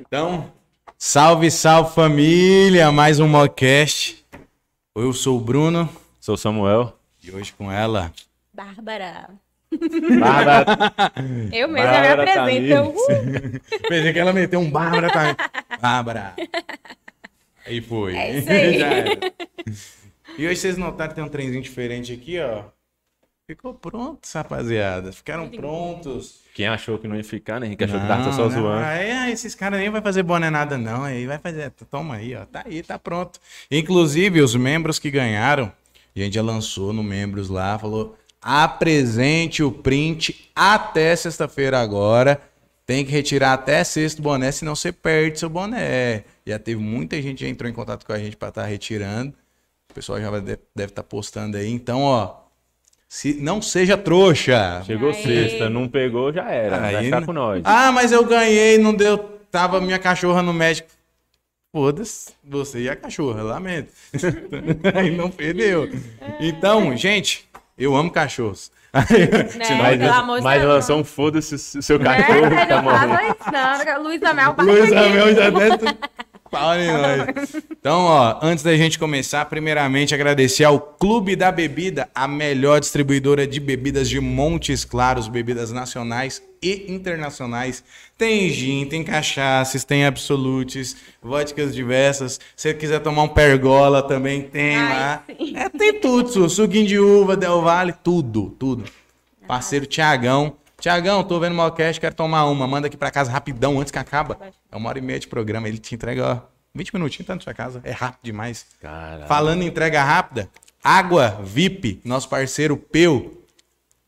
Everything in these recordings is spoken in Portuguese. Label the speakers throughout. Speaker 1: Então, salve, salve família! Mais um Mocast. Eu sou o Bruno
Speaker 2: Sou Samuel.
Speaker 1: e hoje com ela.
Speaker 3: Bárbara.
Speaker 2: Bárbara,
Speaker 3: Eu mesma
Speaker 2: Bárbara tá
Speaker 3: me apresento.
Speaker 2: Tamires.
Speaker 3: Uh,
Speaker 1: Pensei que ela meteu um Bárbara também. Bárbara. Aí foi.
Speaker 3: É isso aí.
Speaker 1: Já era. e hoje vocês notaram que tem um trenzinho diferente aqui, ó. Ficou pronto, rapaziada. Ficaram prontos.
Speaker 2: quem achou que não ia ficar, né? Quem achou que
Speaker 1: Não,
Speaker 2: tava só
Speaker 1: não.
Speaker 2: zoando.
Speaker 1: Aí, aí esses caras nem vai fazer boné nada, não. Aí vai fazer. Toma aí, ó. Tá aí, tá pronto. Inclusive, os membros que ganharam, a gente já lançou no membros lá, falou: apresente o print até sexta-feira agora. Tem que retirar até sexta o boné, senão você perde seu boné. Já teve muita gente que entrou em contato com a gente pra estar retirando. O pessoal já vai- deve estar postando aí. Então, ó, se não seja trouxa.
Speaker 2: Chegou
Speaker 3: Aê.
Speaker 2: sexta, não pegou, já era.
Speaker 1: Aí
Speaker 2: vai ficar
Speaker 1: não-
Speaker 2: com nós.
Speaker 1: Ah, mas eu ganhei, não deu. Tava minha cachorra no médico. Foda-se, você e a cachorra, lamento. Aí não perdeu. Então, gente, eu amo cachorros.
Speaker 3: Né?
Speaker 2: mas
Speaker 3: pelo amor de
Speaker 2: mas
Speaker 3: Deus,
Speaker 2: lançou um foda-se o seu cachorro
Speaker 3: né?
Speaker 2: tá
Speaker 3: Não
Speaker 2: morrendo.
Speaker 3: fala isso, não. Luiz Amel passa
Speaker 1: Luiz
Speaker 3: por isso.
Speaker 1: Amel já dentro. Pau em nós. Então, ó, antes da gente começar, primeiramente agradecer ao Clube da Bebida, a melhor distribuidora de bebidas de Montes Claros, bebidas nacionais e internacionais. Tem gin, tem cachaças, tem absolutes, vodkas diversas. Se você quiser tomar um pergola também, tem
Speaker 3: Ai,
Speaker 1: lá.
Speaker 3: sim.
Speaker 1: É, tem tudo, su- suquinho de uva, Del Valle, tudo, tudo.
Speaker 3: É
Speaker 1: Parceiro Tiagão. Tiagão, tô vendo Malcast, quero tomar uma. Manda aqui pra casa rapidão, antes que acaba. É uma hora e meia de programa, ele te entrega, ó, 20 minutinhos, tá na sua casa. É rápido demais.
Speaker 2: Caralho.
Speaker 1: Falando em entrega rápida, Água VIP, nosso parceiro Peu.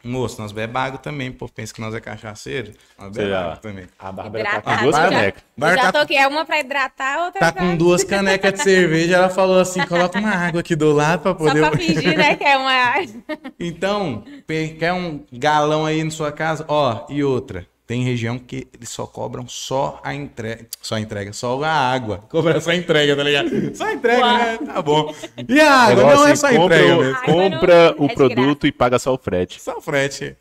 Speaker 1: Moço, nós bebe água também, pô, pensa que nós é cachaceiro. Nós
Speaker 2: Sei
Speaker 1: bebe
Speaker 2: lá.
Speaker 1: água também.
Speaker 2: A Bárbara tá com
Speaker 3: Hidratado.
Speaker 2: duas
Speaker 3: já-
Speaker 2: canecas.
Speaker 3: Já,
Speaker 1: Bárbara tá-
Speaker 3: tô aqui. É uma pra hidratar, outra
Speaker 1: Tá
Speaker 3: pra...
Speaker 1: com duas canecas de cerveja, ela falou assim, coloca uma água aqui do lado pra
Speaker 3: Só
Speaker 1: poder...
Speaker 3: pra fingir, né? Que é uma...
Speaker 1: Então, pe- quer um galão aí na sua casa? Ó, e outra. Tem região que eles só cobram só a entrega. Só a entrega, só a água. Cobra só a entrega, tá ligado? Só a entrega,
Speaker 3: Uau.
Speaker 1: né? Tá bom. E a água?
Speaker 2: Negócio
Speaker 1: Não é
Speaker 2: assim,
Speaker 1: só a
Speaker 2: compra,
Speaker 1: entrega
Speaker 2: o-
Speaker 1: mesmo.
Speaker 2: compra
Speaker 3: não- é
Speaker 2: o
Speaker 3: de
Speaker 2: produto e paga só o frete.
Speaker 1: Só o frete.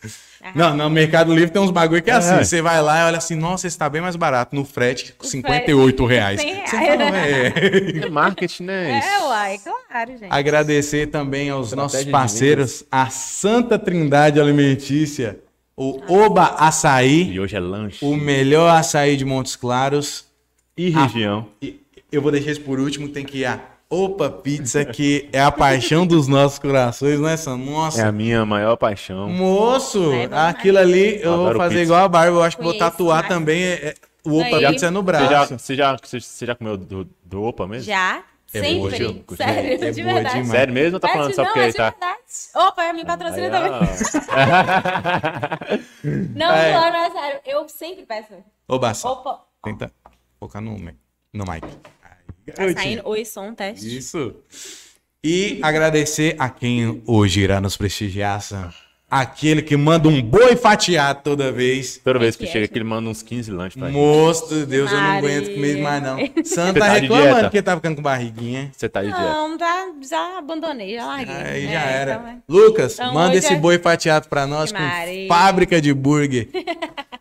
Speaker 1: Não, no Mercado Livre tem uns bagulho que é assim.
Speaker 2: É.
Speaker 1: Você vai lá e olha assim, nossa, esse tá bem mais barato. No frete, R$ 58 reais.
Speaker 3: R$ 100
Speaker 1: Você fala, "Ué."
Speaker 2: É marketing, né?
Speaker 3: É, uai, claro, gente.
Speaker 1: Agradecer também aos nossos
Speaker 2: de
Speaker 1: parceiros, a Santa Trindade Alimentícia, o Oba Açaí,
Speaker 2: E hoje é lanche.
Speaker 1: o melhor açaí de Montes Claros.
Speaker 2: E região.
Speaker 1: E eu vou deixar isso por último, tem que ir a Opa Pizza, que é a paixão dos nossos corações, né, Sam?
Speaker 2: É a
Speaker 1: Nossa,
Speaker 2: minha maior
Speaker 1: Um
Speaker 2: paixão.
Speaker 1: moço,
Speaker 3: É bom demais.
Speaker 1: aquilo ali eu vou
Speaker 2: Adoro
Speaker 1: fazer
Speaker 2: pizza.
Speaker 1: igual a Bárbara, eu acho que vou
Speaker 3: Conheço,
Speaker 1: tatuar
Speaker 3: mas-
Speaker 1: também é, é, o Opa
Speaker 3: Aí.
Speaker 1: Pizza no
Speaker 2: Você já,
Speaker 1: braço.
Speaker 2: você, já, você, você já comeu do, do Opa mesmo?
Speaker 3: Já,
Speaker 1: É boa,
Speaker 3: sempre.
Speaker 1: Gil.
Speaker 3: Sério,
Speaker 1: É
Speaker 3: de
Speaker 1: boa
Speaker 3: verdade.
Speaker 1: demais.
Speaker 2: Sério mesmo ou tá
Speaker 3: É,
Speaker 2: falando só
Speaker 3: não,
Speaker 2: porque
Speaker 3: é
Speaker 2: ele
Speaker 3: de
Speaker 2: tá...
Speaker 3: verdade. Opa, é, me patrocina
Speaker 2: Aí,
Speaker 3: também.
Speaker 2: ó.
Speaker 3: Não,
Speaker 1: É.
Speaker 3: não, não, é sério. Eu sempre peço.
Speaker 1: Oba, Sam,
Speaker 3: Opa.
Speaker 1: tenta focar no, mic- no mic. Aí,
Speaker 3: Tá
Speaker 1: garotinho.
Speaker 3: saindo. Oi, som, teste.
Speaker 1: Isso. E agradecer a quem hoje irá nos prestigiar, Sam. Aquele que manda um boi fatiado toda vez.
Speaker 2: Toda vez que
Speaker 3: que é,
Speaker 2: chega
Speaker 3: gente?
Speaker 2: aqui, ele manda uns 15 lanches pra gente.
Speaker 1: Moço de Deus, eu não
Speaker 3: Maria.
Speaker 1: aguento comer mais não. Sam
Speaker 2: Você
Speaker 1: tá
Speaker 2: tá de
Speaker 1: reclamando
Speaker 2: dieta?
Speaker 1: porque tá ficando com barriguinha.
Speaker 2: Você tá de dieta.
Speaker 3: Não, já, já abandonei, já larguei.
Speaker 1: Aí
Speaker 3: É,
Speaker 1: já era.
Speaker 3: então é.
Speaker 1: Lucas,
Speaker 3: Então
Speaker 1: manda
Speaker 3: hoje
Speaker 1: esse
Speaker 3: é-
Speaker 1: boi fatiado pra nós com
Speaker 3: Maria.
Speaker 1: fábrica de burger.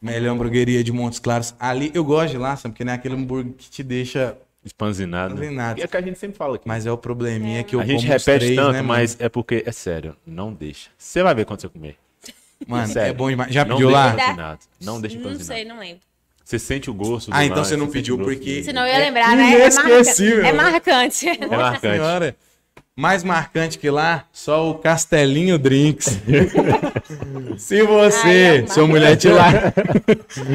Speaker 1: Melhor hamburgueria de Montes Claros. Ali, eu gosto de lá, Sam, porque não é aquele hambúrguer que te deixa...
Speaker 2: Espanzinado.
Speaker 1: Espanzinado.
Speaker 2: E é o que a gente sempre fala aqui.
Speaker 1: Mas é o probleminha que eu
Speaker 2: a gente
Speaker 1: como os
Speaker 2: repete
Speaker 1: três,
Speaker 2: tanto,
Speaker 1: né, mano?
Speaker 2: mas é porque, é sério, não deixa. Você vai ver quando você comer.
Speaker 1: Mano, é
Speaker 2: Sério.
Speaker 1: bom demais. Já
Speaker 2: não
Speaker 1: pediu
Speaker 2: deixa
Speaker 1: lá?
Speaker 2: empanzinado. Não deixa
Speaker 3: Não
Speaker 2: empanzinado.
Speaker 3: sei, não lembro.
Speaker 2: Você sente o gosto do
Speaker 1: Ah, então
Speaker 2: lanche,
Speaker 1: você não
Speaker 2: sente
Speaker 1: pediu
Speaker 2: o gosto
Speaker 1: porque-
Speaker 2: do-
Speaker 3: Senão eu ia
Speaker 1: É
Speaker 3: lembrar, né? É
Speaker 1: inesquecível.
Speaker 3: marcante. É marcante.
Speaker 2: É marcante.
Speaker 1: Senhora, mais marcante que lá, só o Castelinho Drinks. Se
Speaker 3: Ai,
Speaker 1: você,
Speaker 3: amado.
Speaker 1: sua mulher te lar...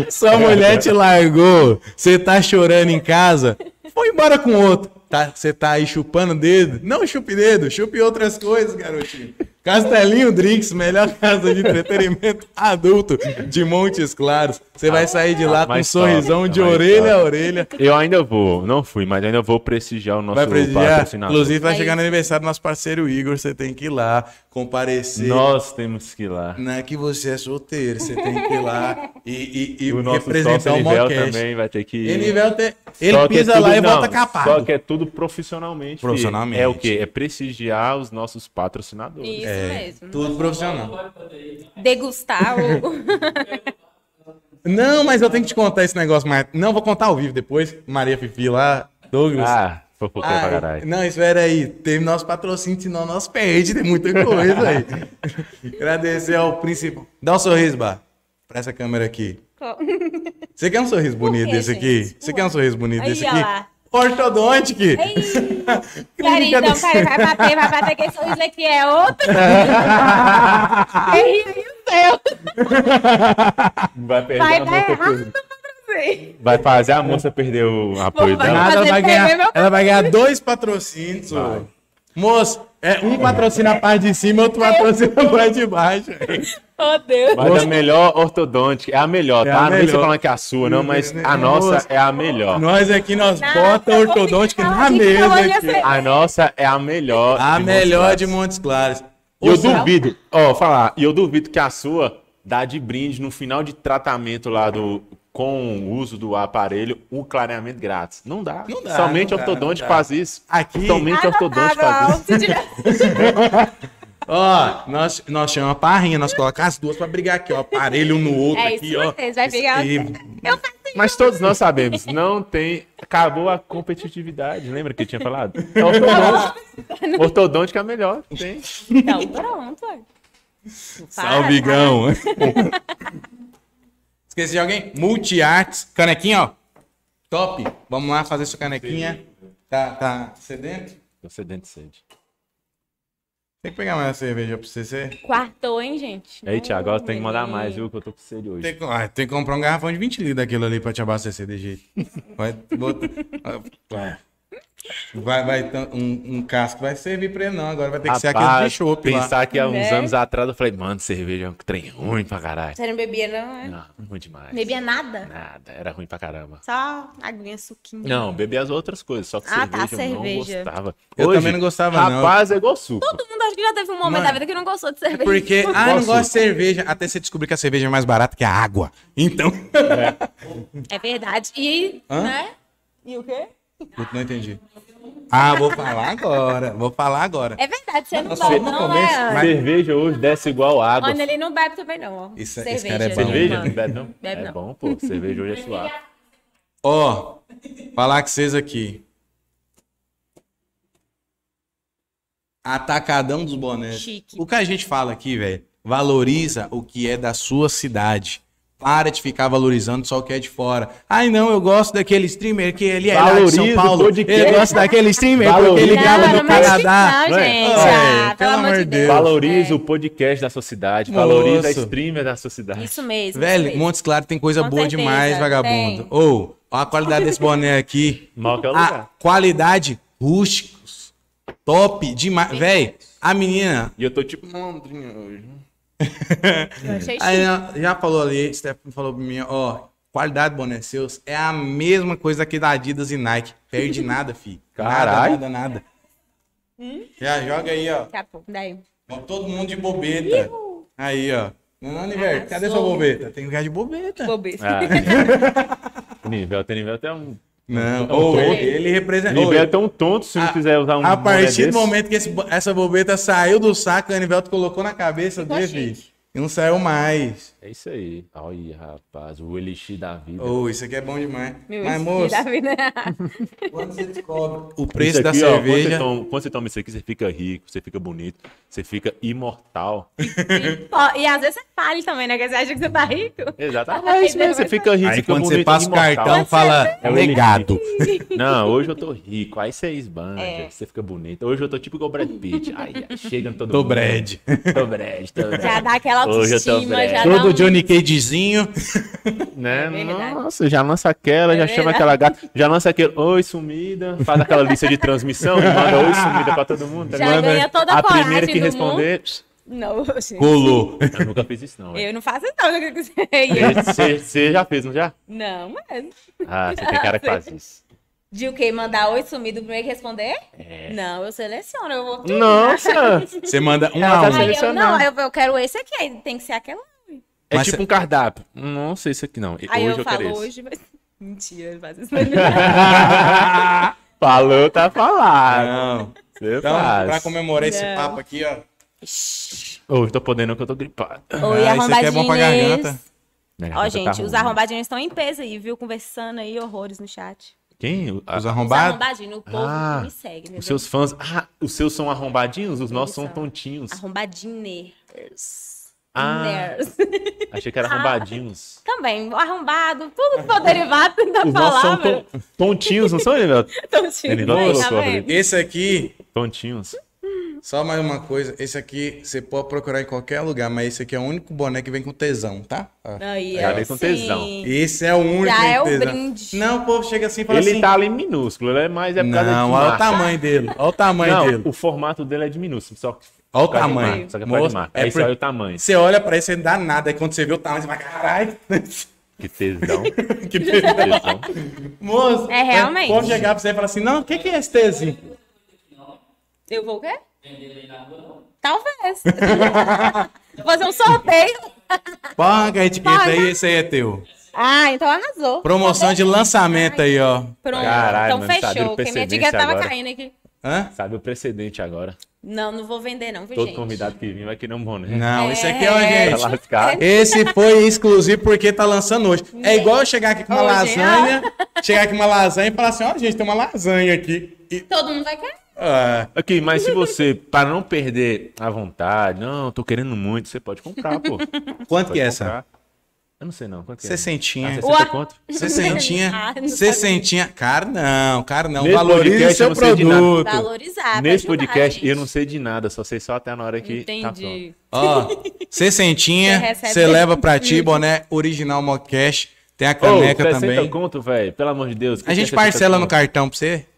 Speaker 1: sua mulher te largou, você tá chorando em casa, foi embora com outro. Tá, você tá aí chupando dedo? Não chupe dedo, chupe outras coisas, garotinho. Castelinho Drinks, melhor casa de entretenimento adulto de Montes Claros. Você vai sair de lá com um
Speaker 2: Ah, mais top,
Speaker 1: sorrisão de
Speaker 2: mais
Speaker 1: orelha a
Speaker 2: top.
Speaker 1: orelha.
Speaker 2: Eu ainda vou, não fui, mas ainda vou prestigiar o nosso
Speaker 1: Vai prestigiar.
Speaker 2: patrocinador.
Speaker 1: Inclusive, vai
Speaker 3: É
Speaker 1: chegar no
Speaker 3: isso.
Speaker 1: aniversário do nosso parceiro Igor. Você tem que ir lá comparecer.
Speaker 2: Nós temos que ir lá.
Speaker 1: Não é que você é solteiro, você tem que ir lá e, e, e
Speaker 2: E o nosso
Speaker 1: representar
Speaker 2: sócio
Speaker 1: o
Speaker 2: Nivel
Speaker 1: Mocast.
Speaker 2: também vai ter que ir.
Speaker 1: Ele, vai ter- ele
Speaker 2: Só que é
Speaker 1: pisa
Speaker 2: tudo-
Speaker 1: lá e
Speaker 2: não,
Speaker 1: volta capado.
Speaker 2: Só que é tudo profissionalmente. filho.
Speaker 1: Profissionalmente.
Speaker 2: É o quê? É prestigiar os nossos patrocinadores.
Speaker 3: É. Isso mesmo.
Speaker 1: Tudo profissional.
Speaker 3: Degustar o.
Speaker 1: Não, mas eu tenho que te contar esse negócio, mas não vou contar ao vivo depois. Maria Fifi lá, Douglas.
Speaker 2: Ah, foi por
Speaker 1: Ah,
Speaker 2: pra caralho.
Speaker 1: não, espera aí. Teve nosso patrocínio, senão nós perde. Tem muita coisa aí. Agradecer ao principal. Dá um sorriso, Bar. Pra essa câmera aqui.
Speaker 3: Qual-
Speaker 1: Você quer um sorriso
Speaker 3: Por
Speaker 1: bonito
Speaker 3: quê,
Speaker 1: desse aqui?
Speaker 3: gente?
Speaker 1: Você quer um sorriso bonito
Speaker 3: Aí,
Speaker 1: desse
Speaker 3: ó
Speaker 1: aqui?
Speaker 3: lá.
Speaker 1: Ortodontico!
Speaker 3: Peraí,
Speaker 1: Clínica
Speaker 3: então,
Speaker 1: do-
Speaker 3: peraí, vai bater, vai bater, que esse sorriso aqui é outro. Ei, meu Deus,
Speaker 2: Vai perder
Speaker 3: vai
Speaker 2: a
Speaker 3: dar
Speaker 2: moça.
Speaker 3: errado pra você.
Speaker 2: Vai fazer a moça perder o apoio
Speaker 3: Vamos
Speaker 2: dela.
Speaker 1: Nada, ela
Speaker 3: fazer
Speaker 1: vai,
Speaker 3: perder
Speaker 1: ganhar,
Speaker 3: meu
Speaker 1: ela vai ganhar dois patrocínios. ô. Moço, é, um patrocina a parte de cima, outro patrocina a parte de baixo.
Speaker 3: Oh, Deus.
Speaker 2: Mas a melhor ortodôntica é a melhor,
Speaker 1: É
Speaker 2: tá?
Speaker 1: a
Speaker 2: Não sei se
Speaker 1: melhor.
Speaker 2: falando que é a sua, não, mas
Speaker 1: Meu
Speaker 2: a
Speaker 1: Deus.
Speaker 2: nossa é a melhor.
Speaker 1: Nós aqui, nós
Speaker 3: Nossa,
Speaker 1: bota
Speaker 3: eu vou
Speaker 1: ortodôntica
Speaker 3: ficar
Speaker 1: na
Speaker 3: assim,
Speaker 1: mesa
Speaker 3: então, olha
Speaker 1: aqui.
Speaker 3: essa-
Speaker 2: A nossa é a melhor.
Speaker 1: A
Speaker 2: de
Speaker 1: melhor
Speaker 2: Montes
Speaker 1: de Montes Claros.
Speaker 2: E eu
Speaker 1: Ô, Sal,
Speaker 2: duvido, ó, falar, e eu duvido que a sua dá de brinde no final de tratamento lá do com o uso do aparelho um clareamento grátis. Não dá.
Speaker 1: Não dá,
Speaker 2: Somente
Speaker 1: não dá,
Speaker 2: ortodonte
Speaker 1: não dá.
Speaker 2: faz isso.
Speaker 1: Aqui- Ah,
Speaker 2: Somente ortodonte faz isso.
Speaker 3: Se tivesse-
Speaker 1: Ó, nós, nós chamamos a parrinha, nós colocamos as duas pra brigar aqui, ó. Aparelho um no outro
Speaker 3: É isso
Speaker 1: aqui, ó.
Speaker 3: mesmo, vai brigar.
Speaker 1: E-
Speaker 3: Eu faço isso.
Speaker 2: Mas todos nós sabemos, não tem. Acabou a competitividade. Lembra que eu tinha falado? É ortodonte. Ortodôntico é a melhor. Tem.
Speaker 3: Então, pronto. olha.
Speaker 1: Salve,
Speaker 3: Para,
Speaker 1: Igão. Esqueci de alguém? Multiarts, canequinha, ó. Top. Vamos lá fazer sua canequinha. Tá, tá sedento?
Speaker 2: Você dente sede.
Speaker 1: Tem que pegar mais uma cerveja pra você. você...
Speaker 3: Quartou, hein, gente?
Speaker 2: Ei, Thiago, agora
Speaker 3: Não,
Speaker 2: tem que mandar
Speaker 3: menino.
Speaker 2: mais, viu? Que eu tô com sede hoje.
Speaker 1: Tem, que- ah, tem que comprar um garrafão de 20 litros daquilo ali pra te abastecer de jeito. Vai, bota- vai, vai, vai então, um, um casco vai servir pra ele não. Agora vai ter que ser aquele de
Speaker 2: Rapaz,
Speaker 1: chopp lá.
Speaker 2: pensar que há uns
Speaker 3: Né?
Speaker 2: anos atrás eu falei, mano, cerveja é um trem ruim pra caralho.
Speaker 3: Você não bebia, não? é?
Speaker 2: Não, ruim demais.
Speaker 3: Não bebia nada?
Speaker 2: Nada, era ruim pra caramba.
Speaker 3: Só aguinha, suquinho.
Speaker 2: Não, bebi as outras coisas, só que
Speaker 3: Ah, tá,
Speaker 2: cerveja, eu não
Speaker 3: cerveja.
Speaker 2: gostava.
Speaker 1: Eu também não gostava, não.
Speaker 2: rapaz, é igual suco.
Speaker 3: Todo mundo acho que já teve um momento
Speaker 1: Mano,
Speaker 3: da vida que não gostou de cerveja.
Speaker 1: é. Porque, ah, eu não
Speaker 2: Posso?
Speaker 1: gosto de cerveja. Até você descobrir que a cerveja é mais barata que a água. Então.
Speaker 3: É verdade. E,
Speaker 1: Hã?
Speaker 3: né? E o quê?
Speaker 1: Puta, não entendi. Ah, vou falar agora. Vou falar agora.
Speaker 3: É verdade, você não
Speaker 1: Nossa,
Speaker 3: gosta,
Speaker 1: no
Speaker 3: não,
Speaker 1: começo,
Speaker 3: né?
Speaker 1: mas-
Speaker 2: Cerveja hoje desce igual água.
Speaker 3: Olha, ele não bebe também, não. Ó.
Speaker 1: Isso- esse cara é bom.
Speaker 2: cerveja?
Speaker 3: mano.
Speaker 2: Não bebe, não?
Speaker 3: Bebe
Speaker 2: é
Speaker 3: não.
Speaker 2: bom, pô. Cerveja hoje é suave.
Speaker 1: Ó, falar com vocês aqui. Atacadão dos bonés.
Speaker 3: Chique.
Speaker 1: O que a gente fala aqui, velho, valoriza o que é da sua cidade. Para de ficar valorizando só o que é de fora. Ai, não, eu gosto daquele streamer que ele é lá de São
Speaker 2: Valoriza o
Speaker 1: Paulo.
Speaker 2: podcast.
Speaker 1: Eu gosto daquele streamer porque ele
Speaker 2: Valoriza.
Speaker 1: grava
Speaker 3: Não,
Speaker 1: no
Speaker 3: não mais isso
Speaker 1: Canadá.
Speaker 3: não,
Speaker 2: não é?
Speaker 3: gente.
Speaker 1: Olha,
Speaker 3: Ah, pelo amor de Deus.
Speaker 2: Valoriza o podcast da sua cidade,
Speaker 1: Moço.
Speaker 2: valoriza a streamer da sua cidade.
Speaker 3: Isso mesmo.
Speaker 1: Velho,
Speaker 3: isso
Speaker 1: Montes Claros tem coisa
Speaker 3: Com
Speaker 1: boa
Speaker 3: certeza,
Speaker 1: demais, vagabundo.
Speaker 3: tem.
Speaker 1: Ou, a qualidade desse boné aqui.
Speaker 2: Mal que é o
Speaker 1: A
Speaker 2: lugar.
Speaker 1: qualidade rústicos. Top demais. Véi, a menina.
Speaker 2: E eu tô tipo mondrinha hoje.
Speaker 3: mesmo. Eu achei chique.
Speaker 1: É Aí ela já falou ali, Stephanie falou pra mim, ó. Qualidade do boné seus é a mesma coisa daqui da Adidas e Nike. Perde nada, fi.
Speaker 2: Caralho.
Speaker 1: Nada, nada, nada. Já joga aí, ó.
Speaker 3: Daqui a pouco. Daí.
Speaker 1: Ó, Todo mundo de bobeta. Aí, ó. Não, não, Niver, cadê sua
Speaker 3: Arrasou.
Speaker 1: bobeta? Tem lugar de bobeta.
Speaker 3: Bobeira.
Speaker 2: Ah. nível, tem nível até um.
Speaker 1: Não,
Speaker 2: Então,
Speaker 1: ou
Speaker 2: ok.
Speaker 1: ele, ele representa. ou
Speaker 2: Nível é
Speaker 1: ele-
Speaker 2: tão tonto se não quiser usar um.
Speaker 1: Ah, a
Speaker 2: boné
Speaker 1: partir
Speaker 2: desse.
Speaker 1: do momento que esse bo- essa bobeta saiu do saco, o Anivelto colocou na cabeça
Speaker 3: Ficou
Speaker 1: dele
Speaker 3: chique.
Speaker 1: e não saiu mais.
Speaker 2: É isso aí. Olha, rapaz, o elixir da vida.
Speaker 1: Oh, isso aqui é bom demais.
Speaker 3: Meu
Speaker 1: Mas,
Speaker 3: Deus.
Speaker 1: moço,
Speaker 3: da vida.
Speaker 1: quando você descobre o
Speaker 2: Isso
Speaker 1: preço da
Speaker 2: aqui, ó, quando, você
Speaker 1: cerveja,
Speaker 2: toma, quando você toma isso aqui, você fica rico, você fica bonito, você fica imortal.
Speaker 3: E, ó, e às vezes você fale também, né? Porque você acha que você tá rico.
Speaker 2: Exatamente. É isso mesmo, você fica rico,
Speaker 1: aí
Speaker 2: fica
Speaker 1: quando você
Speaker 2: bonito,
Speaker 1: passa o
Speaker 2: imortal.
Speaker 1: cartão, fala
Speaker 2: É o
Speaker 1: legado.
Speaker 2: Não, hoje eu tô rico. Aí você esbanja,
Speaker 3: É.
Speaker 2: você fica bonito. Hoje eu tô tipo igual o Brad Pitt. Aí chega em todo
Speaker 1: Do
Speaker 2: mundo.
Speaker 1: Brad.
Speaker 2: Tô Brad, tô Brad.
Speaker 3: Já dá aquela
Speaker 2: Hoje eu tô
Speaker 3: autoestima, já
Speaker 2: breve.
Speaker 3: dá um...
Speaker 1: Todo Johnny Cagezinho.
Speaker 2: Né?
Speaker 3: É verdade.
Speaker 2: Nossa, já lança aquela,
Speaker 3: É
Speaker 2: já chama
Speaker 3: verdade.
Speaker 2: aquela gata, já lança aquele oi sumida, faz aquela lista de transmissão e manda oi sumida pra todo mundo. tá
Speaker 3: Já
Speaker 2: ligado?
Speaker 3: ganha toda a
Speaker 2: A primeira
Speaker 3: coragem
Speaker 2: que
Speaker 3: do
Speaker 2: responder.
Speaker 3: Não, gente.
Speaker 1: Colou.
Speaker 2: Eu nunca fiz isso, não. velho.
Speaker 3: Eu não faço isso, não. eu não
Speaker 2: É.
Speaker 3: sei.
Speaker 2: Você você já fez, não já?
Speaker 3: Não, mas...
Speaker 2: Ah, você tem cara que faz isso.
Speaker 3: De o quê? Mandar oi sumido primeiro que responder?
Speaker 2: É.
Speaker 3: Não, eu seleciono, eu vou...
Speaker 2: Nossa!
Speaker 1: Você manda um
Speaker 2: Ela
Speaker 1: a um.
Speaker 2: tá
Speaker 3: Aí eu, não,
Speaker 2: selecionar.
Speaker 3: eu, eu quero esse aqui, aí tem que ser aquela.
Speaker 2: É
Speaker 1: Mas
Speaker 2: tipo
Speaker 1: cê-
Speaker 2: um cardápio. Hum, Não sei isso aqui, não. E-
Speaker 3: Aí
Speaker 2: hoje eu,
Speaker 3: eu
Speaker 2: quero
Speaker 3: falo
Speaker 2: esse.
Speaker 3: hoje, mas... Mentira, ele faz isso. Não,
Speaker 2: Falou, tá falado.
Speaker 1: Não.
Speaker 2: Você
Speaker 1: Ah, Então,
Speaker 2: faz.
Speaker 1: pra comemorar esse
Speaker 3: Não.
Speaker 1: papo aqui, ó.
Speaker 2: Hoje tô podendo que eu tô gripado.
Speaker 3: Oi,
Speaker 1: Ah, isso aqui é bom pra
Speaker 3: arrombadinhas.
Speaker 1: garganta.
Speaker 2: Minha
Speaker 3: Ó,
Speaker 2: garganta tá
Speaker 3: gente, os
Speaker 2: ruim.
Speaker 3: arrombadinhos estão em peso aí, viu? Conversando aí, horrores no chat.
Speaker 2: Quem? O- a-
Speaker 1: Os
Speaker 3: Os
Speaker 1: arrombados?
Speaker 3: arrombadinhos, o povo
Speaker 2: Ah,
Speaker 3: que me segue, meu
Speaker 2: os
Speaker 3: Deus.
Speaker 2: seus fãs. Ah, os seus são arrombadinhos? Os nossos são
Speaker 3: são.
Speaker 2: tontinhos.
Speaker 3: Arrombadiners.
Speaker 2: Ah.
Speaker 3: Ners.
Speaker 2: Achei que era arrombadinhos.
Speaker 3: Também, arrombado, tudo que for derivado da
Speaker 2: Os nossos são
Speaker 3: palavra.
Speaker 2: ton- tontinhos, não são, Elivelto?
Speaker 3: Então, tipo,
Speaker 2: Ele não
Speaker 3: aí, tá
Speaker 2: colocou,
Speaker 3: vendo?
Speaker 1: Esse aqui,
Speaker 2: Tontinhos.
Speaker 1: só mais uma coisa. Esse aqui você pode procurar em qualquer lugar, mas esse aqui é o único boné que vem com tesão, tá? Ó.
Speaker 3: Aí,
Speaker 2: Já
Speaker 3: ó,
Speaker 2: veio com
Speaker 3: sim.
Speaker 2: tesão.
Speaker 1: Esse é o único
Speaker 3: Já
Speaker 1: que vem
Speaker 3: é
Speaker 1: com
Speaker 3: o
Speaker 1: tesão.
Speaker 3: brinde.
Speaker 1: Não, o povo chega assim e fala
Speaker 2: Ele
Speaker 1: assim.
Speaker 2: tá ali minúsculo, né? Mas é por causa
Speaker 1: Não,
Speaker 2: de
Speaker 1: olha o
Speaker 2: marca.
Speaker 1: tamanho dele. Olha o tamanho
Speaker 2: Não,
Speaker 1: dele.
Speaker 2: o formato dele é de minúsculo, só que.
Speaker 1: Olha o
Speaker 2: por causa de
Speaker 1: tamanho.
Speaker 2: marca, Só que é por
Speaker 1: Moço,
Speaker 2: causa de marca.
Speaker 1: é
Speaker 2: Aí
Speaker 1: por-
Speaker 2: você olha o tamanho.
Speaker 1: Você olha pra isso e não dá nada. Aí quando você vê o tamanho, você fala, caralho.
Speaker 2: Que tesão.
Speaker 1: que tesão.
Speaker 2: tesão.
Speaker 1: Moço. né?
Speaker 3: É, realmente.
Speaker 1: Pode chegar pra você e falar assim, não, o que, que é esse tezinho?
Speaker 3: Eu vou o quê? Talvez. Vou Fazer um sorteio.
Speaker 1: Paga a etiqueta
Speaker 3: Paga.
Speaker 1: aí, esse aí é teu.
Speaker 3: Ah, então arrasou.
Speaker 1: Promoção de lançamento aí, ó.
Speaker 3: Pronto,
Speaker 2: Caralho,
Speaker 3: então
Speaker 2: mano, sabe o
Speaker 3: fechou, porque minha
Speaker 2: precedente
Speaker 3: dica tava
Speaker 2: agora.
Speaker 3: caindo aqui.
Speaker 1: Hã?
Speaker 2: Sabe o precedente agora.
Speaker 3: Não, não vou vender não, viu,
Speaker 2: Todo
Speaker 3: gente?
Speaker 2: convidado que vir vai querer um boné.
Speaker 1: Não, esse aqui é, ó,
Speaker 3: É.
Speaker 2: Tá
Speaker 1: gente.
Speaker 2: lascado.
Speaker 1: Esse foi exclusivo porque tá lançando hoje. É igual eu chegar aqui com uma
Speaker 3: Hoje,
Speaker 1: lasanha, chegar aqui com uma lasanha e falar assim, ó, gente, tem uma lasanha aqui. E,
Speaker 3: É, Todo mundo vai querer.
Speaker 1: ah,
Speaker 2: Ok, mas se você, para não perder a vontade, não, tô querendo muito, você pode comprar, pô.
Speaker 1: quanto
Speaker 2: Pode
Speaker 1: que é essa?
Speaker 2: comprar. Eu não sei não, quanto que é? Ah,
Speaker 1: Sessentinha.
Speaker 2: 60
Speaker 3: Uau.
Speaker 2: conto?
Speaker 1: Sessentinha.
Speaker 3: Ah, não
Speaker 1: Sessentinha. Cara, não, cara, não.
Speaker 2: Nesse
Speaker 1: Valorize o
Speaker 2: podcast eu
Speaker 1: seu
Speaker 2: não sei de nada.
Speaker 1: produto.
Speaker 3: Valorizar.
Speaker 2: Nesse
Speaker 3: pra ajudar,
Speaker 2: podcast
Speaker 3: gente.
Speaker 2: eu não sei de nada, só sei só até na hora que tá pronto.
Speaker 3: Entendi.
Speaker 1: Ó, sessentinha,
Speaker 3: Você recebe-
Speaker 1: você leva pra ti, boné original Mocash. Tem a caneca
Speaker 2: Ô, 60
Speaker 1: também.
Speaker 2: conto, velho, pelo amor de Deus.
Speaker 1: A gente parcela no cartão pra você.
Speaker 2: Relaxa. assim,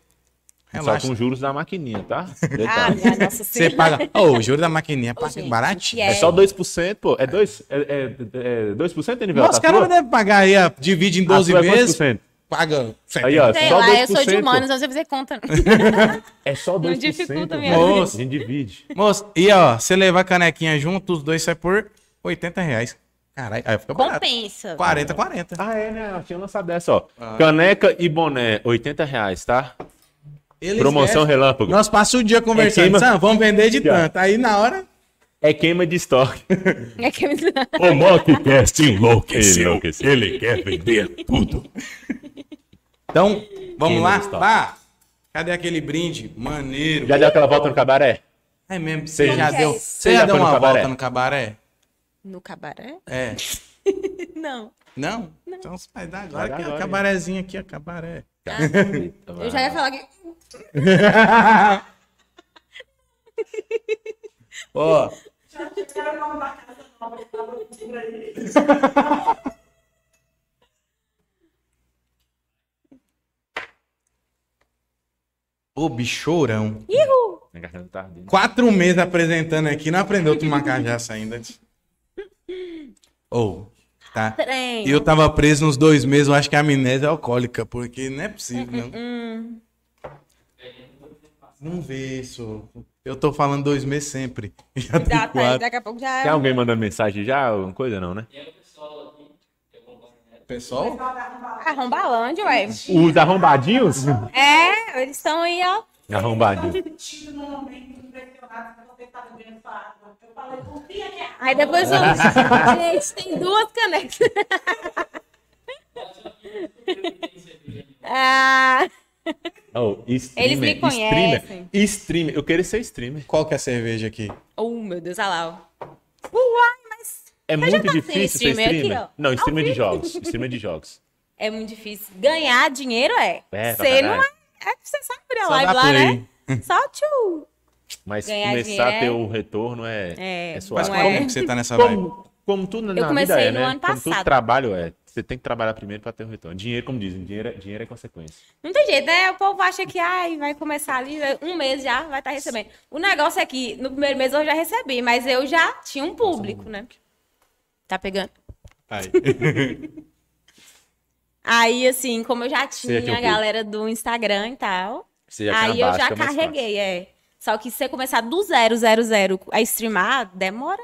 Speaker 2: Só
Speaker 1: Relaxa.
Speaker 2: com um juros da maquininha, tá?
Speaker 3: Ah,
Speaker 2: Detalhe.
Speaker 3: minha
Speaker 1: Você
Speaker 3: nossa senhora.
Speaker 1: paga. Ô, o juro da maquininha paga
Speaker 3: gente,
Speaker 1: baratinho.
Speaker 2: é
Speaker 3: é.
Speaker 2: só 2%, pô. É 2%, é, é, é 2% de nível
Speaker 1: Nossa, o cara deve pagar aí, ó, divide em 12 vezes,
Speaker 2: É,
Speaker 1: paga.
Speaker 2: Aí, ó.
Speaker 3: Sei
Speaker 2: Só
Speaker 3: lá, eu sou de
Speaker 2: 2%.
Speaker 3: humanos, não sei fazer conta. não.
Speaker 2: é só 2%.
Speaker 3: dificulta a minha
Speaker 2: velho.
Speaker 1: vida.
Speaker 2: A gente divide.
Speaker 1: Moço, e ó, você levar a canequinha junto, os dois sai por 80 reais. Caralho, aí fica barato.
Speaker 3: Compensa.
Speaker 1: 40, 40.
Speaker 2: Ah, é, né? Eu tinha lançado essa, ó. Caneca e boné, 80 reais, tá?
Speaker 1: Eles
Speaker 2: Promoção
Speaker 1: vestem-
Speaker 2: relâmpago.
Speaker 1: Nós passamos o dia
Speaker 2: É
Speaker 1: conversando,
Speaker 2: queima-
Speaker 1: "Sam, vamos vender de
Speaker 2: Aqui, ó.
Speaker 1: tanto. Aí na hora.
Speaker 2: É queima de estoque.
Speaker 3: É que me-
Speaker 4: O Mockcast enlouqueceu.
Speaker 2: Enlouqueceu.
Speaker 4: Ele quer vender tudo.
Speaker 1: Então, vamos
Speaker 2: Queima
Speaker 1: lá.
Speaker 2: de estoque.
Speaker 1: Pá, cadê aquele brinde? Maneiro.
Speaker 2: Já deu aquela volta no cabaré?
Speaker 1: É mesmo, você
Speaker 2: Como
Speaker 1: já
Speaker 3: que é
Speaker 1: deu.
Speaker 3: isso?
Speaker 1: Você
Speaker 2: Você
Speaker 1: já
Speaker 2: já
Speaker 1: deu
Speaker 2: foi no
Speaker 1: uma
Speaker 2: cabaré?
Speaker 1: volta no cabaré?
Speaker 3: No cabaré?
Speaker 1: É.
Speaker 3: Não.
Speaker 1: Não? Então você vai dar agora,
Speaker 2: Vai dar
Speaker 1: que é o
Speaker 2: agora,
Speaker 1: cabarezinho aqui, ó, cabaré.
Speaker 3: Eu já ia falar que.
Speaker 1: Ó. Ô, bichorão.
Speaker 3: Ihu!
Speaker 2: Minha garganta tá ardendo.
Speaker 1: Quatro meses apresentando aqui, não aprendeu a tomar cachaça ainda. Ou, tá?
Speaker 3: Trem.
Speaker 1: E eu tava preso uns dois meses, eu acho que a amnésia é alcoólica, porque não é possível, não. Não vê isso. Eu tô falando dois meses sempre. Já tem
Speaker 3: Já tá,
Speaker 1: quatro.
Speaker 3: daqui a pouco já é.
Speaker 2: Tem alguém mandando mensagem já? Alguma coisa não, né?
Speaker 1: Pessoal?
Speaker 3: Arrombalândia, um ué.
Speaker 2: Os arrombadinhos?
Speaker 3: É, eles estão aí, ó.
Speaker 2: Arrombadinhos.
Speaker 3: Aí depois eu. Gente, tem duas canecas. ah,
Speaker 2: Oh, streamer,
Speaker 3: Eles me conhecem.
Speaker 2: Streamer, streamer. Eu queria ser streamer.
Speaker 1: Qual que é a cerveja aqui?
Speaker 3: oh, meu Deus, olha lá, ó. Uai, mas
Speaker 2: É
Speaker 3: já
Speaker 2: muito
Speaker 3: passei
Speaker 2: difícil ser
Speaker 3: streamer aqui,
Speaker 2: streamer.
Speaker 3: ó.
Speaker 2: não, streamer de jogos. Streamer de jogos.
Speaker 3: é muito difícil. Ganhar dinheiro é.
Speaker 2: É, pra
Speaker 3: Você não é.
Speaker 2: caralho.
Speaker 3: É que você sabe abrir a
Speaker 1: Só
Speaker 3: live
Speaker 1: dá
Speaker 3: lá,
Speaker 1: play.
Speaker 3: né? Só tio.
Speaker 2: Mas
Speaker 3: Ganhar
Speaker 2: começar a ter
Speaker 3: dinheiro
Speaker 2: o retorno é, é,
Speaker 3: É,
Speaker 2: suave.
Speaker 3: não
Speaker 1: Como
Speaker 3: é.
Speaker 1: que você tá nessa vibe?
Speaker 2: Como, como tudo na
Speaker 3: Eu comecei
Speaker 2: vida é,
Speaker 3: no
Speaker 2: né?
Speaker 3: ano
Speaker 2: Como tudo
Speaker 3: passado.
Speaker 2: trabalho é. Você tem que trabalhar primeiro pra ter o retorno. Dinheiro, como dizem, dinheiro é, dinheiro é consequência.
Speaker 3: Não tem jeito, né? O povo acha que ai, vai começar ali, um mês já vai estar recebendo. O negócio é que no primeiro mês eu já recebi, mas eu já tinha um público, né? Tá pegando?
Speaker 1: Aí.
Speaker 3: Aí, assim, como eu já tinha
Speaker 2: tinha um
Speaker 3: a galera do Instagram e tal,
Speaker 2: Você já
Speaker 3: aí
Speaker 2: tinha uma
Speaker 3: eu já
Speaker 2: base, que é mais
Speaker 3: carreguei, é. Só que se você começar do zero, zero, zero a streamar, demora.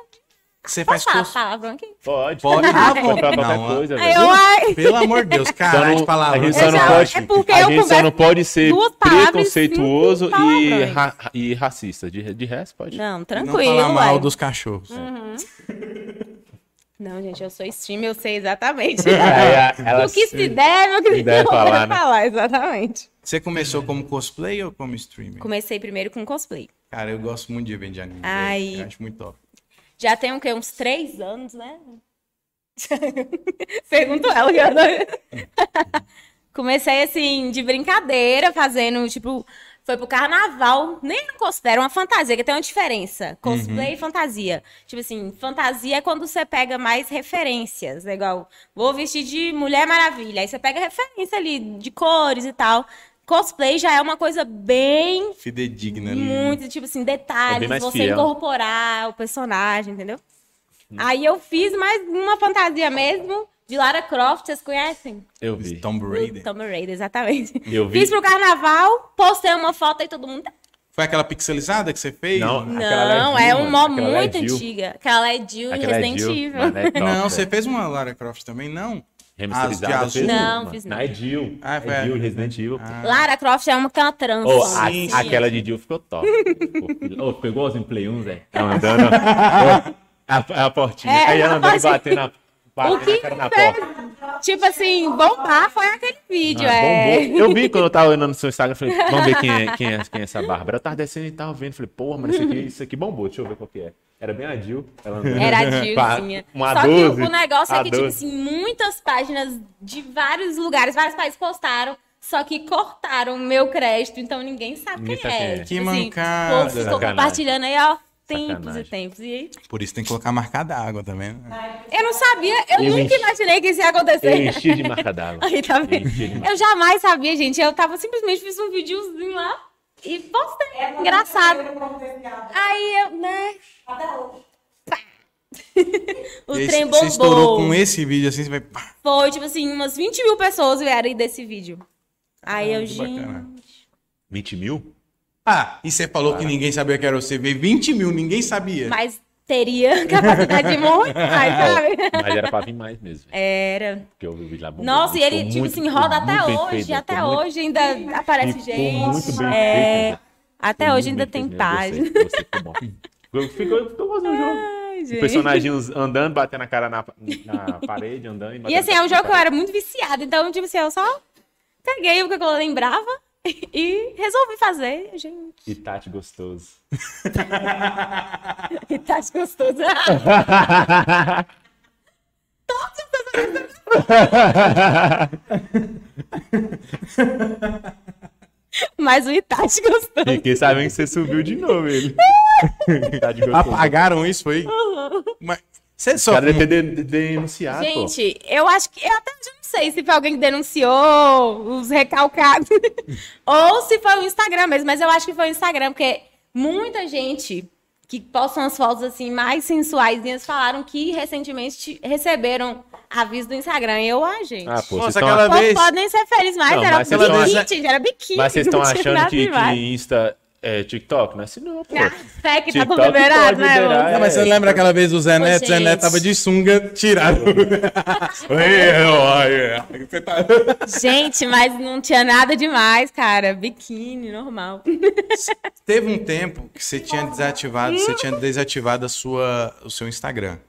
Speaker 1: Você faz
Speaker 3: Posso falar a
Speaker 1: curso?
Speaker 3: palavra aqui?
Speaker 2: fácil. Pode.
Speaker 1: Pode à
Speaker 2: Pode comprar
Speaker 1: vontade.
Speaker 2: qualquer
Speaker 1: Não, é.
Speaker 2: coisa,
Speaker 3: Aí
Speaker 2: velho.
Speaker 3: eu, ai,
Speaker 1: Pelo amor de Deus,
Speaker 2: Só
Speaker 1: caralho,
Speaker 2: não-
Speaker 1: de palavra.
Speaker 2: A gente só
Speaker 3: Eu
Speaker 2: não
Speaker 3: já-
Speaker 2: pode,
Speaker 3: é porque
Speaker 2: a
Speaker 3: eu
Speaker 2: gente só
Speaker 3: converso
Speaker 2: não pode ser
Speaker 3: duas palavras,
Speaker 2: preconceituoso
Speaker 3: cinco
Speaker 2: e,
Speaker 3: palavrões.
Speaker 2: ra- e racista. De, de resto, pode.
Speaker 3: não,
Speaker 1: Não
Speaker 3: tranquilo.
Speaker 1: falar mal
Speaker 3: uai.
Speaker 1: dos cachorros.
Speaker 3: Não, gente, eu sou stream, eu sei exatamente.
Speaker 2: Aí, a- ela
Speaker 3: o que se deve, o que se
Speaker 2: deve
Speaker 3: não
Speaker 2: falar,
Speaker 3: falar,
Speaker 2: né?
Speaker 3: falar, exatamente.
Speaker 1: Você começou como cosplay ou como streamer?
Speaker 3: Comecei primeiro com cosplay.
Speaker 1: Cara, eu gosto muito de evento de anime.
Speaker 3: Ai.
Speaker 1: velho. Eu acho muito top.
Speaker 3: Já tem o quê? Uns três anos, né? Pergunto ela. que eu não- Comecei assim, de brincadeira, fazendo, tipo, foi pro carnaval. Nem não considero uma fantasia, que tem uma diferença. Cosplay e fantasia. Tipo assim, fantasia é quando você pega mais referências. É igual, vou vestir de Mulher Maravilha. Aí você pega referência ali de cores e tal. Cosplay já é uma coisa bem
Speaker 1: Fidedigna ali.
Speaker 3: muito, tipo
Speaker 2: né?
Speaker 3: assim,
Speaker 2: É bem
Speaker 3: detalhes,
Speaker 2: mais
Speaker 3: você
Speaker 2: fiel. Uhum.
Speaker 3: incorporar o personagem, entendeu? Aí eu fiz mais uma fantasia mesmo de Lara Croft, vocês conhecem?
Speaker 2: Eu vi.
Speaker 1: Tomb Raider.
Speaker 3: Do Tomb Raider, exatamente.
Speaker 2: Eu vi.
Speaker 3: Fiz pro carnaval, postei uma foto e todo mundo.
Speaker 1: Foi aquela pixelizada que você fez?
Speaker 2: Não, Aquela
Speaker 3: Não,
Speaker 2: lá é
Speaker 3: é
Speaker 2: Jill,
Speaker 3: uma
Speaker 2: mano. Aquela lá é
Speaker 3: muito
Speaker 2: Jill.
Speaker 3: antiga. Aquela é Jill em
Speaker 2: Aquela é
Speaker 3: Resident
Speaker 2: Jill,
Speaker 3: Evil.
Speaker 2: mano, é top,
Speaker 1: Não,
Speaker 2: velho.
Speaker 1: você fez uma Lara Croft também, não?
Speaker 2: Remasterizada
Speaker 1: As Ah, de
Speaker 2: fez
Speaker 1: azul?
Speaker 2: uma,
Speaker 3: Não,
Speaker 2: mano.
Speaker 3: fiz não.
Speaker 2: é Jill.
Speaker 1: Ah, foi
Speaker 2: é
Speaker 1: a- Ah.
Speaker 2: Jill, Resident Evil.
Speaker 3: Lara Croft é uma que é uma trança.
Speaker 2: Oh,
Speaker 3: assim.
Speaker 2: a-
Speaker 1: Sim, sim.
Speaker 2: aquela de Jill ficou top. oh, ficou igualzinho Play 1, Zé. Ela andando. ó, a, a portinha.
Speaker 3: Tá É,
Speaker 2: Aí ela andando e
Speaker 3: lógico.
Speaker 2: batendo na,
Speaker 3: O
Speaker 2: batendo
Speaker 3: que
Speaker 2: a cara na porta.
Speaker 3: fez, tipo assim, bombar foi aquele vídeo,
Speaker 2: Ah,
Speaker 3: é.
Speaker 2: bombou. Eu vi quando eu tava olhando no seu Instagram, falei, vamos ver quem é, quem é, quem é essa Bárbara. Eu tava descendo e tava vendo, falei, porra, mano, isso aqui, isso aqui bombou, deixa eu ver qual que é. Era bem a Jill. Ela andando.
Speaker 3: Era a
Speaker 2: Pá,
Speaker 3: Dilzinha.
Speaker 2: Uma
Speaker 3: Só
Speaker 2: 12,
Speaker 3: que o- o negócio
Speaker 2: a
Speaker 3: é que, tipo
Speaker 2: 12.
Speaker 3: assim, muitas páginas de vários lugares, vários países postaram, só que cortaram o meu crédito, então ninguém sabe
Speaker 2: Ninguém
Speaker 3: quem
Speaker 2: sabe quem é.
Speaker 3: é.
Speaker 1: Que
Speaker 3: Tipo
Speaker 1: mancada.
Speaker 3: o povo ficou
Speaker 2: Sacanagem.
Speaker 3: compartilhando aí, ó, tempos
Speaker 2: Sacanagem.
Speaker 3: e tempos. E aí,
Speaker 1: Por isso tem que colocar marcada água também. Né?
Speaker 3: eu não sabia, eu
Speaker 2: Eu
Speaker 3: nunca
Speaker 2: enchi-
Speaker 3: imaginei que isso ia
Speaker 2: Eu
Speaker 3: acontecer.
Speaker 2: enchi de marca d'água.
Speaker 3: Aí, tá
Speaker 2: Eu enchi de
Speaker 3: vendo?
Speaker 2: marca-
Speaker 3: Eu jamais sabia, gente. Eu tava simplesmente fiz um videozinho lá e postei. Engraçado. Aí eu, né? Pá. o
Speaker 1: E aí,
Speaker 3: trem
Speaker 1: Você estourou
Speaker 3: bombou.
Speaker 1: com esse vídeo assim, você vai. pá,
Speaker 3: Foi, tipo assim, umas 20 mil pessoas vieram aí desse vídeo.
Speaker 2: Ah,
Speaker 3: Aí eu,
Speaker 1: que bacana.
Speaker 3: gente.
Speaker 2: 20 mil?
Speaker 1: Ah, e você falou que ninguém sabia que era você. Veio 20 mil, ninguém sabia.
Speaker 3: Mas teria capacidade de montar, sabe?
Speaker 2: Mas era pra vir mais mesmo.
Speaker 3: Era.
Speaker 2: Porque eu vi o vídeo lá bombou.
Speaker 3: É. Nossa, e ele,
Speaker 2: Ficou
Speaker 3: tipo
Speaker 2: muito-
Speaker 3: assim, roda
Speaker 2: ficou
Speaker 3: até
Speaker 2: muito bem
Speaker 3: hoje.
Speaker 2: feito, né?
Speaker 3: até
Speaker 2: ficou muito-
Speaker 3: hoje ainda aparece
Speaker 2: ficou
Speaker 3: gente.
Speaker 2: muito bem
Speaker 3: é,
Speaker 2: feito, né?
Speaker 3: Até
Speaker 2: ficou
Speaker 3: hoje ainda
Speaker 2: muito bem
Speaker 3: tem
Speaker 2: feito
Speaker 3: página.
Speaker 2: mesmo, eu gostei, gostei, Ficou bom. Ficou, ficou fazendo o jogo.
Speaker 3: Ai,
Speaker 2: O
Speaker 3: gente.
Speaker 2: personagem andando, batendo a cara na, na parede, andando e
Speaker 3: E
Speaker 2: batendo
Speaker 3: assim,
Speaker 2: a
Speaker 3: é um
Speaker 2: cara
Speaker 3: jogo que eu
Speaker 2: na
Speaker 3: era muito viciada. Então, tipo assim, eu só peguei o que eu lembrava e resolvi fazer. Gente,
Speaker 2: E Tati gostoso.
Speaker 3: e tá gostoso. Mas o Itachi gostou.
Speaker 2: Fiquei sabendo que você subiu de novo ele.
Speaker 3: é?
Speaker 2: Tati gostoso.
Speaker 1: Apagaram isso aí?
Speaker 3: Uhum.
Speaker 1: Mas você
Speaker 2: O
Speaker 1: só.
Speaker 2: cara deve ter de- de- denunciado, pô.
Speaker 3: Gente, eu acho que. Eu até hoje não sei se foi alguém que denunciou os recalcados. ou se foi o Instagram mesmo, mas eu acho que foi o Instagram, porque muita gente que postam as fotos assim mais sensuaisinhas falaram que recentemente receberam aviso do Instagram. Eu, ah, gente.
Speaker 2: Ah, pô, vocês
Speaker 1: Nossa,
Speaker 2: estão
Speaker 1: aquela
Speaker 3: o povo
Speaker 1: vez.
Speaker 3: pode nem ser feliz mais,
Speaker 2: Não,
Speaker 3: era
Speaker 2: mas vocês
Speaker 3: biquíni,
Speaker 2: estão
Speaker 3: gente, era biquíni.
Speaker 2: Mas vocês estão
Speaker 3: não tinha
Speaker 2: achando
Speaker 3: nada
Speaker 2: que, que
Speaker 3: demais.
Speaker 2: Insta é TikTok? Não é assim não, pô.
Speaker 3: Ah, fé que tá
Speaker 2: TikTok
Speaker 3: tudo liberado,
Speaker 2: pode
Speaker 3: né,
Speaker 2: liberar,
Speaker 3: amor?
Speaker 2: é.
Speaker 1: Não, mas você lembra aquela vez do Zé Neto? Zé
Speaker 3: gente.
Speaker 1: Neto tava de sunga, tiraram.
Speaker 2: é.
Speaker 1: Você tá-
Speaker 3: Gente, mas não tinha nada demais, cara. Biquíni, normal.
Speaker 1: Teve um tempo que você tinha desativado, você tinha desativado a sua, o seu Instagram.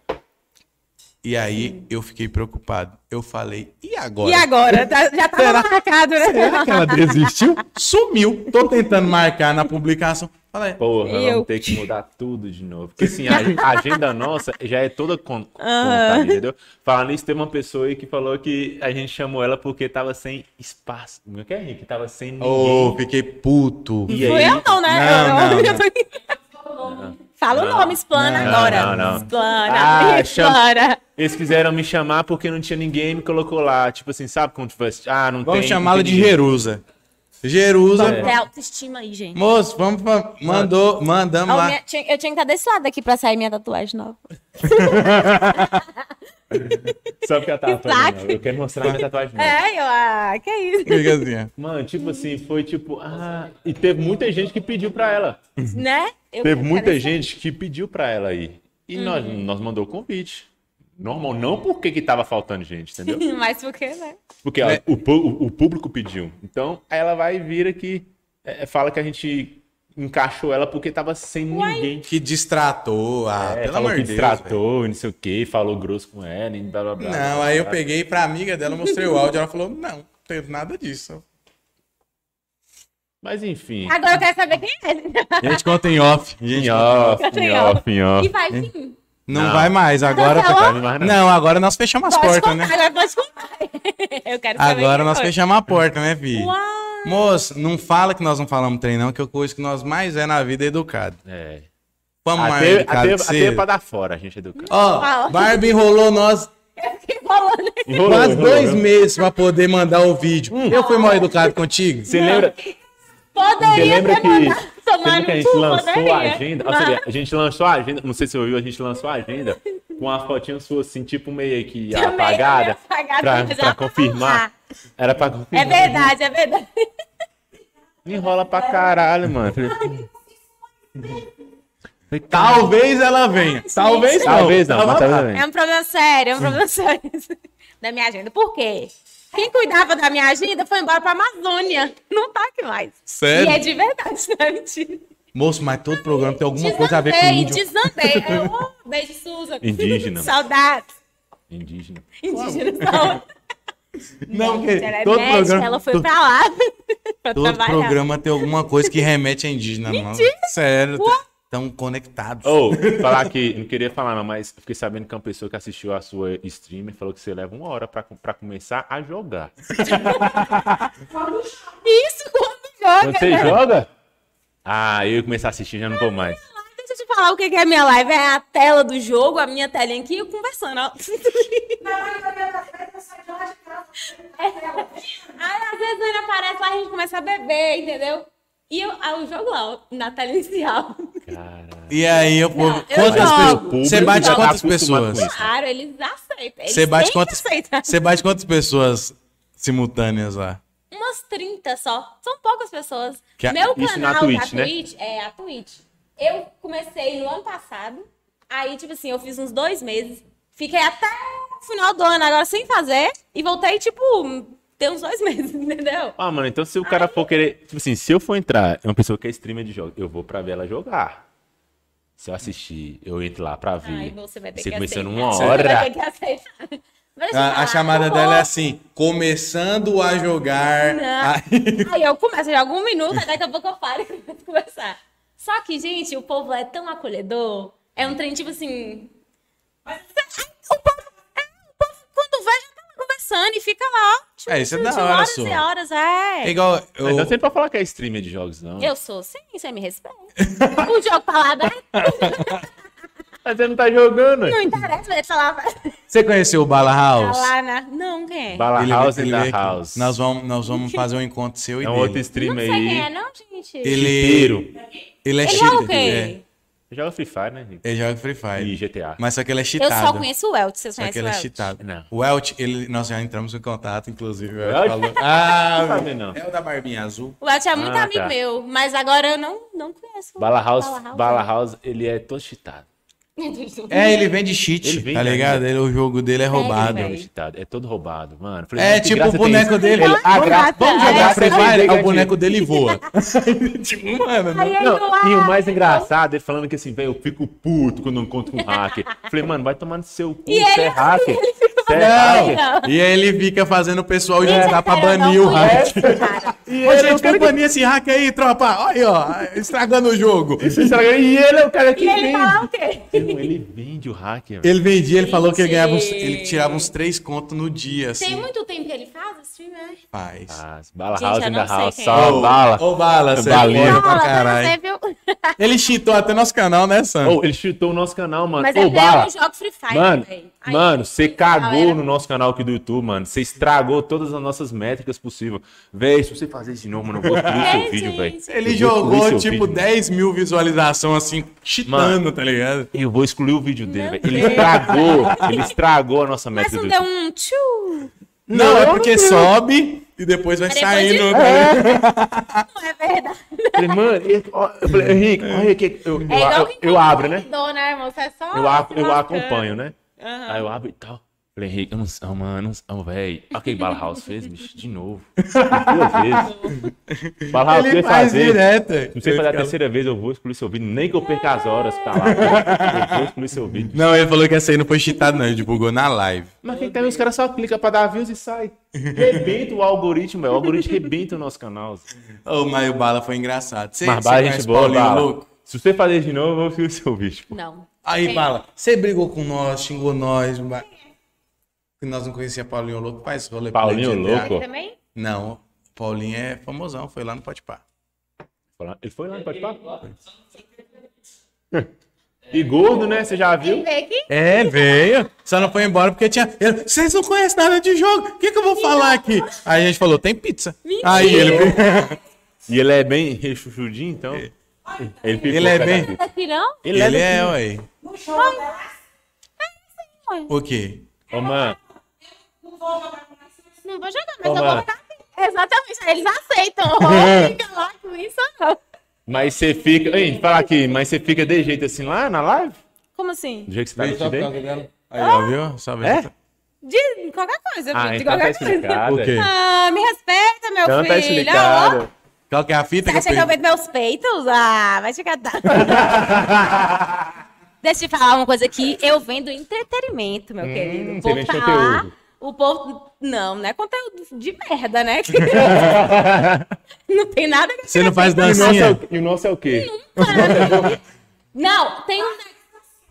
Speaker 1: E aí eu fiquei preocupado. Eu falei, e agora?
Speaker 3: E agora? Tá- já tava marcado, né?
Speaker 1: Será que ela desistiu? Sumiu. Tô tentando marcar na publicação. Falei,
Speaker 2: Porra,
Speaker 3: Eu.
Speaker 2: vamos ter que mudar tudo de novo. Porque assim, a a agenda nossa já é toda con- contada, entendeu? Falando isso, teve uma pessoa aí que falou que a gente chamou ela porque tava sem espaço. Como é que é, Henrique? Tava sem ninguém.
Speaker 1: ô, fiquei puto.
Speaker 2: E
Speaker 3: Fui eu não, né?
Speaker 1: Não,
Speaker 3: Eu- eu-
Speaker 1: não,
Speaker 3: eu tô- Fala o nome, explana
Speaker 2: Não,
Speaker 3: agora.
Speaker 2: não, não.
Speaker 3: Explana,
Speaker 2: Ah, chama-
Speaker 3: explana.
Speaker 2: Eles quiseram me chamar porque não tinha ninguém e me colocou lá. Tipo assim, sabe quando tipo, ah, não
Speaker 1: Vamos
Speaker 2: tem.
Speaker 1: chamá-la
Speaker 2: não
Speaker 1: de
Speaker 2: tem ninguém.
Speaker 1: Jerusa. Jerusa.
Speaker 2: É.
Speaker 3: Até autoestima aí, gente.
Speaker 1: Moço, vamos, fa- mandou, mandamos
Speaker 3: Ó,
Speaker 1: lá.
Speaker 3: minha- tinha- eu tinha que estar desse lado aqui pra sair minha tatuagem nova.
Speaker 2: Sabe o que ela tava
Speaker 3: Que saco.
Speaker 2: falando? Eu quero mostrar minha tatuagem. nova.
Speaker 3: É, eu, ah, que isso.
Speaker 1: Fica assim, ó.
Speaker 2: Mano, tipo
Speaker 3: Hum.
Speaker 2: assim, foi tipo, ah. E teve muita gente que pediu pra ela.
Speaker 3: Né? Eu
Speaker 2: Uhum. Teve
Speaker 3: quero Uhum.
Speaker 2: muita
Speaker 3: parecer-
Speaker 2: gente que pediu pra ela ir. E nós, nós mandou o convite. Normal, não porque que tava faltando gente, entendeu?
Speaker 3: Mas por quê, né?
Speaker 2: Porque ó, o, pu- o público pediu. Então, aí ela vai vir aqui, é, fala que a gente encaixou ela porque tava sem ninguém.
Speaker 1: Que distratou. Ah,
Speaker 2: É,
Speaker 1: pelo
Speaker 2: falou
Speaker 1: amor
Speaker 2: que
Speaker 1: de Deus. velho.
Speaker 2: tratou, não sei o que, falou grosso com ela, e blá blá blá.
Speaker 1: Não,
Speaker 2: blá,
Speaker 1: aí eu
Speaker 2: blá.
Speaker 1: peguei pra amiga dela, mostrei o áudio, ela falou: não, não tenho nada disso.
Speaker 2: Mas enfim.
Speaker 3: Agora eu quero saber quem é.
Speaker 1: Gente, conta em off. Gente,
Speaker 2: Em off,
Speaker 3: Eu
Speaker 2: em
Speaker 3: tenho
Speaker 2: off, em
Speaker 3: E
Speaker 2: off.
Speaker 3: vai vir.
Speaker 1: Não,
Speaker 2: Não.
Speaker 1: vai mais. Agora. tá-
Speaker 2: vai
Speaker 3: Não,
Speaker 2: mais não.
Speaker 1: Não, agora nós fechamos as
Speaker 3: Pode
Speaker 1: portas,
Speaker 3: contar,
Speaker 1: né?
Speaker 3: agora pode contar. Eu quero saber.
Speaker 1: Agora
Speaker 3: quem
Speaker 1: nós
Speaker 3: foi.
Speaker 1: fechamos a porta, né, Vi?
Speaker 3: Uau!
Speaker 1: Moço, não fala que nós não falamos trem, não, que é a coisa que nós mais é na vida é educado.
Speaker 2: É.
Speaker 1: Vamos mais
Speaker 2: Até,
Speaker 1: educado
Speaker 2: até,
Speaker 1: que
Speaker 2: até
Speaker 1: você.
Speaker 2: é pra dar fora, a gente educa.
Speaker 1: Ó,
Speaker 3: Fala.
Speaker 1: Barbie enrolou nós
Speaker 3: Eu fiquei falando.
Speaker 2: Enrolou,
Speaker 1: quase
Speaker 2: enrolou, Hum.
Speaker 1: dois
Speaker 2: enrolou.
Speaker 1: meses pra poder mandar o vídeo. Eu fui mal educado contigo?
Speaker 2: Você lembra, Você
Speaker 3: Poderia
Speaker 2: lembra
Speaker 3: ter
Speaker 2: que,
Speaker 3: mandado
Speaker 2: você
Speaker 3: tomar
Speaker 2: lembra
Speaker 3: no
Speaker 2: que a gente
Speaker 3: cu,
Speaker 2: lançou
Speaker 3: poderia.
Speaker 2: a agenda? Ou seja, a gente lançou a agenda, não sei se você ouviu, a gente lançou a agenda com uma fotinha sua assim, tipo meio que
Speaker 3: Também,
Speaker 2: apagada,
Speaker 3: também apagada,
Speaker 2: pra,
Speaker 3: mas
Speaker 2: pra
Speaker 3: ela tá
Speaker 2: confirmar.
Speaker 3: lá.
Speaker 2: Era pra
Speaker 3: É
Speaker 2: confirmar.
Speaker 3: verdade, é verdade.
Speaker 2: Enrola pra caralho, mano. Falei, Falei, tal,
Speaker 1: Talvez ela venha. Talvez não.
Speaker 2: talvez não, mas talvez
Speaker 3: É
Speaker 2: não.
Speaker 3: um problema sério, é um problema sério da minha agenda. Por quê? Quem cuidava da minha agenda foi embora pra Amazônia. Não tá aqui mais.
Speaker 1: Sério?
Speaker 3: E é de verdade, não é mentira.
Speaker 1: Moço, mas todo programa tem alguma coisa a ver com
Speaker 3: Desandei,
Speaker 1: índio.
Speaker 3: Desandei. Eu- oh, beijo, Susan.
Speaker 2: Indígena.
Speaker 3: Saudades. É um
Speaker 2: Indígena.
Speaker 3: Indígena. saudades.
Speaker 1: Não, porque
Speaker 3: Ela é
Speaker 1: todo
Speaker 3: médica,
Speaker 1: programa,
Speaker 3: ela foi
Speaker 1: to-
Speaker 3: pra lá pra
Speaker 1: todo
Speaker 3: trabalhar.
Speaker 1: programa tem alguma coisa que remete a indígena. não. Sério, estão conectados.
Speaker 2: Ou, falar que, não queria falar não, mas fiquei sabendo que uma pessoa que assistiu a sua streamer falou que você leva uma hora pra, pra começar a jogar.
Speaker 3: Isso quando joga.
Speaker 2: Você
Speaker 3: né?
Speaker 2: joga? Ah, eu ia começar a assistir, já não vou mais.
Speaker 3: Deixa eu te falar o que que é a minha live. É a tela do jogo, a minha telinha aqui, eu conversando. ó. Aí, às vezes ainda aparece lá, a gente começa a beber, entendeu? E eu, aí eu jogo lá, ó, na tela inicial.
Speaker 2: Caralho.
Speaker 1: E aí, eu, povo,
Speaker 3: eu
Speaker 1: quantas pessoas?
Speaker 3: jogo. Mas o
Speaker 2: público
Speaker 1: Você bate
Speaker 2: já tá
Speaker 1: quantas
Speaker 2: acostumado com
Speaker 1: pessoas?
Speaker 2: isso.
Speaker 3: Claro, eles aceitam. Eles
Speaker 1: Você bate
Speaker 3: têm
Speaker 1: quantas?
Speaker 3: que aceitar.
Speaker 1: Você bate quantas pessoas simultâneas lá?
Speaker 3: Umas 30 só. São poucas pessoas.
Speaker 1: Que a-
Speaker 3: Meu
Speaker 2: isso na
Speaker 3: canal da
Speaker 2: Twitch, né?
Speaker 3: Twitch é a Twitch. Eu comecei no ano passado. Aí, tipo assim, eu fiz uns dois meses. Fiquei até o final do ano agora sem fazer. E voltei, tipo, tem uns dois meses, entendeu?
Speaker 2: Ah, mano, então se o cara for querer. Tipo assim, se eu for entrar, é uma pessoa que é streamer de jogo, eu vou pra ver ela jogar. Se eu assistir, eu entro lá pra ver.
Speaker 3: Aí Ah, então você vai ter
Speaker 2: Você
Speaker 3: que aceitar.
Speaker 2: começando uma
Speaker 3: Você vai
Speaker 2: hora.
Speaker 3: ter que aceitar. Mas,
Speaker 1: A, a
Speaker 3: ah,
Speaker 1: chamada
Speaker 3: eu
Speaker 1: dela é
Speaker 3: vou.
Speaker 1: assim: começando a jogar.
Speaker 3: Não.
Speaker 1: Aí-
Speaker 3: Aí eu começo, já algum minuto, aí daqui a pouco eu paro e começo a conversar. Só que, gente, o povo é tão acolhedor. É um trem, tipo assim... O povo, é, o povo quando vai, já tá lá conversando e fica lá, ó. Tipo,
Speaker 1: É, isso é
Speaker 3: de
Speaker 1: da hora,
Speaker 3: horas
Speaker 1: sua.
Speaker 3: e horas,
Speaker 1: É
Speaker 3: é.
Speaker 1: igual. eu-
Speaker 2: Então você não pode falar que é streamer de jogos, não.
Speaker 3: Eu sou, sim, você me respeita. o jogo tá lá aberto,
Speaker 2: Mas você não tá jogando.
Speaker 3: não interessa, mas ele tá lá,
Speaker 1: Você conheceu o Bala
Speaker 3: tá
Speaker 1: House?
Speaker 3: lá na... Não, quem é?
Speaker 2: Bala
Speaker 1: Ele-
Speaker 2: House
Speaker 1: ele
Speaker 2: e da
Speaker 1: veio aqui.
Speaker 2: House.
Speaker 1: Nós vamos, nós vamos fazer um encontro seu e
Speaker 2: É um
Speaker 1: dele.
Speaker 2: outro
Speaker 3: Não sei
Speaker 2: streamer
Speaker 3: quem é,
Speaker 2: aí.
Speaker 3: não, gente?
Speaker 1: Ele-
Speaker 2: Inteiro.
Speaker 1: Ele é
Speaker 3: Ele joga o
Speaker 1: cheater,
Speaker 3: quê?
Speaker 2: Joga Free Fire, né? gente?
Speaker 1: é. Ele joga Free Fire.
Speaker 2: E GTA.
Speaker 1: Mas só que ele é
Speaker 3: Eu
Speaker 1: cheatado.
Speaker 3: só conheço o Elton, vocês
Speaker 1: Só que
Speaker 3: conhecem o
Speaker 1: ele é
Speaker 3: Elton?
Speaker 1: cheatado.
Speaker 2: Não.
Speaker 1: O Elt, ele, nós já entramos em contato, inclusive. O
Speaker 2: Elt?
Speaker 1: Elt falou. Ah,
Speaker 2: Não sabe, não.
Speaker 1: é o da barbinha azul.
Speaker 3: O Elton é muito
Speaker 2: Ah,
Speaker 3: amigo
Speaker 2: tá.
Speaker 3: meu, mas agora eu não, não conheço.
Speaker 2: Bala House, Bala
Speaker 3: Bala
Speaker 2: House, ele é todo cheatado.
Speaker 1: É, ele vende cheat,
Speaker 2: Ele vende,
Speaker 1: tá ligado?
Speaker 2: né?
Speaker 1: Ele, o jogo dele é roubado.
Speaker 3: velho.
Speaker 2: Todo cheatado. É todo roubado, mano. Falei,
Speaker 1: É
Speaker 2: gente, que
Speaker 1: tipo o
Speaker 2: graça tem
Speaker 1: boneco
Speaker 2: isso? "Ah,
Speaker 1: dele.
Speaker 2: a graça-
Speaker 1: Vamos jogar
Speaker 2: É,
Speaker 1: Free
Speaker 2: você vai
Speaker 1: Fire,
Speaker 2: ver
Speaker 1: aí o
Speaker 2: gatinho.
Speaker 1: boneco dele voa. tipo, mano, não-
Speaker 3: Aí
Speaker 2: Não,
Speaker 3: eu lá-
Speaker 2: e o mais engraçado é falando que assim, velho, eu fico puto quando eu encontro um hacker. Falei, mano, vai tomar no seu cu,
Speaker 3: E
Speaker 2: você é
Speaker 3: ele-
Speaker 2: hacker. Você é
Speaker 1: Não.
Speaker 2: hacker.
Speaker 3: Não.
Speaker 1: E aí ele fica fazendo o pessoal
Speaker 3: Gente,
Speaker 1: juntar
Speaker 3: eu
Speaker 1: pra
Speaker 3: quero
Speaker 1: banir
Speaker 3: não
Speaker 1: o hack.
Speaker 3: conhecer, cara.
Speaker 2: E
Speaker 1: Ô,
Speaker 2: ele é o
Speaker 1: gente,
Speaker 2: cara
Speaker 1: vamos
Speaker 2: que...
Speaker 1: banir esse hack aí, tropa. Olha aí, ó, estragando o jogo.
Speaker 2: E ele é o cara que
Speaker 3: E ele fala o
Speaker 2: vende.
Speaker 3: quê?
Speaker 2: Não, ele vende o hacker. velho.
Speaker 1: Ele vendia, ele falou que ele ganhava uns-
Speaker 3: Gente.
Speaker 1: ele tirava uns três contos no dia, assim.
Speaker 3: Tem muito tempo que ele faz esse filme, né?
Speaker 1: Faz.
Speaker 2: Ah, Bala
Speaker 3: Gente,
Speaker 2: House
Speaker 3: eu
Speaker 2: in
Speaker 3: não
Speaker 2: the
Speaker 3: sei
Speaker 2: House.
Speaker 3: quem é.
Speaker 2: Só
Speaker 1: Ô,
Speaker 2: Ah, bala.
Speaker 1: Ô, bala, você
Speaker 2: Balinha.
Speaker 1: é foda pra
Speaker 3: Fala pra você,
Speaker 1: caralho.
Speaker 3: viu?
Speaker 1: Ele cheatou até nosso canal, né, Sam?
Speaker 2: Ô, ele chutou o nosso canal, mano.
Speaker 3: Mas é
Speaker 2: Ô,
Speaker 3: até
Speaker 2: bala.
Speaker 3: eu jogo Free Fire,
Speaker 2: Mano,
Speaker 3: velho. Ai,
Speaker 2: mano, você cagou
Speaker 3: galera.
Speaker 2: no nosso canal aqui do YouTube, mano. Você estragou todas as nossas métricas possíveis. Véi, se você fazer isso de novo, mano, eu vou excluir seu
Speaker 3: É,
Speaker 2: vídeo,
Speaker 3: gente.
Speaker 2: velho.
Speaker 1: Ele
Speaker 2: Eu vou excluir
Speaker 1: jogou,
Speaker 2: seu
Speaker 1: tipo,
Speaker 2: vídeo, mano.
Speaker 1: 10 mil visualizações, assim, cheatando, tá ligado?
Speaker 2: Eu vou excluir o vídeo dele,
Speaker 3: Meu
Speaker 2: velho. Ele
Speaker 3: Deus.
Speaker 2: estragou, ele estragou a nossa
Speaker 3: Mas
Speaker 2: métrica do
Speaker 3: não deu
Speaker 2: YouTube.
Speaker 3: um tchu.
Speaker 1: Não, é porque sobe
Speaker 2: é.
Speaker 1: e depois vai
Speaker 3: Mas depois
Speaker 1: saindo.
Speaker 3: de-
Speaker 1: tá ligado?
Speaker 3: Não é verdade.
Speaker 2: Eu falei, mano, e- ó, eu falei, Henrique, olha aqui. Eu, eu,
Speaker 3: É igual
Speaker 2: eu-
Speaker 3: quem
Speaker 2: eu abro, né?
Speaker 3: Dou, né, irmão? Você é só
Speaker 2: Eu, a- eu
Speaker 3: bacana.
Speaker 2: acompanho, né? Aí eu abro e tal. Falei, Falei, Henrique, eu não sei, mano, não sei, velho. Ok, Bala House fez, bicho, de novo. Duas vezes. Bala House
Speaker 1: Ele
Speaker 2: fez
Speaker 1: faz
Speaker 2: fazer.
Speaker 1: direto.
Speaker 2: Não sei
Speaker 1: Ele
Speaker 2: fazer a
Speaker 1: fica-
Speaker 2: terceira vez, eu vou excluir seu vídeo. Nem que eu perca as horas pra lá. Eu vou excluir seu vídeo.
Speaker 1: Não, ele falou que essa aí não foi cheatada, não. Ele divulgou na live.
Speaker 2: Mas quem tá vendo, os caras só clicam pra dar views e sai. Rebenta o algoritmo, velho. O algoritmo rebenta o nosso canal.
Speaker 1: Ô, mas o Bala foi engraçado. Cê,
Speaker 2: Mas
Speaker 1: cê
Speaker 2: Bala, é
Speaker 1: conhece
Speaker 2: gente boa,
Speaker 1: Paulinho
Speaker 2: Bala.
Speaker 1: Louco?
Speaker 2: Se você fazer de novo, eu vou excluir seu vídeo. tipo,
Speaker 3: Não.
Speaker 1: Aí,
Speaker 3: Quem?
Speaker 1: Bala, você brigou com nós, xingou nós. ba- Que nós não conhecíamos Paulinho Louco. Faz rolê pela
Speaker 2: Paulinho
Speaker 1: GTA.
Speaker 2: Louco? Pô.
Speaker 3: Ele também?
Speaker 1: Não, Paulinho é famosão. Foi lá no Pode Pá.
Speaker 2: Ele foi lá no Pode Papo? E gordo, né? Você já
Speaker 3: Ele
Speaker 2: viu?
Speaker 3: veio aqui?
Speaker 1: É, veio. Só não foi embora porque tinha. ele, Vocês não conhecem nada de jogo. O que, que eu vou falar aqui? Aí a gente falou: tem pizza.
Speaker 3: Mentira.
Speaker 1: Aí ele.
Speaker 2: E ele é bem rechuchudinho, então. Ele, ficou
Speaker 1: Ele é
Speaker 2: pé da
Speaker 1: bem-
Speaker 2: vida.
Speaker 3: Tá Aqui não?
Speaker 1: Ele, é, ué.
Speaker 3: ué.
Speaker 1: O quê?
Speaker 2: Ô, mano,
Speaker 3: Não vou jogar, mas eu
Speaker 2: Toma.
Speaker 3: vou botar. Exatamente, eles aceitam.
Speaker 2: É.
Speaker 3: Ó, fica lá com isso não.
Speaker 2: mas você fica. Ei, fala aqui, mas você fica de jeito assim lá na live?
Speaker 3: Como assim?
Speaker 2: Do jeito que você tá vestido aí?
Speaker 1: Aí, ó, viu? Só tá- vendo.
Speaker 2: É?
Speaker 3: De qualquer coisa,
Speaker 2: Ah,
Speaker 3: gente, de
Speaker 2: então tá
Speaker 3: qualquer coisa.
Speaker 2: explicado.
Speaker 1: O quê?
Speaker 3: Ah, me respeita, meu
Speaker 2: Então tá
Speaker 3: filho. ó.
Speaker 2: explicado.
Speaker 1: Qual que é a fita
Speaker 3: Você
Speaker 1: que eu
Speaker 3: acha que eu
Speaker 1: peguei?
Speaker 3: vejo meus peitos? Ah, vai te catar. Deixa eu te falar uma coisa aqui. Eu vendo entretenimento, meu querido. O
Speaker 2: Hum, você
Speaker 3: povo
Speaker 2: vende
Speaker 3: tá
Speaker 2: conteúdo.
Speaker 3: lá. O povo. Não, não é conteúdo de merda, né? não tem nada que
Speaker 1: Você não faz
Speaker 2: E o nosso é
Speaker 1: dancinha?
Speaker 2: o- E o nosso é o quê?
Speaker 3: Não, tem uns,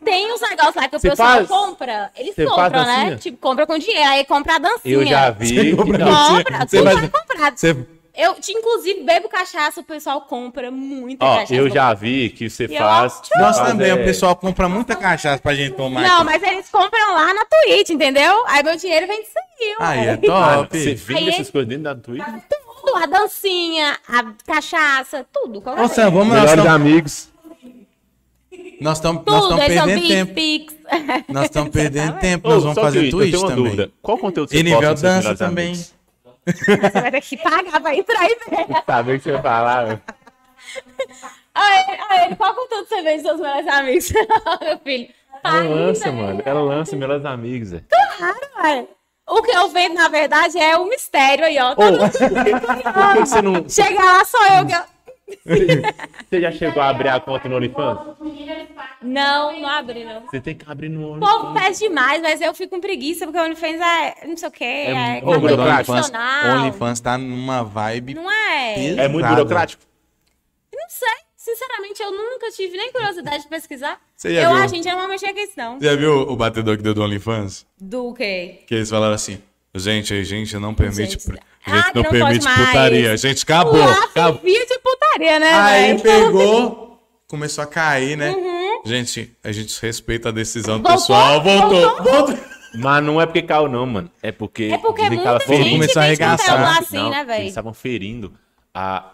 Speaker 3: tem uns negócios lá que o
Speaker 2: Você
Speaker 3: pessoal
Speaker 2: faz-
Speaker 3: compra. Eles
Speaker 2: você faz
Speaker 3: compram,
Speaker 2: dancinha?
Speaker 3: né? Tipo, compra com dinheiro. Aí compra a dancinha.
Speaker 2: Eu já vi. que não.
Speaker 3: Compra,
Speaker 1: Você
Speaker 3: você
Speaker 1: faz-
Speaker 3: já comprado.
Speaker 1: Você
Speaker 3: Eu, te- inclusive, bebo cachaça, o pessoal compra muita
Speaker 2: Ó,
Speaker 3: cachaça.
Speaker 2: eu já vi que você
Speaker 3: E
Speaker 2: faz.
Speaker 3: ó,
Speaker 2: você
Speaker 1: Nós
Speaker 2: faz,
Speaker 1: também,
Speaker 2: é,
Speaker 1: o pessoal compra muita cachaça pra gente tomar.
Speaker 3: Não,
Speaker 1: aqui.
Speaker 3: mas eles compram lá na Twitch, entendeu? Aí meu dinheiro vem disso aí, ué.
Speaker 1: Aí é
Speaker 2: Ah,
Speaker 1: top.
Speaker 2: você vende
Speaker 3: Aí-
Speaker 2: essas coisas dentro da Twitch?
Speaker 3: Tudo, a dancinha, a cachaça, tudo. qualquer
Speaker 1: Ô,
Speaker 3: coisa.
Speaker 1: Sam, vamos lá.
Speaker 2: Melhores amigos.
Speaker 1: Nós estamos
Speaker 3: tudo, é eles são
Speaker 1: perdendo
Speaker 3: big
Speaker 1: tempo.
Speaker 3: pix.
Speaker 1: Nós estamos perdendo tempo.
Speaker 2: Ô,
Speaker 1: Nós vamos
Speaker 2: só
Speaker 1: fazer
Speaker 2: que eu
Speaker 1: Twitch
Speaker 2: tenho uma
Speaker 1: também.
Speaker 2: dúvida. Qual conteúdo você
Speaker 1: E
Speaker 2: posta
Speaker 1: nível
Speaker 2: nos seus
Speaker 1: dança
Speaker 2: melhores
Speaker 1: também.
Speaker 2: amigos?
Speaker 3: Você vai ter que pagar pra entrar e ver.
Speaker 2: Sabe o que você vai falar? meu?
Speaker 3: Aí, aí, qual conteúdo você vê dos seus melhores amigos? meu filho. Tá né?
Speaker 2: Ela
Speaker 3: Ainda,
Speaker 2: lança, mano. Ela lança melhores amigos. é.
Speaker 3: ué. Tá O que eu vendo, na verdade, é o mistério aí, ó. Tá
Speaker 2: Ô,
Speaker 3: no-
Speaker 2: por que você não.
Speaker 3: Chega lá, sou eu que... eu-
Speaker 2: Você já chegou a abrir a conta no OnlyFans?
Speaker 3: Não, não abri, não.
Speaker 2: Você tem que abrir no
Speaker 3: O povo
Speaker 2: OnlyFans.
Speaker 3: pede demais, mas eu fico com preguiça, porque o OnlyFans é não sei o quê, é,
Speaker 2: muito
Speaker 3: carteira
Speaker 2: burocrático.
Speaker 1: OnlyFans,
Speaker 3: profissional.
Speaker 1: OnlyFans tá numa vibe.
Speaker 3: Não é?
Speaker 1: Peso.
Speaker 2: É muito
Speaker 1: Nada.
Speaker 2: burocrático.
Speaker 3: Eu Não sei. Sinceramente, eu nunca tive nem curiosidade de pesquisar.
Speaker 1: Você já
Speaker 3: eu,
Speaker 1: viu?
Speaker 3: ah, gente, eu não vou mexer com isso, não.
Speaker 1: Você já viu o batedor que deu do OnlyFans?
Speaker 3: Do quê?
Speaker 1: Que eles falaram assim: gente, a gente não permite.
Speaker 3: Gente,
Speaker 1: A gente não,
Speaker 3: ah, que não
Speaker 1: permite
Speaker 3: pode mais.
Speaker 1: putaria. A gente
Speaker 3: O
Speaker 1: acabou. acabou.
Speaker 3: Laf via de putaria, né, assim,
Speaker 1: Aí
Speaker 3: véi?
Speaker 1: pegou, começou a cair, né? Gente, a gente respeita a decisão do
Speaker 3: Uhum. Voltou?
Speaker 1: pessoal. Voltou,
Speaker 3: Voltou?
Speaker 1: voltou.
Speaker 2: Mas não é porque caiu, não, mano. É porque.
Speaker 3: É porque
Speaker 2: dizem que tava
Speaker 3: muita gente
Speaker 2: ferindo.
Speaker 1: Começou a
Speaker 3: vende
Speaker 1: arregaçar.
Speaker 3: conteúdo
Speaker 1: Não,
Speaker 3: assim, né,
Speaker 2: Eles
Speaker 3: velho?
Speaker 2: estavam ferindo a,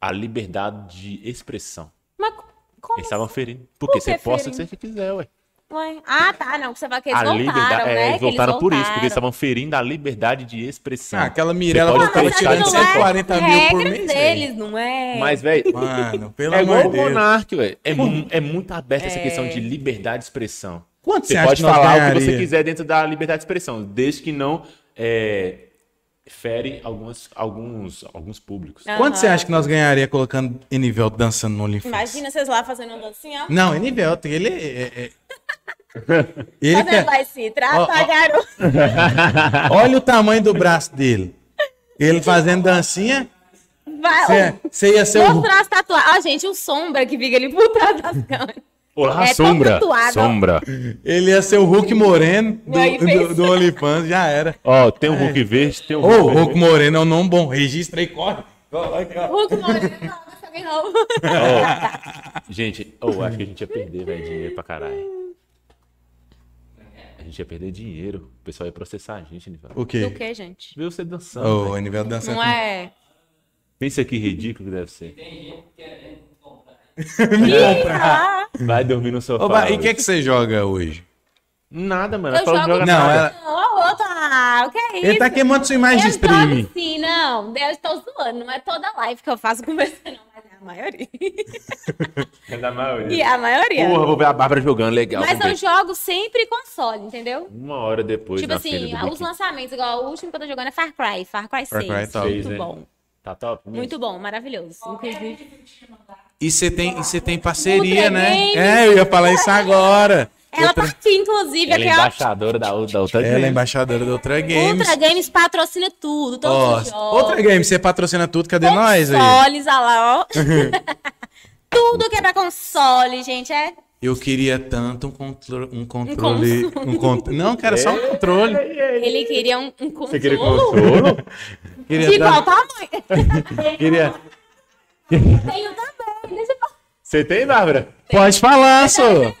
Speaker 2: a liberdade de expressão.
Speaker 3: Mas como? assim?
Speaker 2: Eles estavam ferindo. Porque
Speaker 3: que
Speaker 2: você posta o que
Speaker 3: ferindo?
Speaker 2: você quiser, ué.
Speaker 3: Ué. Ah, tá, não, que você vai que eles
Speaker 2: A
Speaker 3: voltaram,
Speaker 2: liberdade.
Speaker 3: né?
Speaker 2: é,
Speaker 3: que
Speaker 2: eles voltaram por isso, porque eles
Speaker 3: voltaram.
Speaker 2: estavam ferindo a liberdade de expressão.
Speaker 1: Ah, aquela Mirella
Speaker 2: Você pode
Speaker 1: tava
Speaker 3: mas
Speaker 1: tirando
Speaker 3: aquilo lá é
Speaker 1: 140 mil por
Speaker 3: regra
Speaker 1: mês, né?
Speaker 3: deles, não é?
Speaker 2: Mas, velho,
Speaker 1: Mano, pelo
Speaker 2: é
Speaker 1: amor
Speaker 2: igual
Speaker 1: de
Speaker 2: o
Speaker 1: Deus.
Speaker 2: Monark, velho. É, mu- é muito aberta essa
Speaker 3: É.
Speaker 2: questão de liberdade de expressão.
Speaker 1: Quanto
Speaker 2: Você
Speaker 1: acha
Speaker 2: pode
Speaker 1: que nós
Speaker 2: falar o que você
Speaker 1: ganharia?
Speaker 2: quiser dentro da liberdade de expressão, desde que não é, fere algumas, alguns, alguns públicos.
Speaker 3: Ah.
Speaker 1: Quanto você acha que nós ganharia colocando Enivel dançando no OnlyFans?
Speaker 3: Imagina vocês lá fazendo uma dancinha, ó.
Speaker 1: Não, Enivel, ele é... é- é- ele
Speaker 3: Mas ela
Speaker 1: quer...
Speaker 3: vai se tratar,
Speaker 1: Ó, ó.
Speaker 3: garoto.
Speaker 1: Olha o tamanho do braço dele. Ele fazendo
Speaker 3: é?
Speaker 1: dancinha,
Speaker 3: Vai, ó.
Speaker 1: você ia ser é- o...
Speaker 3: Mostrar as tatuagens. Ah, gente, o Sombra que fica ali por trás das câmeras.
Speaker 2: Olá,
Speaker 3: É tão
Speaker 2: Sombra!
Speaker 3: tatuado, ó.
Speaker 2: Sombra!
Speaker 1: Ele ia ser o Hulk Moreno
Speaker 3: Aí
Speaker 1: do,
Speaker 3: fez.
Speaker 1: do, do OnlyFans, já era.
Speaker 2: Ó, tem um Hulk verde, tem um
Speaker 1: Ô,
Speaker 2: Hulk
Speaker 1: o
Speaker 2: verde.
Speaker 1: Hulk Moreno é um nome bom. Registra aí, corre.
Speaker 3: Hulk Moreno, não, vai alguém rouba.
Speaker 2: Ó, gente, eu acho que a gente ia perder, velho, dinheiro pra caralho. A gente ia perder dinheiro. O pessoal ia processar a gente, né, Nivel.
Speaker 1: O
Speaker 3: Do
Speaker 1: quê?
Speaker 3: que, gente?
Speaker 2: Viu você dançando.
Speaker 1: Ô,
Speaker 2: velho.
Speaker 1: o Enivel dançando.
Speaker 3: Não é?
Speaker 2: Pensa que ridículo que deve ser.
Speaker 3: Ih, lá.
Speaker 2: Vai dormir no sofá.
Speaker 1: Ô, Ba- e o
Speaker 2: velho.
Speaker 1: que, que você joga hoje?
Speaker 2: Nada, mano.
Speaker 3: Eu
Speaker 2: Ela falou que
Speaker 3: jogo-
Speaker 2: joga
Speaker 1: Não, é,
Speaker 2: nada.
Speaker 1: ela-
Speaker 3: Não, a outra. Ah, o que é isso?
Speaker 1: Ele tá queimando sua imagem de
Speaker 3: Eu assim, jogo
Speaker 1: streaming.
Speaker 3: sim, não. Eu estou zoando. Não é toda live que eu faço com você, não. Mas é maioria.
Speaker 2: É da maioria.
Speaker 3: E a maioria.
Speaker 2: Porra, vou ver a Bárbara jogando, legal.
Speaker 3: Mas
Speaker 2: vamos
Speaker 3: eu jogo sempre console, entendeu?
Speaker 2: ver. Uma hora depois.
Speaker 3: tipo
Speaker 2: na
Speaker 3: assim,
Speaker 2: fila do
Speaker 3: os
Speaker 2: Booking.
Speaker 3: lançamentos, igual o último que eu tô jogando é Far Cry, Far Cry 6.
Speaker 1: Far Cry tá
Speaker 2: Seis,
Speaker 3: muito
Speaker 2: né?
Speaker 3: bom.
Speaker 2: Tá top?
Speaker 3: Muito bom, maravilhoso. Inclusive.
Speaker 1: E você tem, e você tem parceria, né?
Speaker 3: Ultra
Speaker 1: É, eu ia falar isso agora.
Speaker 3: Ela
Speaker 1: Outra-
Speaker 3: tá aqui, inclusive,
Speaker 2: Ela é
Speaker 3: aqui, ó.
Speaker 2: embaixadora da, da outra
Speaker 1: Ela é
Speaker 2: gente.
Speaker 1: embaixadora da Ultra Games.
Speaker 3: Ultra Games patrocina tudo, todos
Speaker 1: Ó,
Speaker 3: os jogos.
Speaker 1: Ultra Games, você patrocina tudo, cadê nós aí?
Speaker 3: Consoles, olha lá, ó. tudo que é pra console, gente, é
Speaker 1: Eu queria tanto um, contro- um controle. Um con- Não, cara, só um controle.
Speaker 3: Ele queria um, um consolo.
Speaker 2: Você queria consolo?
Speaker 1: Queria
Speaker 3: De qual
Speaker 1: tanto-
Speaker 3: tamanho?
Speaker 1: queria-
Speaker 3: Tenho também, deixa eu falar.
Speaker 2: Você tem, Bárbara?
Speaker 1: Pode falar, só.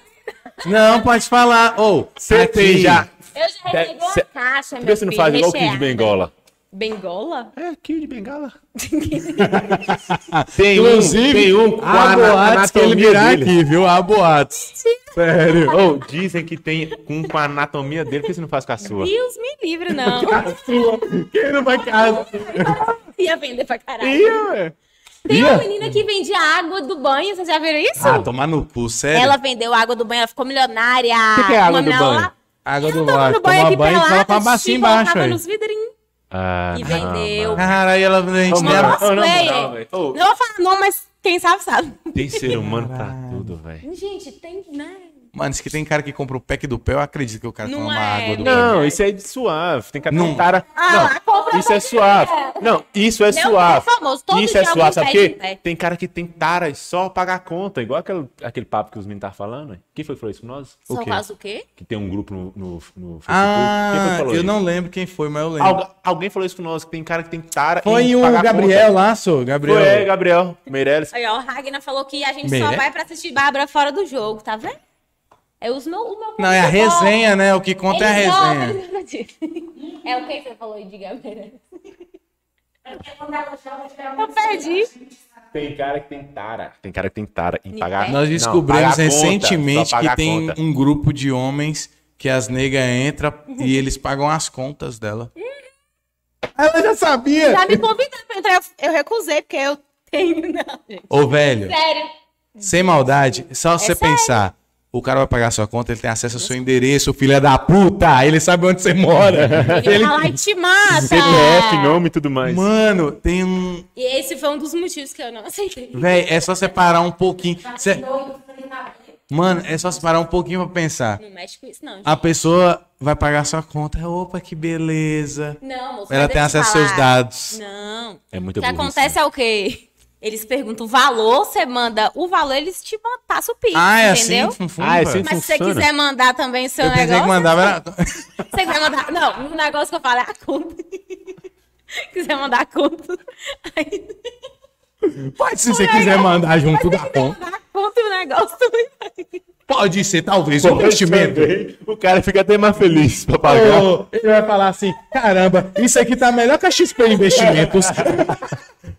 Speaker 1: Não, pode falar. Ou,
Speaker 2: Você tem já.
Speaker 3: Eu já
Speaker 2: Pe-
Speaker 3: recebi uma
Speaker 2: cê-
Speaker 3: caixa,
Speaker 2: Por
Speaker 3: meu
Speaker 2: que você não faz igual o Kid Bengola?
Speaker 3: Bengola?
Speaker 2: É, Kid Bengala. tem
Speaker 1: Inclusive,
Speaker 2: um, tem um com
Speaker 1: há
Speaker 2: a
Speaker 1: boatos que ele
Speaker 2: anatomia
Speaker 1: virá
Speaker 2: dele.
Speaker 1: aqui, viu? Há boatos. Sério.
Speaker 2: Ou dizem que tem um com a anatomia dele, por que você não faz com a sua?
Speaker 3: Deus me livre, não.
Speaker 2: Quem não vai casar?
Speaker 3: Ia vender pra caralho.
Speaker 2: Ia, ué.
Speaker 3: Tem uma
Speaker 1: Ia?
Speaker 3: menina que vendia água do banho, vocês já viram isso?
Speaker 1: Ah, tomar no cu, sério.
Speaker 3: Ela ah, vendeu água do banho, ela ficou milionária. O
Speaker 2: É. que é água do banho?
Speaker 1: Água do
Speaker 3: Tava
Speaker 1: lado.
Speaker 3: no um banho
Speaker 1: Tomar
Speaker 3: aqui
Speaker 1: banho e
Speaker 3: pelada,
Speaker 1: coloca uma bacia
Speaker 3: xixi,
Speaker 1: embaixo
Speaker 3: colocava
Speaker 1: aí.
Speaker 3: nos vidrinhos.
Speaker 2: Ah,
Speaker 3: E
Speaker 2: não,
Speaker 3: vendeu.
Speaker 2: mano.
Speaker 1: Caralho, ela, a gente
Speaker 2: Ô,
Speaker 1: dela-
Speaker 2: mano,
Speaker 3: Nossa,
Speaker 2: ô, não,
Speaker 3: velho.
Speaker 2: não, velho. Ô,
Speaker 3: Não vou falar não, mas quem sabe, sabe.
Speaker 2: Tem ser humano pra tudo, velho.
Speaker 3: Gente, tem, né?
Speaker 1: Mano, isso que tem cara que compra o pack do pé, eu acredito que o cara
Speaker 3: Não
Speaker 1: toma
Speaker 3: é,
Speaker 1: água do
Speaker 3: não.
Speaker 1: banho.
Speaker 2: Não, isso é de suave. Tem que
Speaker 1: né? Não.
Speaker 2: atentar a...
Speaker 3: Ah, lá, compra
Speaker 2: Não, isso é suave. Não, isso é
Speaker 3: Não,
Speaker 2: suave.
Speaker 3: é famoso, todo
Speaker 2: Isso
Speaker 3: dia
Speaker 2: é
Speaker 3: alguém
Speaker 2: suave, sabe
Speaker 3: pede
Speaker 2: por
Speaker 3: um
Speaker 2: quê?
Speaker 3: pé.
Speaker 2: Tem cara que tem tara e só pagar a conta. Igual aquele, aquele papo que os meninos estavam falando. ué. Quem foi que falou isso pra nós?
Speaker 3: Só
Speaker 1: quê?
Speaker 3: faz o quê?
Speaker 2: Que tem um grupo no, no, no Facebook. Quem foi que
Speaker 1: Ah,
Speaker 2: falou
Speaker 1: eu
Speaker 2: isso?
Speaker 1: não lembro quem foi, mas eu lembro.
Speaker 2: Algu- alguém falou isso pra nós, que tem cara que tem tara
Speaker 1: Foi
Speaker 2: em
Speaker 1: o
Speaker 2: pagar
Speaker 1: Gabriel
Speaker 2: conta.
Speaker 1: lá, sou. Gabriel.
Speaker 2: Foi, é, Gabriel. Meirelles.
Speaker 3: Aí, ó, o Ragnar falou que a gente
Speaker 1: Merece?
Speaker 3: só vai pra assistir Bárbara fora do jogo, tá vendo? É os meu, o meu
Speaker 1: Não, é a
Speaker 3: ponto de volta.
Speaker 1: resenha, né? O que conta é a
Speaker 3: Ele volta,
Speaker 1: resenha.
Speaker 3: ele volta disso. É o que você falou aí de Gabriela? Eu perdi.
Speaker 2: Tem cara que tem tara. Tem cara que tem tara em
Speaker 3: Em
Speaker 2: pagar
Speaker 3: pé?
Speaker 1: Nós
Speaker 2: Não,
Speaker 1: descobrimos
Speaker 2: pagar a conta,
Speaker 1: recentemente
Speaker 2: só pagar
Speaker 1: que
Speaker 2: a
Speaker 1: tem
Speaker 2: conta.
Speaker 1: um grupo de homens que as negas entram e eles pagam as contas dela. Ela já sabia!
Speaker 3: Já me convidaram pra entrar, eu- eu recusei, porque eu tenho, não, gente.
Speaker 1: Ô, velho,
Speaker 3: Sério.
Speaker 1: sem maldade, é só você
Speaker 3: É sério.
Speaker 1: pensar. O cara vai pagar a sua conta, ele tem acesso ao seu endereço, filha da puta! Ele sabe onde você mora!
Speaker 3: Ele vai lá e te mata. Ah.
Speaker 2: CPF, nome e tudo mais.
Speaker 1: Mano, tem um,
Speaker 3: E esse foi um dos motivos que eu não aceitei.
Speaker 1: Véi, é só separar um pouquinho. Cê- Mano, é só separar um pouquinho pra pensar.
Speaker 3: Não mexe com isso, não, gente.
Speaker 1: A pessoa vai pagar sua conta. Opa, que beleza.
Speaker 3: Não, moço,
Speaker 1: Ela
Speaker 3: mas
Speaker 1: tem
Speaker 3: deixa eu
Speaker 1: acesso aos
Speaker 3: falar.
Speaker 1: seus dados.
Speaker 3: Não.
Speaker 2: É muito
Speaker 3: O que acontece é o quê? Eles perguntam o valor, você manda o valor, eles te mandam- passam o PIX,
Speaker 1: Ah, é
Speaker 3: entendeu?
Speaker 1: assim? Funfum,
Speaker 2: Ah, é assim?
Speaker 3: Mas se você
Speaker 2: Funciona?
Speaker 3: quiser mandar também o seu
Speaker 2: Então, é
Speaker 1: Eu pensei
Speaker 3: negócio.
Speaker 1: que mandava. era-
Speaker 3: Se você quiser mandar. Não, o negócio que eu falo é a conta. Se quiser mandar a conta. Aí,
Speaker 1: Pode se você quiser mandar junto da conta.
Speaker 3: mandar a conta e o negócio também vai.
Speaker 1: Pode ser,
Speaker 3: é
Speaker 1: talvez, um
Speaker 2: Pô,
Speaker 1: investimento.
Speaker 2: também, O cara fica até mais feliz pra pagar.
Speaker 1: Ô, ele vai falar assim: caramba, isso aqui tá melhor que a XP Investimentos.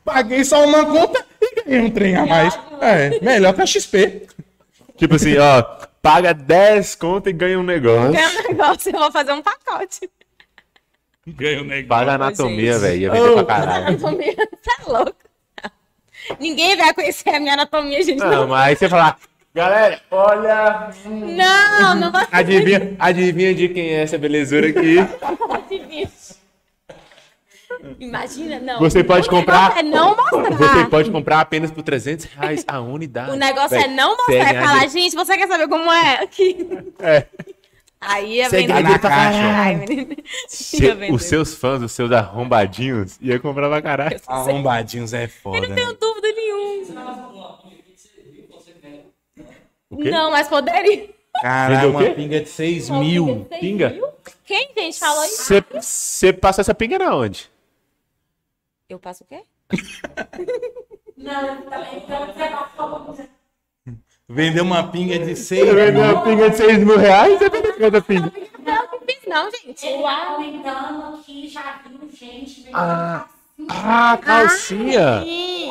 Speaker 1: Paguei só uma conta e ganhei um trem a mais. É, melhor que a XP.
Speaker 2: Tipo assim, ó, paga 10 conto e ganha um negócio.
Speaker 3: É um negócio, eu vou fazer um pacote.
Speaker 4: Ganha o negócio.
Speaker 2: Paga anatomia,
Speaker 3: gente.
Speaker 2: velho. Ia vender pra caralho.
Speaker 3: Anatomia, tá louco. Ninguém vai conhecer a minha anatomia, gente.
Speaker 2: Não, mas aí você fala, galera, olha.
Speaker 3: Não, não vai
Speaker 2: Adivinha, adivinha de quem é essa belezura aqui?
Speaker 3: Ativista. Imagina, não.
Speaker 2: Você pode
Speaker 3: o
Speaker 2: comprar.
Speaker 3: negócio É não mostrar.
Speaker 2: Você pode comprar apenas por 300 reais a unidade.
Speaker 3: Ah. O negócio é
Speaker 2: Véi,
Speaker 3: não
Speaker 2: você
Speaker 3: mostrar. É
Speaker 2: ganha
Speaker 3: falar,
Speaker 2: dinheiro.
Speaker 3: gente, você quer saber como é? Aqui.
Speaker 2: É.
Speaker 3: Aí ia
Speaker 2: Você
Speaker 3: vender.
Speaker 2: ganha dinheiro pra
Speaker 1: caixa.
Speaker 2: caralho.
Speaker 3: Ai, menino.
Speaker 2: Cê-
Speaker 3: Ia vender.
Speaker 2: os seus fãs, os seus arrombadinhos, ia comprar pra caralho.
Speaker 1: Arrombadinhos é foda.
Speaker 3: Eu não
Speaker 1: né?
Speaker 3: tenho dúvida nenhuma.
Speaker 2: O quê?
Speaker 3: Não, mas poderia.
Speaker 1: Caralho,
Speaker 2: Entendeu o
Speaker 1: uma
Speaker 2: quê?
Speaker 1: pinga de 6 mil.
Speaker 3: Seis
Speaker 2: pinga?
Speaker 3: mil? Quem, gente, falou isso?
Speaker 2: Você passa essa pinga na onde?
Speaker 3: Eu passo o quê?
Speaker 1: Vendeu uma pinga de 6
Speaker 2: Você vende
Speaker 1: mil.
Speaker 2: uma pinga de 6 mil reais, você vende quanta pinga?
Speaker 3: Não, não fiz não, gente. Uau.
Speaker 5: comentando que já viu gente vendendo
Speaker 2: Ah, calcinha!
Speaker 3: Ih.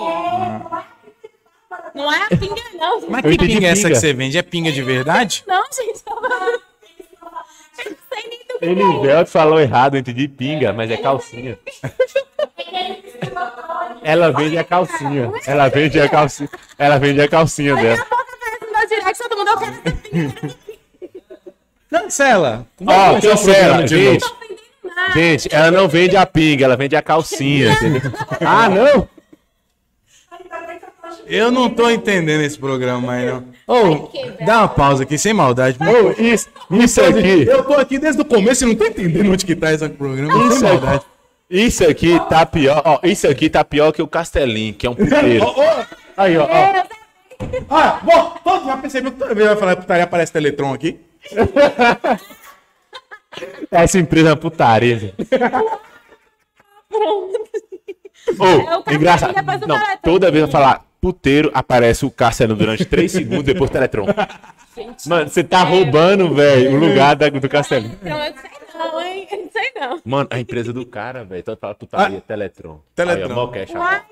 Speaker 3: Não é a pinga, não. gente.
Speaker 1: Mas
Speaker 2: Eu
Speaker 1: que
Speaker 2: entendi
Speaker 1: pinga é essa
Speaker 2: pinga.
Speaker 1: que você vende? É pinga de verdade?
Speaker 3: Não, gente. Eu não sei nem do que
Speaker 2: Elivelto falou errado, eu entendi pinga, mas é calcinha.
Speaker 5: aquele que se botou ali.
Speaker 2: Ela vende a calcinha. Ela vende a calcinha. Ela vende a calcinha
Speaker 3: Daqui
Speaker 2: dela.
Speaker 3: a pouco aparece no tá meu direct, todo mundo, eu quero essa menina.
Speaker 1: Cancela.
Speaker 2: Ó,
Speaker 1: começar o
Speaker 2: cancela,
Speaker 1: programa de
Speaker 2: gente.
Speaker 1: novo.
Speaker 3: Não,
Speaker 2: Gente, ela não vende a pinga, ela vende a calcinha. entendeu? Ah, não?
Speaker 1: Eu não tô entendendo esse programa aí, não. Ô, dá uma pausa aqui, sem maldade.
Speaker 2: Ô, Oh, isso, isso aqui.
Speaker 1: Eu tô aqui desde o começo e não tô entendendo onde que tá esse programa. Sem
Speaker 2: Isso
Speaker 1: maldade.
Speaker 2: aqui, isso aqui tá pior. Ó, isso aqui tá pior que o Castelinho, que é um puteiro. Aí, ó, ó.
Speaker 1: Ah, bom, todo já percebeu que toda vez vai falar putaria aparece Teletron aqui?
Speaker 2: Essa empresa é putaria. gente. Ô,
Speaker 3: É o Castelinho
Speaker 2: engraçado.
Speaker 3: depois do
Speaker 2: Não,
Speaker 3: Teletron.
Speaker 2: toda vez eu falar puteiro, aparece o Castelinho durante 3 segundos depois do Teletron.
Speaker 3: gente.
Speaker 2: Mano, você tá roubando, velho, o lugar da- do Castelinho.
Speaker 3: Então, eu não sei não, hein? Eu não sei não.
Speaker 2: Mano, a empresa do cara, velho. Então fala putaria,
Speaker 1: Ah,
Speaker 2: Teletron.
Speaker 1: Teletron.
Speaker 2: Aí, ó, Malcash, ó.
Speaker 3: Uai,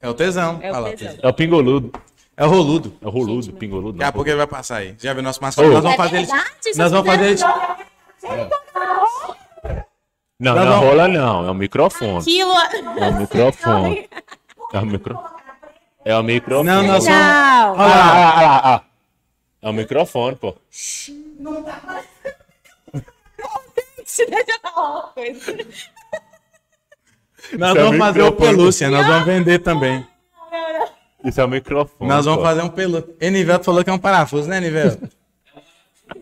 Speaker 1: É o tesão.
Speaker 3: É o
Speaker 1: Olha lá,
Speaker 3: tesão.
Speaker 2: é o pingoludo.
Speaker 1: É o roludo.
Speaker 2: É o roludo, o pingoludo.
Speaker 1: Daqui a
Speaker 2: não.
Speaker 1: pouco ele vai passar aí. Já viu nosso mascote?
Speaker 2: Ô.
Speaker 1: Nós vamos
Speaker 3: É
Speaker 1: fazer eles.
Speaker 3: verdade? Vocês
Speaker 1: Nós vamos fazer eles. Não,
Speaker 2: Não, não,
Speaker 1: não.
Speaker 2: rola não. É o microfone.
Speaker 3: Quilo.
Speaker 2: É
Speaker 3: assim,
Speaker 2: o microfone. É o micro- É o microfone.
Speaker 1: Não, nós vamos.
Speaker 3: Tchau.
Speaker 2: Ah, ah, ah, ah, ah. É o microfone, pô.
Speaker 3: Gente, deixa eu falar uma coisa.
Speaker 1: Nós
Speaker 2: Isso é
Speaker 1: vamos fazer o
Speaker 2: microfone.
Speaker 1: pelúcia, nós vamos vender também.
Speaker 2: Isso é o microfone.
Speaker 1: Nós vamos
Speaker 2: pô.
Speaker 1: fazer um pelúcia. Enivelto falou que é um parafuso, né, Enivelto?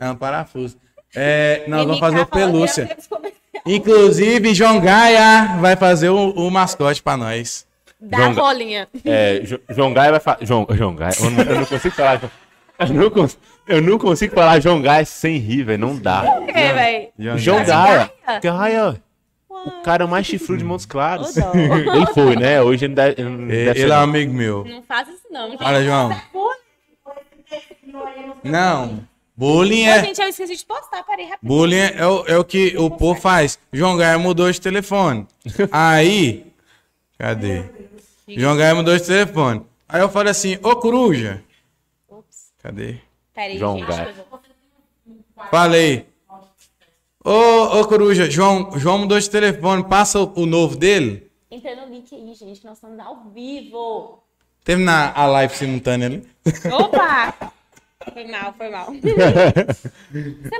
Speaker 1: É um parafuso. É, nós vamos
Speaker 3: MK
Speaker 1: fazer o
Speaker 3: falou,
Speaker 1: pelúcia.
Speaker 3: "Meu Deus, como é que é?"
Speaker 1: Inclusive, João Gaia vai fazer o, o mascote pra nós.
Speaker 3: Dá
Speaker 2: Jonga.
Speaker 3: rolinha.
Speaker 2: É, Jo- João Gaia vai falar. João, João Gaia. Eu não, eu não consigo falar. João- Eu não, cons- eu não consigo falar João Gaia sem rir, velho. Não dá.
Speaker 3: É, velho.
Speaker 2: João Gaia. Gaia. O cara mais chifrudo de Montes Claros. Ele foi, né? Hoje ele, deve, ele não
Speaker 1: E-
Speaker 2: deve ser,
Speaker 1: Ele é um
Speaker 2: não.
Speaker 1: amigo meu.
Speaker 3: Não faz isso, não. gente.
Speaker 1: Olha, João. Não. Bullying
Speaker 3: Ô,
Speaker 1: é.
Speaker 3: gente, eu esqueci de postar, parei rapidinho.
Speaker 1: Bullying é o, é o que o povo faz. João Gaia mudou de telefone. Aí. Cadê? João Gaia mudou de telefone. Aí eu falei assim: Ô coruja.
Speaker 3: Ops,
Speaker 1: Cadê?
Speaker 3: peraí,
Speaker 2: João
Speaker 3: gente.
Speaker 2: Gaia.
Speaker 3: acho que eu vou-
Speaker 1: Falei. Ô, ô coruja, João, João mudou de telefone. Passa o, o novo dele.
Speaker 3: Entra no link aí, gente. Nós estamos ao vivo.
Speaker 1: Teve na a live simultânea ali.
Speaker 3: Opa! foi mal, foi mal.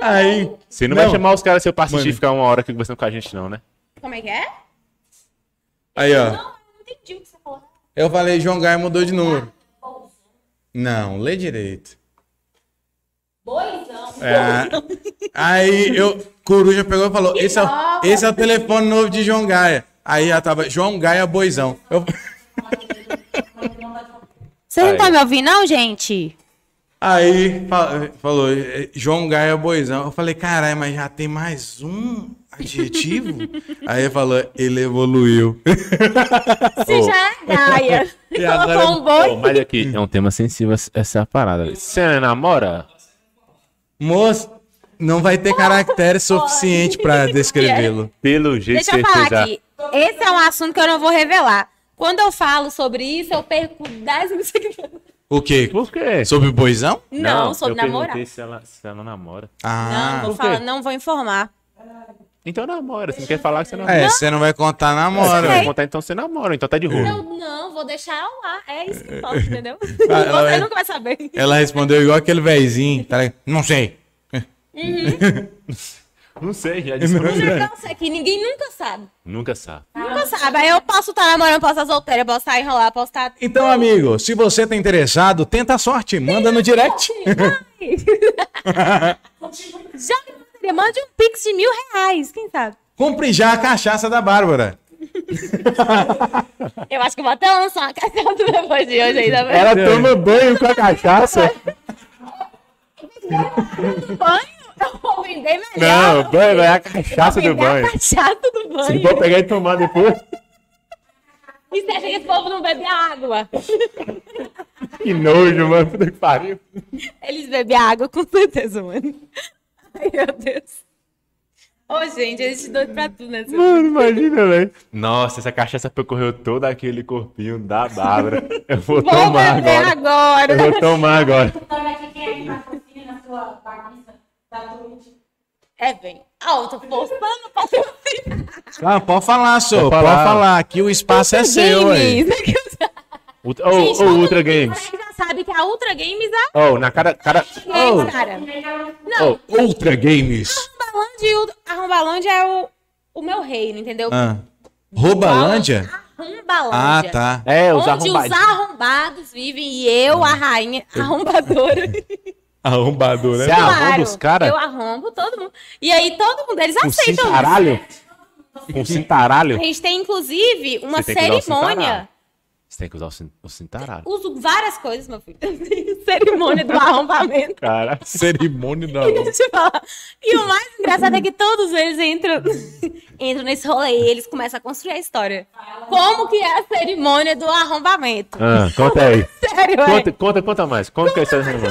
Speaker 1: Aí.
Speaker 2: Você não, vai
Speaker 1: Não.
Speaker 2: chamar os caras seu pra assistir
Speaker 1: Mano.
Speaker 2: e ficar uma hora aqui conversando com a gente, não, né?
Speaker 3: Como é que é?
Speaker 1: Aí, ó.
Speaker 3: Não, eu não entendi o que você falou.
Speaker 1: Eu falei, João Gaia mudou de número. Não, lê direito.
Speaker 3: Boizão.
Speaker 1: É, aí eu, Coruja pegou e falou: esse é, o-
Speaker 3: nova.
Speaker 1: esse é o telefone novo de João Gaia. Aí já tava, João Gaia Boizão. Eu-
Speaker 3: Vocês não
Speaker 2: Aí.
Speaker 3: estão me ouvindo, não, gente?
Speaker 1: aí fa- falou, eh, João Gaia Boizão. Eu falei, caralho, mas já tem mais um adjetivo? aí ele falou, ele evoluiu.
Speaker 3: Você já é Gaia.
Speaker 1: E
Speaker 3: Colocou
Speaker 1: agora-
Speaker 3: um boi.
Speaker 2: Pô, mas aqui é um tema sensível essa é parada. Você namora?
Speaker 1: Moço, não vai ter caractere suficiente pra descrevê-lo.
Speaker 2: Pelo jeito,
Speaker 3: Deixa eu falar aqui. Esse é um assunto que eu não vou revelar. Quando eu falo sobre isso, eu perco 10 mil seguidores.
Speaker 1: O quê?
Speaker 2: Por quê?
Speaker 1: Sobre o Boizão?
Speaker 3: Não, sobre
Speaker 2: eu perguntei
Speaker 3: namorar.
Speaker 2: Se ela, se ela namora.
Speaker 3: Não,
Speaker 1: Ah,
Speaker 3: vou
Speaker 2: por quê?
Speaker 3: falar, não vou informar.
Speaker 2: Então namora. Se não quer falar que você namora.
Speaker 1: é, você não vai contar
Speaker 2: Se
Speaker 1: namora.
Speaker 2: não vai
Speaker 1: ué.
Speaker 2: contar, então você namora. Então tá de rolo.
Speaker 3: Eu não, vou deixar ao ar. É isso que eu falo, entendeu?
Speaker 1: ela É.
Speaker 3: Você
Speaker 1: vai-
Speaker 3: nunca vai saber.
Speaker 1: Ela respondeu igual aquele véizinho. Tá ligado? Não sei.
Speaker 2: Não sei, já disse. que eu não sei.
Speaker 3: Não sei que ninguém nunca sabe.
Speaker 2: Nunca sabe.
Speaker 3: Nunca sabe. Aí eu posso estar namorando, posso estar solteira, posso estar enrolada, posso estar.
Speaker 1: Então, amigo, se você tá interessado, tenta a sorte. Manda no direct.
Speaker 3: Já que você queria, mande um pix de mil reais, quem sabe?
Speaker 1: Compre já a cachaça da Bárbara.
Speaker 3: Eu acho que eu vou até lançar uma caixinha depois de hoje tá ainda. mas-
Speaker 2: toma banho com a cachaça.
Speaker 3: banho, eu vou vender melhor.
Speaker 2: Não, banho é a cachaça do banho.
Speaker 3: Cachaça do
Speaker 2: Se
Speaker 3: banho.
Speaker 2: for pegar e tomar depois,
Speaker 3: E você acha que esse povo não bebe água?
Speaker 2: que nojo, mano. Puta que pariu.
Speaker 3: Eles bebem água com certeza, mano. Ai, meu Deus. Ô, gente, eles te doido pra tudo, né?
Speaker 2: Mano, imagina, velho. Nossa, essa cachaça percorreu todo aquele corpinho da Bárbara. Eu vou,
Speaker 3: Vou
Speaker 2: tomar
Speaker 3: beber
Speaker 2: agora.
Speaker 3: agora.
Speaker 2: Eu vou tomar agora.
Speaker 5: Então, é que quem é que patrocina na sua bagunça da Twitch?
Speaker 3: É, vem. Ah, eu tô postando pra ter um filho.
Speaker 2: É
Speaker 1: Ah, pode falar, senhor. Pode
Speaker 2: Pode falar.
Speaker 1: falar. Aqui o espaço é seu, aí.
Speaker 3: né,
Speaker 2: Ultra, oh,
Speaker 3: Gente,
Speaker 2: oh,
Speaker 3: todo
Speaker 2: Ultra
Speaker 3: mundo
Speaker 2: Games.
Speaker 3: que já sabe que a Ultra Games é
Speaker 2: Oh, na cara. cara...
Speaker 3: a
Speaker 2: Oh,
Speaker 3: cara.
Speaker 2: oh.
Speaker 1: Ultra Games.
Speaker 3: Arrombalândia e o- Arrombalândia é o, o meu reino, entendeu?
Speaker 1: Ah. Roubalândia? Ah,
Speaker 3: Arrombalândia.
Speaker 1: tá. Ah.
Speaker 2: É, os
Speaker 3: Onde os
Speaker 2: arrombados.
Speaker 3: arrombados vivem e eu, a rainha arrombadora.
Speaker 2: Arrombador,
Speaker 1: é
Speaker 2: né? Você
Speaker 3: Claro,
Speaker 2: arromba os caras
Speaker 3: Eu arrombo todo mundo. E aí todo mundo, eles
Speaker 2: com
Speaker 3: aceitam isso.
Speaker 2: cintaralho? Com cintaralho?
Speaker 3: A gente tem, inclusive, uma
Speaker 2: Você tem que usar o
Speaker 3: cerimônia.
Speaker 2: cintaralho. Você tem que usar o cin- o cintaralho.
Speaker 3: Uso várias coisas, meu filho. cerimônia do arrombamento.
Speaker 2: Cara,
Speaker 1: Cerimônia da
Speaker 3: Deixa eu falar. E o mais engraçado é que todos eles entram, entram nesse rolê e eles começam a construir a história. Como que é a cerimônia do arrombamento?
Speaker 2: ah, conta aí.
Speaker 3: Sério, é.
Speaker 2: Conta, conta, conta mais. Conta que é essa mais.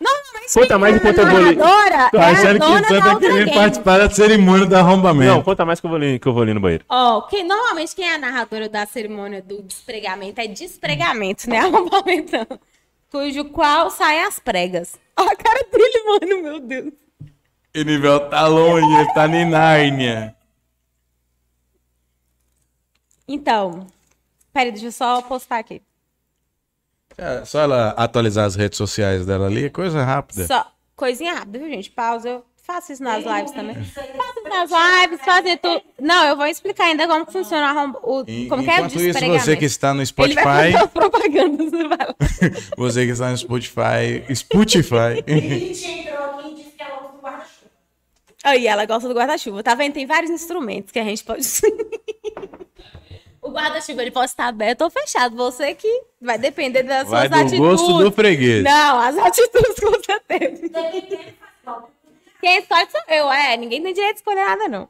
Speaker 3: Normalmente
Speaker 2: Conta
Speaker 3: quem
Speaker 2: mais
Speaker 3: é
Speaker 2: e conta
Speaker 3: a
Speaker 2: boli-
Speaker 3: narradora
Speaker 1: Tô
Speaker 3: é a
Speaker 1: achando que
Speaker 3: dona
Speaker 1: o Sam
Speaker 3: da
Speaker 1: tá
Speaker 3: outra
Speaker 1: querendo
Speaker 3: game.
Speaker 1: participar da cerimônia do
Speaker 2: Não,
Speaker 1: arrombamento.
Speaker 2: conta mais que eu vou ali, que eu vou ali no banheiro.
Speaker 3: Ó, quem, normalmente quem é a narradora da cerimônia do despregamento é despregamento, né? Arrombamento. não. Cujo qual saem as pregas. Ó a cara dele, mano, meu Deus.
Speaker 1: O nível tá longe, ele tá em Nárnia.
Speaker 3: Então, peraí, deixa eu só postar aqui.
Speaker 1: É, só ela atualizar as redes sociais dela ali, é coisa rápida.
Speaker 3: Só coisinha rápida, viu, gente? Pausa. Eu faço isso nas lives também. Faço isso nas lives, fazer tudo. Não, eu vou explicar ainda como que funciona a arromba... o...
Speaker 1: E-
Speaker 3: como que é o
Speaker 1: Enquanto isso,
Speaker 3: despregamento.
Speaker 1: você que está no
Speaker 3: Ele vai
Speaker 1: Spotify,
Speaker 3: um fazer propagandas, vai lá.
Speaker 1: você que está no Spotify, Spotify,
Speaker 5: Gente entrou aqui e disse que ela usa o guarda-chuva.
Speaker 3: Aí, ela gosta do guarda-chuva. Tá vendo? Tem vários instrumentos que a gente pode. o guarda-chuva ele pode estar aberto ou fechado. Você que vai depender das
Speaker 1: vai
Speaker 3: suas
Speaker 1: do
Speaker 3: atitudes.
Speaker 1: gosto do freguês.
Speaker 3: Não, as atitudes que você teve.
Speaker 5: Daqui dentro faz igual.
Speaker 3: Quem escolhe sou eu, é. Ninguém tem direito de escolher nada, não.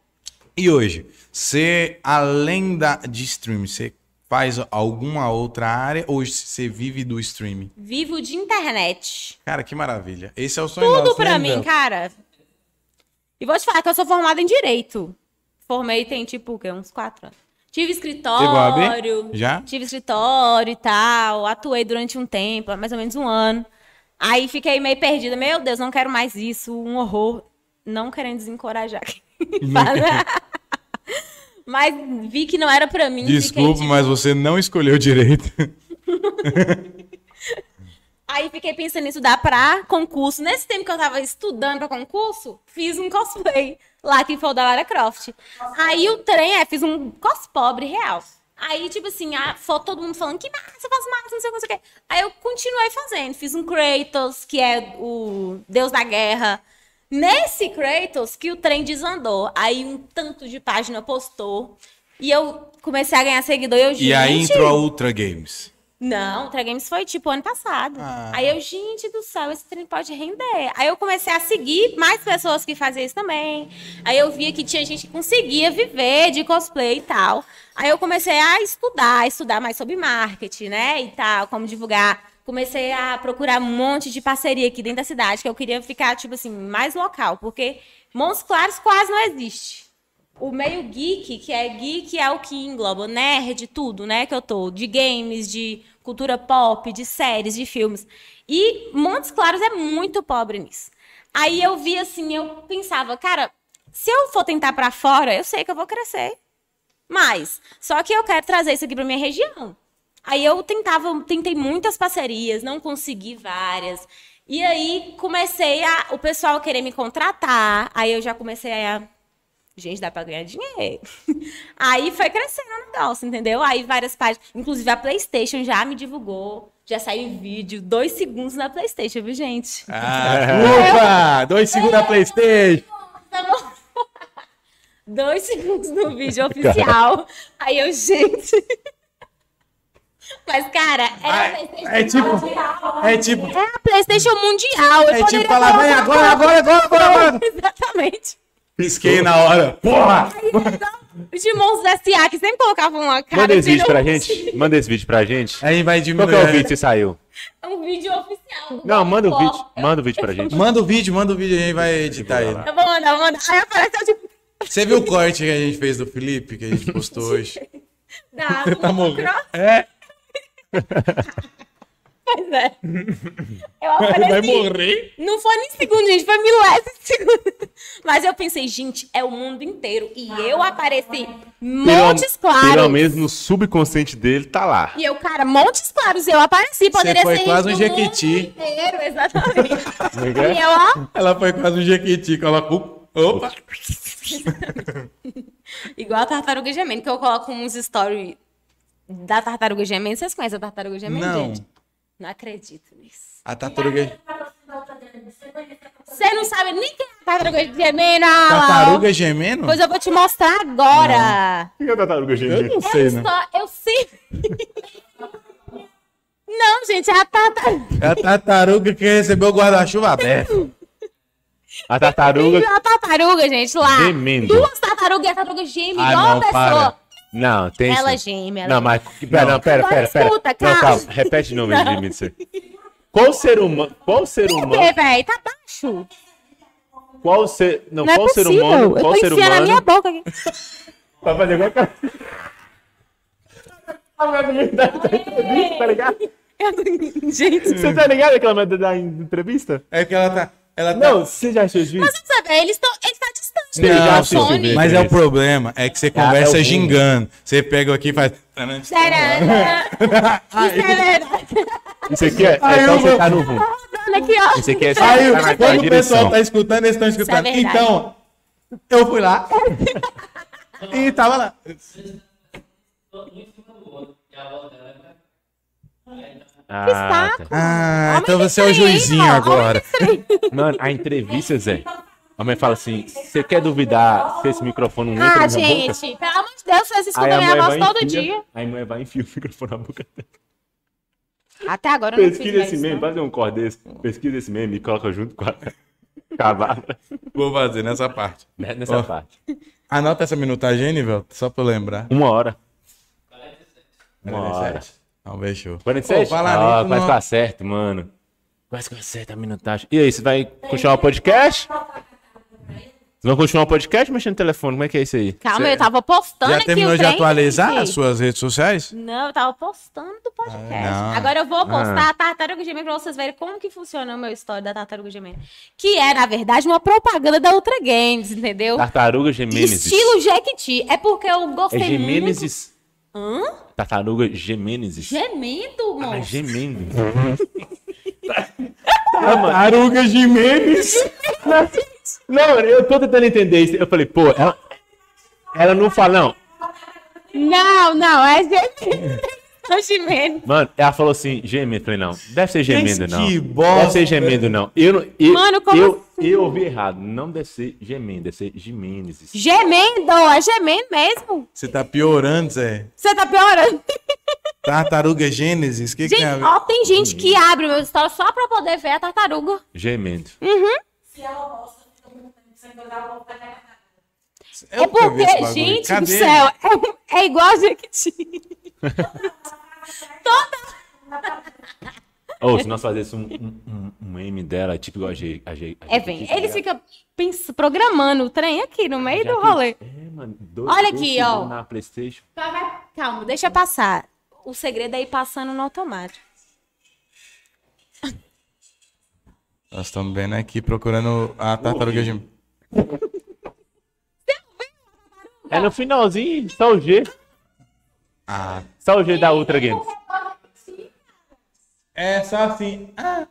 Speaker 1: E hoje, você, além da, de stream, você faz alguma outra área ou você vive do stream?
Speaker 3: Vivo de internet.
Speaker 1: Cara, que maravilha. Esse é o sonho
Speaker 3: Tudo
Speaker 1: nosso, né,
Speaker 3: pra mim,
Speaker 1: Bel?
Speaker 3: cara. E vou te falar que eu sou formada em direito. Formei tem tipo, o quê? Uns quatro anos. Tive escritório.
Speaker 1: Já?
Speaker 3: Tive escritório e tal, atuei durante um tempo, mais ou menos um ano. Aí fiquei meio perdida. Meu Deus, não quero mais isso, um horror. Não querendo desencorajar quem fala. Mas vi que não era pra mim. fiquei,
Speaker 1: Desculpa,
Speaker 3: tipo,
Speaker 1: mas você não escolheu direito.
Speaker 3: Aí fiquei pensando em estudar pra concurso. Nesse tempo que eu tava estudando pra concurso, fiz um cosplay lá que foi o da Lara Croft. Aí o trem, é, fiz um cospobre real. Aí, tipo assim, a, foi todo mundo falando que massa, eu faço massa, não sei o que, não sei o que. Aí eu continuei fazendo. Fiz um Kratos, que é o deus da guerra. Nesse Kratos que o trem desandou. Aí um tanto de página postou. E eu comecei a ganhar seguidor. E, eu,
Speaker 1: E aí
Speaker 3: gente,
Speaker 1: entrou a Ultra Games.
Speaker 3: não, Ultra Games foi tipo ano passado.
Speaker 1: Ah.
Speaker 3: Aí eu, gente do céu, esse trem pode render. Aí eu comecei a seguir mais pessoas que faziam isso também. Aí eu via que tinha gente que conseguia viver de cosplay e tal. Aí eu comecei a estudar, estudar mais sobre marketing, né? E tal, como divulgar. Comecei a procurar um monte de parceria aqui dentro da cidade, que eu queria ficar, tipo assim, mais local, porque Montes Claros quase não existe. O meio geek, que é geek, é o que engloba nerd, tudo, né? Que eu tô. De games, de cultura pop, de séries, de filmes. E Montes Claros é muito pobre nisso. Aí eu vi assim, eu pensava, cara, se eu for tentar pra fora, eu sei que eu vou crescer. Mas, só que eu quero trazer isso aqui pra minha região. Aí eu tentava, tentei muitas parcerias, não consegui várias. E aí comecei a. O pessoal querer me contratar. Aí eu já comecei a Gente, dá pra ganhar dinheiro. Aí foi crescendo o negócio, entendeu? Aí várias páginas. Inclusive a PlayStation já me divulgou. Já saiu em vídeo. Dois segundos na PlayStation, viu, gente?
Speaker 1: Ah, opa! Dois segundos da Playstation!
Speaker 3: Dois segundos no vídeo oficial. Aí eu, gente. Mas, cara, era a PlayStation.
Speaker 1: É tipo, é tipo,
Speaker 3: É a PlayStation Mundial. Eu
Speaker 1: é
Speaker 3: poderia
Speaker 1: tipo falar,
Speaker 3: falar assim,
Speaker 1: vem
Speaker 3: outra
Speaker 1: agora, agora, agora, agora, agora!
Speaker 3: coisa. Exatamente.
Speaker 1: Pisquei na hora. Porra!
Speaker 3: Os de Monstros S.A. que sempre colocavam uma cara.
Speaker 2: Manda esse vídeo pra
Speaker 3: virou
Speaker 2: gente. Manda esse vídeo pra gente.
Speaker 1: Aí vai
Speaker 2: Qual que é o vídeo
Speaker 1: diminuir.
Speaker 2: que você saiu?
Speaker 3: Um vídeo oficial. do
Speaker 2: Não,
Speaker 3: God
Speaker 2: manda o
Speaker 3: of War.
Speaker 2: vídeo. Manda o vídeo
Speaker 3: é
Speaker 2: pra gente.
Speaker 1: Manda o vídeo, manda o vídeo, a gente vai editar ele.
Speaker 3: Eu vou mandar, vou mandar. tá Aí apareceu tipo.
Speaker 1: Você viu o corte que a gente fez do Felipe, que a gente postou hoje?
Speaker 3: Da, tá
Speaker 4: É?
Speaker 1: morrendo.
Speaker 3: Cross.
Speaker 1: É.
Speaker 3: Pois é. Eu
Speaker 4: Vai
Speaker 3: ofereci.
Speaker 4: morrer?
Speaker 3: Não foi nem segundo, gente, foi milésimos de segundo. Mas eu pensei, gente, é o mundo inteiro. E eu apareci Montes Claros.
Speaker 2: Pelo menos no subconsciente dele tá lá.
Speaker 3: E eu, cara, Montes Claros, eu apareci. Poderia
Speaker 1: foi
Speaker 3: ser
Speaker 1: quase um
Speaker 3: gente do
Speaker 1: Jequiti.
Speaker 3: mundo inteiro, exatamente.
Speaker 2: Como é que é?
Speaker 3: e eu, ó,
Speaker 1: Ela foi quase um jequiti, que ela. Uh, Opa!
Speaker 3: igual a Tartaruga Gemendo, que eu coloco uns stories da Tartaruga Gemendo. Vocês conhecem a Tartaruga Gemendo,
Speaker 1: Não.
Speaker 3: gente? Não acredito nisso.
Speaker 1: A tartaruga. é
Speaker 3: Você não sabe nem quem é a Tartaruga Gemendo, Alan.
Speaker 2: é
Speaker 1: Tartaruga gemendo?
Speaker 3: Pois eu vou te mostrar agora.
Speaker 2: O que é a tartaruga
Speaker 1: Eu
Speaker 2: gente?
Speaker 1: não sei,
Speaker 3: eu
Speaker 1: né?
Speaker 3: só, eu sempre. não, gente, é a tartaruga.
Speaker 1: É a tartaruga que recebeu o guarda-chuva aberto.
Speaker 2: A tartaruga.
Speaker 3: A tartaruga, gente, lá.
Speaker 2: Gemendo.
Speaker 3: Duas tartarugas, e a tartaruga geme
Speaker 1: Ah,
Speaker 3: igual
Speaker 1: não,
Speaker 3: a pessoa.
Speaker 1: para.
Speaker 2: Não, tem
Speaker 3: Ela
Speaker 2: sim.
Speaker 3: geme, ela
Speaker 2: Não, mas. Pera, não, pera,
Speaker 3: Agora
Speaker 2: pera, pera.
Speaker 3: escuta,
Speaker 2: não,
Speaker 3: calma.
Speaker 2: calma. Repete de novo,
Speaker 3: Não.
Speaker 2: Edmilson. Qual ser humano. Qual ser
Speaker 3: geme.
Speaker 2: humano.
Speaker 3: Cadê, velho? Tá baixo.
Speaker 2: Qual ser. Não,
Speaker 3: Não é
Speaker 2: qual ser
Speaker 3: possível.
Speaker 2: humano.
Speaker 3: eu
Speaker 2: Qual
Speaker 3: tô
Speaker 2: ser
Speaker 3: enfiando a
Speaker 2: humano.
Speaker 3: minha boca aqui.
Speaker 2: Pra fazer igual Tá ligado?
Speaker 3: Eu tô- gente,
Speaker 2: Você tá ligado aquela merda da entrevista?
Speaker 1: É que ela tá. Ela tá...
Speaker 2: Não, você já achou os vídeos?
Speaker 3: você sabe, eles estão. Ele tá distante.
Speaker 2: Não,
Speaker 3: do
Speaker 2: já
Speaker 3: microfone.
Speaker 2: assisti o vídeo.
Speaker 1: Mas é o
Speaker 2: Beleza.
Speaker 1: problema, é que você
Speaker 2: Cara,
Speaker 1: conversa
Speaker 2: é o mundo.
Speaker 1: gingando. Você pega aqui e faz.
Speaker 3: Tarará. é Isso é verdade.
Speaker 2: Isso aqui é, é
Speaker 1: Ai,
Speaker 2: só
Speaker 1: eu
Speaker 2: você
Speaker 1: vou-
Speaker 2: tá no rumo.
Speaker 3: Rodando aqui, ó.
Speaker 2: Isso aqui é só
Speaker 1: Aí,
Speaker 2: você tá na
Speaker 1: quando o
Speaker 2: direção.
Speaker 1: pessoal tá escutando, eles estão escutando.
Speaker 3: é verdade.
Speaker 1: então, eu fui lá. e tava lá.
Speaker 2: Ah,
Speaker 3: Que
Speaker 2: tá.
Speaker 3: saco.
Speaker 1: Ah,
Speaker 3: Aumenta
Speaker 1: então você é o
Speaker 3: isso aí, ó.
Speaker 1: juizinho
Speaker 3: Aumenta
Speaker 1: agora.
Speaker 3: isso aí.
Speaker 2: Mano, a entrevista, Zé. A mãe fala assim: você quer duvidar se esse microfone não entra na
Speaker 3: Ah,
Speaker 2: minha boca?
Speaker 3: gente, pelo amor de Deus, vocês escutam
Speaker 2: Aí a
Speaker 3: minha
Speaker 2: mãe
Speaker 3: voz
Speaker 2: vai
Speaker 3: todo
Speaker 2: enfia-
Speaker 3: dia.
Speaker 2: Aí a mãe vai e enfia o microfone na boca dela.
Speaker 3: Até agora eu não fiz
Speaker 2: Pesquisa
Speaker 3: mais
Speaker 2: esse
Speaker 3: isso,
Speaker 2: meme,
Speaker 3: não.
Speaker 2: faz um corte desse. Pesquisa esse meme e coloca junto com a cavada.
Speaker 1: Vou fazer nessa parte.
Speaker 2: Né, Nessa
Speaker 1: Ó.
Speaker 2: parte.
Speaker 1: Anota essa minutagem, nível, só pra eu lembrar.
Speaker 2: Uma hora. Uma hora.
Speaker 1: 47. Não, fechou. Ô,
Speaker 2: 47?
Speaker 1: fala
Speaker 2: ah,
Speaker 1: nisso,
Speaker 2: quase
Speaker 1: não-
Speaker 2: que eu acerto, mano. Quase que eu acerto a minutagem. E aí, você vai continuar o podcast? Vocês vão continuar o podcast mexendo no telefone? Como é que é isso aí?
Speaker 3: Calma,
Speaker 2: Cê-
Speaker 3: eu tava postando
Speaker 1: Já
Speaker 3: aqui
Speaker 1: terminou
Speaker 3: o
Speaker 1: de
Speaker 3: trem,
Speaker 1: atualizar
Speaker 3: gente.
Speaker 1: as suas redes sociais?
Speaker 3: Não, eu tava postando do podcast.
Speaker 1: Ah, não.
Speaker 3: Agora eu vou postar
Speaker 2: Ah.
Speaker 3: a Tartaruga Gemendo pra vocês verem como que funciona o meu story da Tartaruga Gemendo. Que é, na verdade, uma propaganda da Ultra Games, entendeu?
Speaker 2: Tartaruga Gemênesis.
Speaker 3: Estilo Jequiti. É porque eu
Speaker 2: Tá, É
Speaker 3: gostei muito...
Speaker 2: Gemênesis.
Speaker 3: Hã?
Speaker 2: Tartaruga Gemênesis.
Speaker 3: Gemendo,
Speaker 2: Ah,
Speaker 3: moço.
Speaker 2: gemendo.
Speaker 1: Taruga Jimenez.
Speaker 2: Não, eu tô tentando entender isso. Eu falei, pô, ela, ela não fala, não.
Speaker 3: Não, não, é Gemendo. Não, Gemendo.
Speaker 2: Mano, ela falou assim, gemendo. Eu falei, não, deve ser gemendo,
Speaker 1: Gente,
Speaker 2: não.
Speaker 1: que bosta.
Speaker 2: Deve ser gemendo, não. Eu, não- eu,
Speaker 3: Mano, como assim?
Speaker 2: eu, eu ouvi errado. Não deve ser gemendo, deve ser Jimenez.
Speaker 3: Gemendo, é Gemendo mesmo.
Speaker 1: Você tá piorando, Zé.
Speaker 3: Você tá piorando.
Speaker 1: Tartaruga Gênesis, o que, que tem a
Speaker 3: Gente,
Speaker 1: ver?
Speaker 3: ó, tem gente que
Speaker 1: hum.
Speaker 3: abre o meu story só pra poder ver a tartaruga.
Speaker 2: Gemendo.
Speaker 5: Se ela gosta, fica muito tempo sem coisa, ela volta pra casa.
Speaker 1: Eu
Speaker 3: é
Speaker 1: nunca vi esse
Speaker 3: porque,
Speaker 1: bagulho.
Speaker 3: gente do
Speaker 1: Cadê?
Speaker 3: céu, é, é igual a Jequiti.
Speaker 2: Ou se nós fazêssemos um, um, um, um M dela, tipo igual a G. A G a
Speaker 3: É,
Speaker 2: G-
Speaker 3: vem.
Speaker 2: tá
Speaker 3: Ele
Speaker 2: ligado?
Speaker 3: fica pens- programando o trem aqui no meio
Speaker 2: Já
Speaker 3: do
Speaker 2: que-
Speaker 3: rolê.
Speaker 2: É, mano, dois,
Speaker 3: Olha
Speaker 2: dois
Speaker 3: aqui,
Speaker 2: segundos
Speaker 3: ó.
Speaker 2: Na PlayStation.
Speaker 3: Vai, vai, Calma, deixa passar. O segredo é ir passando no automático.
Speaker 1: Nós estamos vendo aqui procurando a tartaruga Jimenez.
Speaker 2: É no finalzinho, só o G.
Speaker 1: Ah.
Speaker 2: Só o G da Ultra Games.
Speaker 1: É só assim. Ah.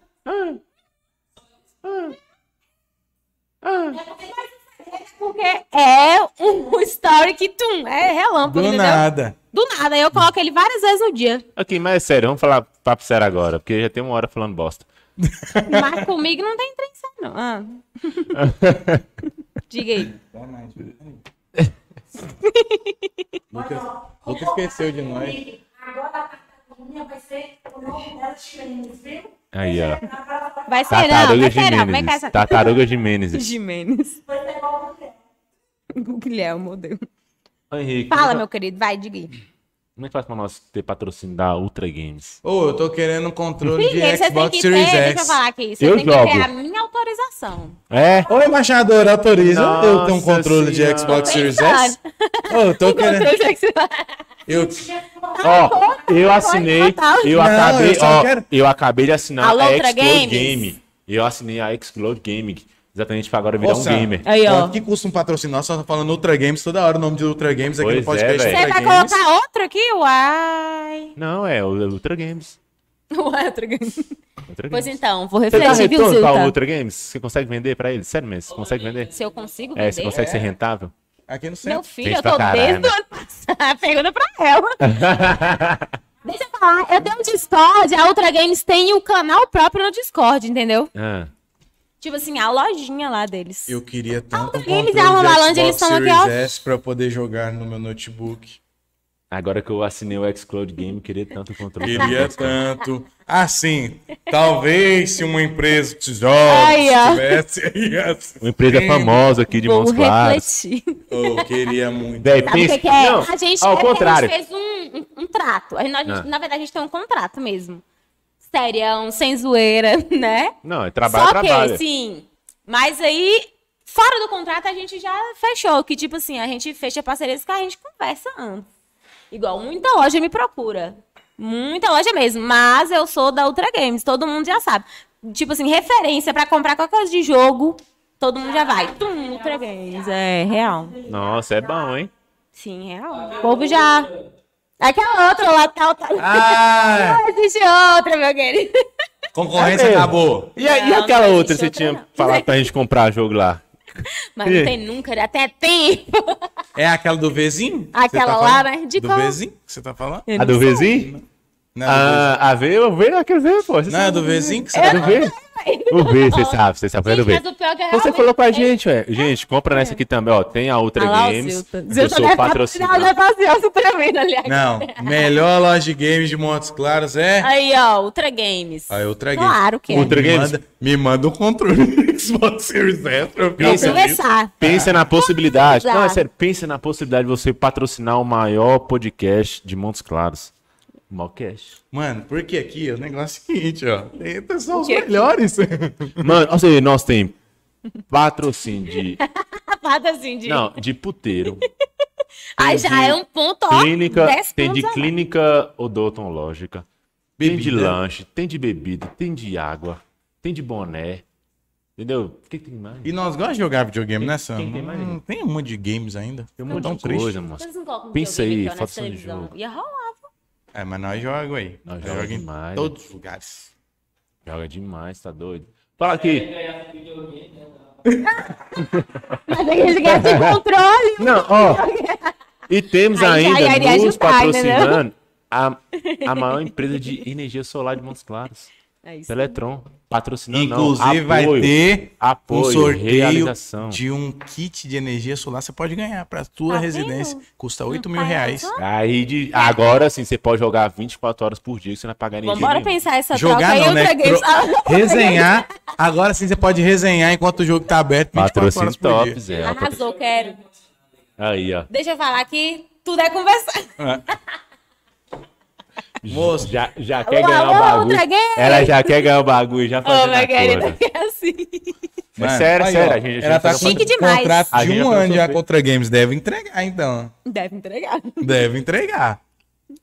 Speaker 3: Porque é um story que, tum, é relâmpago,
Speaker 1: Do
Speaker 3: entendeu?
Speaker 1: nada.
Speaker 3: Do nada, eu coloco ele várias vezes no dia.
Speaker 2: Ok, mas é sério, vamos falar papo sério agora, porque já tem uma hora falando bosta.
Speaker 3: Mas comigo não tem trem sério, não. Ah. Diga aí.
Speaker 1: Lucas, Lucas esqueceu de nós.
Speaker 5: Agora a tartaruguinha vai ser o nome dela, Chimenez, viu?
Speaker 2: Aí, ó.
Speaker 5: Agora ela
Speaker 3: Vai
Speaker 5: vai
Speaker 3: ser, não,
Speaker 2: Tartaruga
Speaker 3: vai ser, não. Vem cá,
Speaker 2: Jimenez.
Speaker 3: essa-
Speaker 2: Tartaruga Jimenez.
Speaker 3: Jimenez.
Speaker 5: vai ser igual a mulher.
Speaker 3: O Guilherme, meu Deus.
Speaker 2: Henrique,
Speaker 3: Fala,
Speaker 2: como é
Speaker 3: meu
Speaker 2: que-
Speaker 3: querido, vai, diga aí.
Speaker 2: Como é que faz pra nós ter patrocínio da Ultra Games?
Speaker 1: Ô, eu tô querendo um controle
Speaker 3: Ninguém,
Speaker 1: de
Speaker 3: vocês têm
Speaker 1: Xbox
Speaker 3: que ter,
Speaker 1: Series
Speaker 3: deixa eu
Speaker 1: X.
Speaker 3: falar aqui, vocês
Speaker 2: Eu
Speaker 3: têm que
Speaker 2: jogo.
Speaker 3: ter a minha autorização.
Speaker 2: É?
Speaker 1: Oi, embaixador, autoriza
Speaker 2: Nossa
Speaker 1: eu ter um controle de
Speaker 2: senhora.
Speaker 1: Xbox Series
Speaker 3: Pensando. Um
Speaker 1: S? Ô, eu tô querendo.
Speaker 3: Encontrei o Jackson.
Speaker 1: Eu,
Speaker 2: Ó, eu assinei,
Speaker 3: total.
Speaker 2: eu
Speaker 1: Não,
Speaker 2: acabei,
Speaker 1: eu só
Speaker 2: ó,
Speaker 1: quero-
Speaker 2: eu acabei de assinar
Speaker 3: Alô,
Speaker 2: a
Speaker 3: Ultra
Speaker 2: Xcloud
Speaker 3: Games?
Speaker 2: Game. Eu assinei a Xcloud Game, exatamente pra agora virar
Speaker 1: Nossa.
Speaker 2: um gamer.
Speaker 3: Aí, ó.
Speaker 1: Quanto que custa um patrocínio? Nós só falando Ultra Games toda hora o nome de Ultra Games aqui
Speaker 2: Pois
Speaker 1: no podcast.
Speaker 2: é,
Speaker 3: Você
Speaker 1: Ultra
Speaker 3: vai
Speaker 1: Games.
Speaker 3: colocar outro aqui? Uai.
Speaker 2: Não, é o Ultra Games.
Speaker 3: Uai, outro ganho.
Speaker 2: Ultra
Speaker 3: Pois
Speaker 2: Games.
Speaker 3: então, vou
Speaker 2: Você dá
Speaker 3: refletir, viu,
Speaker 2: retorno pra
Speaker 3: Zilta?
Speaker 2: Ultra Games? Você consegue vender pra ele? Sério mesmo, você consegue vender?
Speaker 3: Se eu consigo
Speaker 2: É,
Speaker 3: vender.
Speaker 2: você consegue ser rentável?
Speaker 1: Aqui no
Speaker 3: Meu
Speaker 1: centro.
Speaker 3: filho,
Speaker 2: Gente
Speaker 3: eu
Speaker 2: pra
Speaker 3: tô
Speaker 2: caralho,
Speaker 3: desde o ano passado. Pergunta pra ela. Deixa eu falar, eu tenho um Discord, a Ultra Games tem o canal próprio no Discord, entendeu?
Speaker 2: Ah,
Speaker 3: Tipo assim, a lojinha lá deles.
Speaker 1: Eu queria tanto um
Speaker 3: Ultra Games
Speaker 1: controle
Speaker 3: e a Romalândia,
Speaker 1: de
Speaker 3: eles
Speaker 1: Xbox
Speaker 3: estão aqui,
Speaker 1: Series
Speaker 3: ó.
Speaker 1: S pra eu poder jogar no meu notebook.
Speaker 2: agora que eu assinei o Xcloud Game, queria tanto o controle.
Speaker 1: Queria tanto. Assim, talvez se uma empresa de jogos
Speaker 3: Ai, ó.
Speaker 1: tivesse... Yes.
Speaker 2: Uma empresa famosa aqui de
Speaker 3: vou
Speaker 2: Montes Claros.
Speaker 3: refletir.
Speaker 1: Eu queria muito.
Speaker 2: Véi,
Speaker 3: Sabe o
Speaker 2: pensa-
Speaker 3: que, que é?
Speaker 2: Não,
Speaker 3: a gente, é
Speaker 2: ao
Speaker 3: porque
Speaker 2: contrário.
Speaker 3: a gente fez um, um- um trato. A gente- a gente-
Speaker 2: Ah.
Speaker 3: Na verdade, a gente tem um contrato mesmo. Serião, sem zoeira, né?
Speaker 2: Não, é trabalho,
Speaker 3: Só
Speaker 2: trabalho.
Speaker 3: que, sim. Mas aí, fora do contrato, a gente já fechou. Que, tipo assim, a gente fecha parcerias que a gente conversa antes. Igual, muita loja me procura. Muita loja mesmo. Mas eu sou da Ultra Games, todo mundo já sabe. Tipo assim, referência pra comprar qualquer coisa de jogo, todo mundo já vai. Tum, Ultra Games. É real.
Speaker 2: Nossa, é bom, hein?
Speaker 3: Sim, é real. O povo já. É Aquela outra lá, tal, tal.
Speaker 1: Ah,
Speaker 3: Existe outra, meu querido.
Speaker 1: concorrência
Speaker 2: É mesmo.
Speaker 1: acabou.
Speaker 2: E, aí, e
Speaker 3: Não,
Speaker 2: aquela
Speaker 3: não
Speaker 2: outra que
Speaker 3: existe
Speaker 2: você
Speaker 3: outra,
Speaker 2: tinha
Speaker 3: não.
Speaker 2: falado pra gente comprar jogo lá?
Speaker 3: Mas não
Speaker 2: E?
Speaker 3: tem nunca, né? até tem.
Speaker 1: É aquela do vizinho? que você tá
Speaker 3: Aquela lá,
Speaker 1: falando?
Speaker 3: né? De
Speaker 1: do
Speaker 3: qual?
Speaker 1: vizinho que você tá falando?
Speaker 2: A
Speaker 1: Não, é
Speaker 2: do Vzinho?
Speaker 1: do Vezin.
Speaker 2: Ah, a V, o V, eu quero ver, pô. Você
Speaker 1: Não, é
Speaker 2: sabe
Speaker 1: do Vezin que você
Speaker 2: É
Speaker 1: tá
Speaker 2: do
Speaker 1: falando?
Speaker 2: V? O V, você sabe, você sabe, é do
Speaker 3: Gente,
Speaker 2: V.
Speaker 3: mas o pior é que
Speaker 2: Você
Speaker 3: realmente
Speaker 2: falou com a
Speaker 3: tem.
Speaker 2: gente, ué. Gente, compra nessa aqui também, ó. Tem a Ultra
Speaker 3: Olha lá o
Speaker 2: Games.
Speaker 3: Zilton.
Speaker 2: Eu
Speaker 3: Zilton
Speaker 2: sou
Speaker 3: deve
Speaker 2: patrocinado.
Speaker 3: Tá, tá, Zilton também, aliás.
Speaker 1: Não, melhor loja de games de Montes Claros é
Speaker 3: Aí, ó, Ultra Games.
Speaker 1: a Ultra Games.
Speaker 3: claro que é.
Speaker 2: Ultra-
Speaker 1: me,
Speaker 2: Games.
Speaker 1: manda, me manda um controle do Xbox Series S pra eu ficar
Speaker 3: Vamos
Speaker 2: Pensa-
Speaker 1: feliz.
Speaker 3: conversar.
Speaker 2: Pensa na possibilidade.
Speaker 3: Exato.
Speaker 2: Não, é sério, pensa na possibilidade de você patrocinar o maior podcast de Montes Claros. Malcast.
Speaker 1: Mano, porque aqui o negócio é o seguinte, ó. Eita, são os melhores.
Speaker 2: Mano, ou seja, nós temos patrocínio de.
Speaker 3: Nada assim de.
Speaker 2: Não, de puteiro.
Speaker 3: Aí já é um ponto, ó.
Speaker 2: clínica,
Speaker 3: 10
Speaker 2: tem de
Speaker 3: pontos a mais.
Speaker 2: clínica odontológica, tem de
Speaker 1: Bebida.
Speaker 2: lanche, tem de bebida, tem de água, tem de boné. Entendeu? O que que tem mais?
Speaker 1: E nós gostamos de jogar videogame, né, Sam?
Speaker 2: quem tem mais?
Speaker 1: Hum, Tem um monte de games ainda.
Speaker 2: Tem um
Speaker 1: Tô
Speaker 2: monte
Speaker 1: tão
Speaker 2: de coisa, moço.
Speaker 3: Vocês não colocam
Speaker 2: Pensa aí,
Speaker 3: videogame aqui, ó,
Speaker 2: faça
Speaker 3: nessa
Speaker 2: um
Speaker 3: televisão.
Speaker 2: jogo.
Speaker 3: Ia rolar.
Speaker 1: É, mas nós jogamos aí.
Speaker 2: Nós
Speaker 1: Nós
Speaker 2: joga
Speaker 1: jogamos em
Speaker 2: demais.
Speaker 1: todos os lugares.
Speaker 2: Joga demais, tá doido? Fala aqui.
Speaker 3: Mas é que eles ganham de controle.
Speaker 2: Não, ó. E temos
Speaker 3: Aí já-
Speaker 2: ainda
Speaker 3: aí- aí
Speaker 2: nos
Speaker 3: ajuda,
Speaker 2: patrocinando a, a maior empresa de energia solar de Montes Claros,
Speaker 3: É isso.
Speaker 2: Teletron. Patrocinando
Speaker 1: Inclusive,
Speaker 2: não,
Speaker 1: vai
Speaker 2: apoio,
Speaker 1: ter
Speaker 2: apoio,
Speaker 1: um sorteio
Speaker 2: realização.
Speaker 1: de um kit de energia solar. Você pode ganhar para sua
Speaker 3: Tá
Speaker 1: residência.
Speaker 3: vendo?
Speaker 1: Custa 8
Speaker 3: Não
Speaker 1: mil
Speaker 3: paga
Speaker 1: reais.
Speaker 3: só?
Speaker 2: Aí de, agora sim, você pode jogar 24 horas por dia, que você não vai pagar ninguém.
Speaker 3: Vambora pensar essa troca
Speaker 1: Jogar
Speaker 3: aí,
Speaker 1: não,
Speaker 3: Ultra
Speaker 1: né?
Speaker 3: Games.
Speaker 2: Ah,
Speaker 1: Tro- Resenhar. Agora sim você pode resenhar enquanto o jogo tá aberto 24
Speaker 2: Patrocínio
Speaker 1: horas por dia.
Speaker 2: top, Zé. ó, patro-
Speaker 3: Arrasou, quero.
Speaker 2: Aí, ó.
Speaker 3: Deixa eu falar aqui, tudo é conversar.
Speaker 1: É. Moço,
Speaker 2: Já, já
Speaker 3: Alô,
Speaker 2: quer ganhar
Speaker 3: alô,
Speaker 2: o bagulho.
Speaker 3: outra gay!
Speaker 2: Ela já quer ganhar o bagulho, já
Speaker 3: Ô,
Speaker 2: fazendo
Speaker 3: meu
Speaker 2: a
Speaker 3: querido,
Speaker 2: coisa.
Speaker 3: que é assim.
Speaker 2: Mas É sério,
Speaker 1: aí,
Speaker 2: sério,
Speaker 1: ó,
Speaker 2: a gente já
Speaker 1: ela tá
Speaker 2: fez uma
Speaker 1: com
Speaker 3: Chique
Speaker 1: um
Speaker 3: demais.
Speaker 1: contrato
Speaker 2: A
Speaker 1: de
Speaker 2: gente já
Speaker 1: um
Speaker 2: fez um
Speaker 1: ano já
Speaker 2: sorteio.
Speaker 1: com Ultra Games. Deve entregar, então.
Speaker 3: Deve entregar.
Speaker 1: Deve entregar.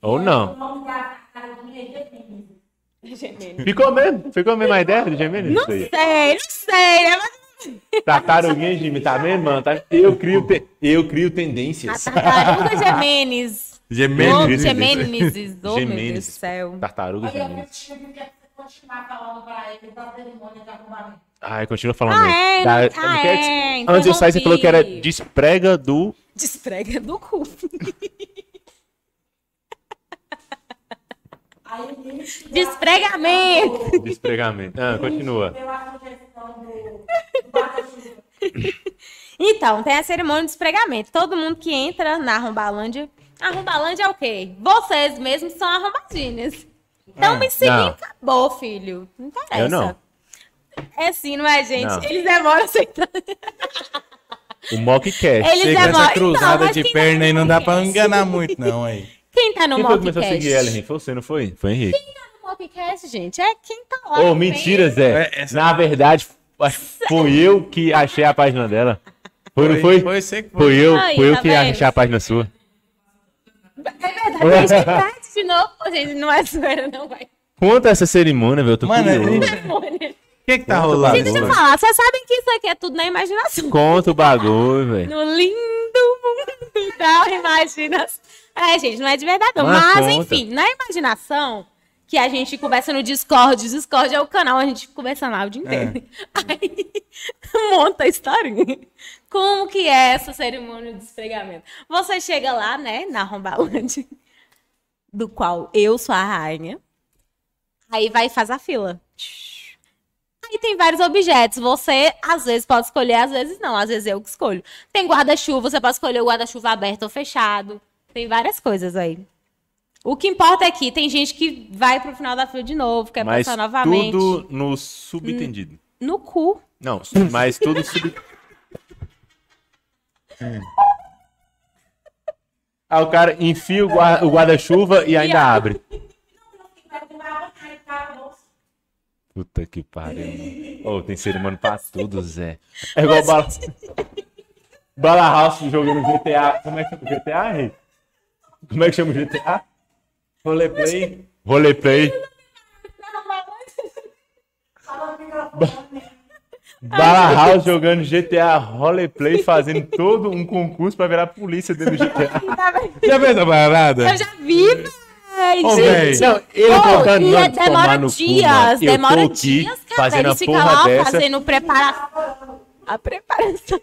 Speaker 2: Ou não.
Speaker 3: Gemini.
Speaker 2: Ficou mesmo? Ficou mesmo a ideia do Gemini?
Speaker 3: Não
Speaker 2: Isso aí.
Speaker 3: sei, não sei, né? Mas
Speaker 2: Tartaruguinha Gemini, tá mesmo, mano? Tá- Eu, crio te- eu crio tendências.
Speaker 3: a tartaruga Gemenes. Ô,
Speaker 1: Gemênio.
Speaker 2: Menezes.
Speaker 3: Gemenes. Ô, meu Deus do
Speaker 2: Gemênese.
Speaker 3: céu.
Speaker 2: Tartaruga Gemini.
Speaker 5: continuar falando pra ele da cerimônia de arrumamento.
Speaker 2: Ai, continua falando.
Speaker 3: Ah,
Speaker 2: mesmo.
Speaker 3: é?
Speaker 2: Da-
Speaker 3: não-
Speaker 2: não
Speaker 3: Ah,
Speaker 2: quer-
Speaker 3: é?
Speaker 2: Antes eu saí, você
Speaker 3: interrompi.
Speaker 2: falou que era desprega do.
Speaker 3: Desprega do cu.
Speaker 5: Aí nisso,
Speaker 3: Despregamento.
Speaker 2: Despregamento. Ah, continua.
Speaker 5: eu acho que a questão do, do Barra
Speaker 3: Então, tem a cerimônia de despregamento. Todo mundo que entra na Arrombalândia. Arrombalândia é o quê? Vocês mesmos são arrombadinhas. Então
Speaker 1: É,
Speaker 3: me seguir,
Speaker 2: Ah, não.
Speaker 3: acabou, filho. Não interessa.
Speaker 2: Eu não.
Speaker 3: É sim, não é, gente?
Speaker 2: Não.
Speaker 3: Eles demoram a aceitar.
Speaker 2: O Mockcast.
Speaker 3: Eles
Speaker 1: Chega
Speaker 3: demoram.
Speaker 1: essa cruzada
Speaker 3: Então, mas
Speaker 1: de
Speaker 3: quem
Speaker 1: perna aí, não dá pra
Speaker 3: conhece?
Speaker 1: enganar muito, não, aí.
Speaker 3: Quem tá no
Speaker 2: Quem foi que começou a
Speaker 3: Mobcast?
Speaker 2: seguir ela, Henrique? Foi você, não foi? Foi Henrique.
Speaker 3: no Mobcast, gente, é quem tá lá.
Speaker 2: Ô,
Speaker 3: no
Speaker 2: mentira, Zé.
Speaker 1: É, essa-
Speaker 2: Na verdade, acho que foi eu que achei a página dela. Foi, não foi?
Speaker 1: Foi você que
Speaker 2: Foi eu,
Speaker 3: Aí,
Speaker 2: foi eu
Speaker 3: tá
Speaker 2: que
Speaker 3: vendo?
Speaker 2: achei a página sua.
Speaker 3: meio. É da festividade de novo. Gente, não é zoeira, não, vai.
Speaker 2: Conta essa cerimônia, velho. Eu tô
Speaker 1: Mano, é
Speaker 2: curioso.
Speaker 1: ele- O que que tá
Speaker 2: Conta
Speaker 1: rolando?
Speaker 2: pra
Speaker 3: Gente, deixa eu
Speaker 2: Boa.
Speaker 3: falar. Vocês sabem que isso aqui é tudo na imaginação.
Speaker 2: Conta o bagulho, velho.
Speaker 3: No lindo mundo da imaginação. É, gente, não é de verdade, não.
Speaker 2: Mas
Speaker 3: Mas,
Speaker 2: conta.
Speaker 3: enfim, na imaginação, que a gente conversa no Discord, o Discord é o canal, a gente conversa lá o dia inteiro. Aí, monta a historinha. Como que é essa cerimônia de despregamento? Você chega lá, né, na Rombalândia, do qual eu sou a rainha. Aí vai e faz a fila. Aí tem vários objetos. Você, às vezes, pode escolher, às vezes não. Às vezes eu que escolho. Tem guarda-chuva, você pode escolher o guarda-chuva aberto ou fechado. Tem várias coisas aí. O que importa é que tem gente que vai pro final da fila de novo, quer
Speaker 2: Mas
Speaker 3: passar novamente.
Speaker 2: tudo no subentendido.
Speaker 3: No cu.
Speaker 2: Não, mas tudo sub... Ah, o cara enfia o gua- o guarda-chuva e ainda abre. Puta que pariu, mano. Ô, tem ser humano pra tudo, Zé. É igual Bala... Bala House jogando GTA. Como é que chama o GTA, Henrique? Como é que chama o GTA? Roleplay? Roleplay. Bala House jogando GTA Roleplay, fazendo todo um concurso pra virar polícia dentro do GTA.
Speaker 1: Já fez a parada?
Speaker 3: Eu já vi, véi.
Speaker 2: Ô,
Speaker 1: velho.
Speaker 3: gente.
Speaker 2: Não, ele
Speaker 3: Pô,
Speaker 2: contando,
Speaker 3: e é
Speaker 2: mano, tomar
Speaker 3: demora
Speaker 2: no cu,
Speaker 3: dias,
Speaker 2: mano. Eu
Speaker 3: demora
Speaker 2: tô é, aqui
Speaker 3: dias, cara.
Speaker 2: fazendo a
Speaker 3: eles ficam
Speaker 2: porra
Speaker 3: lá
Speaker 2: dessa.
Speaker 3: fazendo prepara... a preparação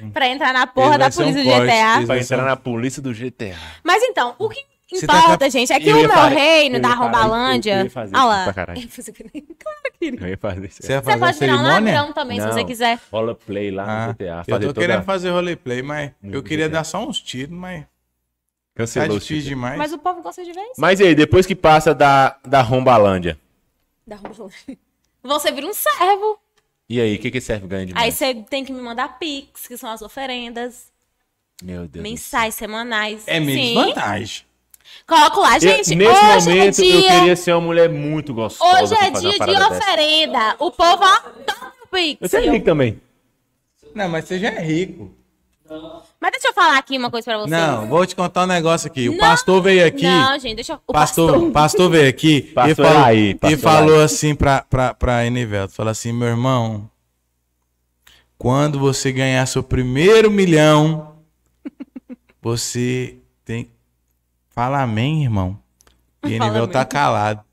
Speaker 2: Hum.
Speaker 3: pra entrar na porra
Speaker 1: Ele
Speaker 3: da
Speaker 1: vai ser um
Speaker 3: polícia do
Speaker 1: corte,
Speaker 3: GTA.
Speaker 1: ele-
Speaker 2: Pra entrar na polícia do GTA.
Speaker 3: Mas então, o que
Speaker 1: Você
Speaker 3: importa,
Speaker 1: tá-
Speaker 3: gente, é que
Speaker 2: Eu
Speaker 3: o
Speaker 2: ia
Speaker 3: meu
Speaker 2: falar- eu
Speaker 3: reino
Speaker 2: ia
Speaker 3: da
Speaker 2: falar isso, eu
Speaker 3: Rombalândia.
Speaker 2: ia fazer
Speaker 3: Olha
Speaker 2: isso
Speaker 3: lá.
Speaker 2: pra caralho.
Speaker 3: Eu ia fazer que nem- Claro que não.
Speaker 2: Eu ia fazer isso.
Speaker 1: Você é vai fazer
Speaker 3: Você
Speaker 1: uma
Speaker 3: pode virar um
Speaker 1: cerimônia?
Speaker 3: ladrão também,
Speaker 2: Não,
Speaker 3: se você quiser.
Speaker 2: Roleplay lá
Speaker 1: Ah,
Speaker 2: no GTA.
Speaker 1: eu
Speaker 2: Fazer
Speaker 1: tô
Speaker 2: toda-
Speaker 1: querendo fazer roleplay, mas eu queria
Speaker 2: GTA.
Speaker 1: dar só uns tiros, mas tá
Speaker 2: Cancelou o
Speaker 1: difícil
Speaker 2: título.
Speaker 1: demais.
Speaker 3: Mas o povo gosta de ver isso.
Speaker 2: Mas e aí, depois que passa da, da Rombalândia,
Speaker 3: Da Rombalândia. um Você vira um servo.
Speaker 2: e aí, o que que serve ganha de
Speaker 3: Aí
Speaker 2: mais?
Speaker 3: você tem que me mandar pix, que são as oferendas,
Speaker 2: Meu Deus. do céu.
Speaker 3: mensais, semanais.
Speaker 1: É minha
Speaker 3: Sim.
Speaker 1: desvantagem.
Speaker 3: Coloco lá,
Speaker 2: Eu-
Speaker 3: gente.
Speaker 2: nesse
Speaker 3: hoje
Speaker 2: momento,
Speaker 3: é
Speaker 2: eu
Speaker 3: dia,
Speaker 2: queria ser uma mulher muito gostosa.
Speaker 3: hoje é
Speaker 2: pra fazer uma
Speaker 3: dia de
Speaker 2: parada dessa.
Speaker 3: oferenda. O povo é adora o Pix.
Speaker 2: Você é rico também.
Speaker 1: Não, mas você já é rico.
Speaker 3: Mas deixa eu falar aqui uma coisa pra vocês.
Speaker 1: Não, vou te contar um negócio aqui. O
Speaker 3: Não,
Speaker 1: pastor veio aqui.
Speaker 3: Não, gente, deixa eu. O
Speaker 1: pastor, pastor. veio aqui e
Speaker 2: Pastor
Speaker 1: falou,
Speaker 2: Laí,
Speaker 1: e
Speaker 2: pastor é
Speaker 1: falou
Speaker 2: Laí.
Speaker 1: assim pra, pra, pra Enivelto, falou assim, meu irmão, quando você ganhar seu primeiro milhão, você tem... Fala amém, irmão. E Enivelto tá calado.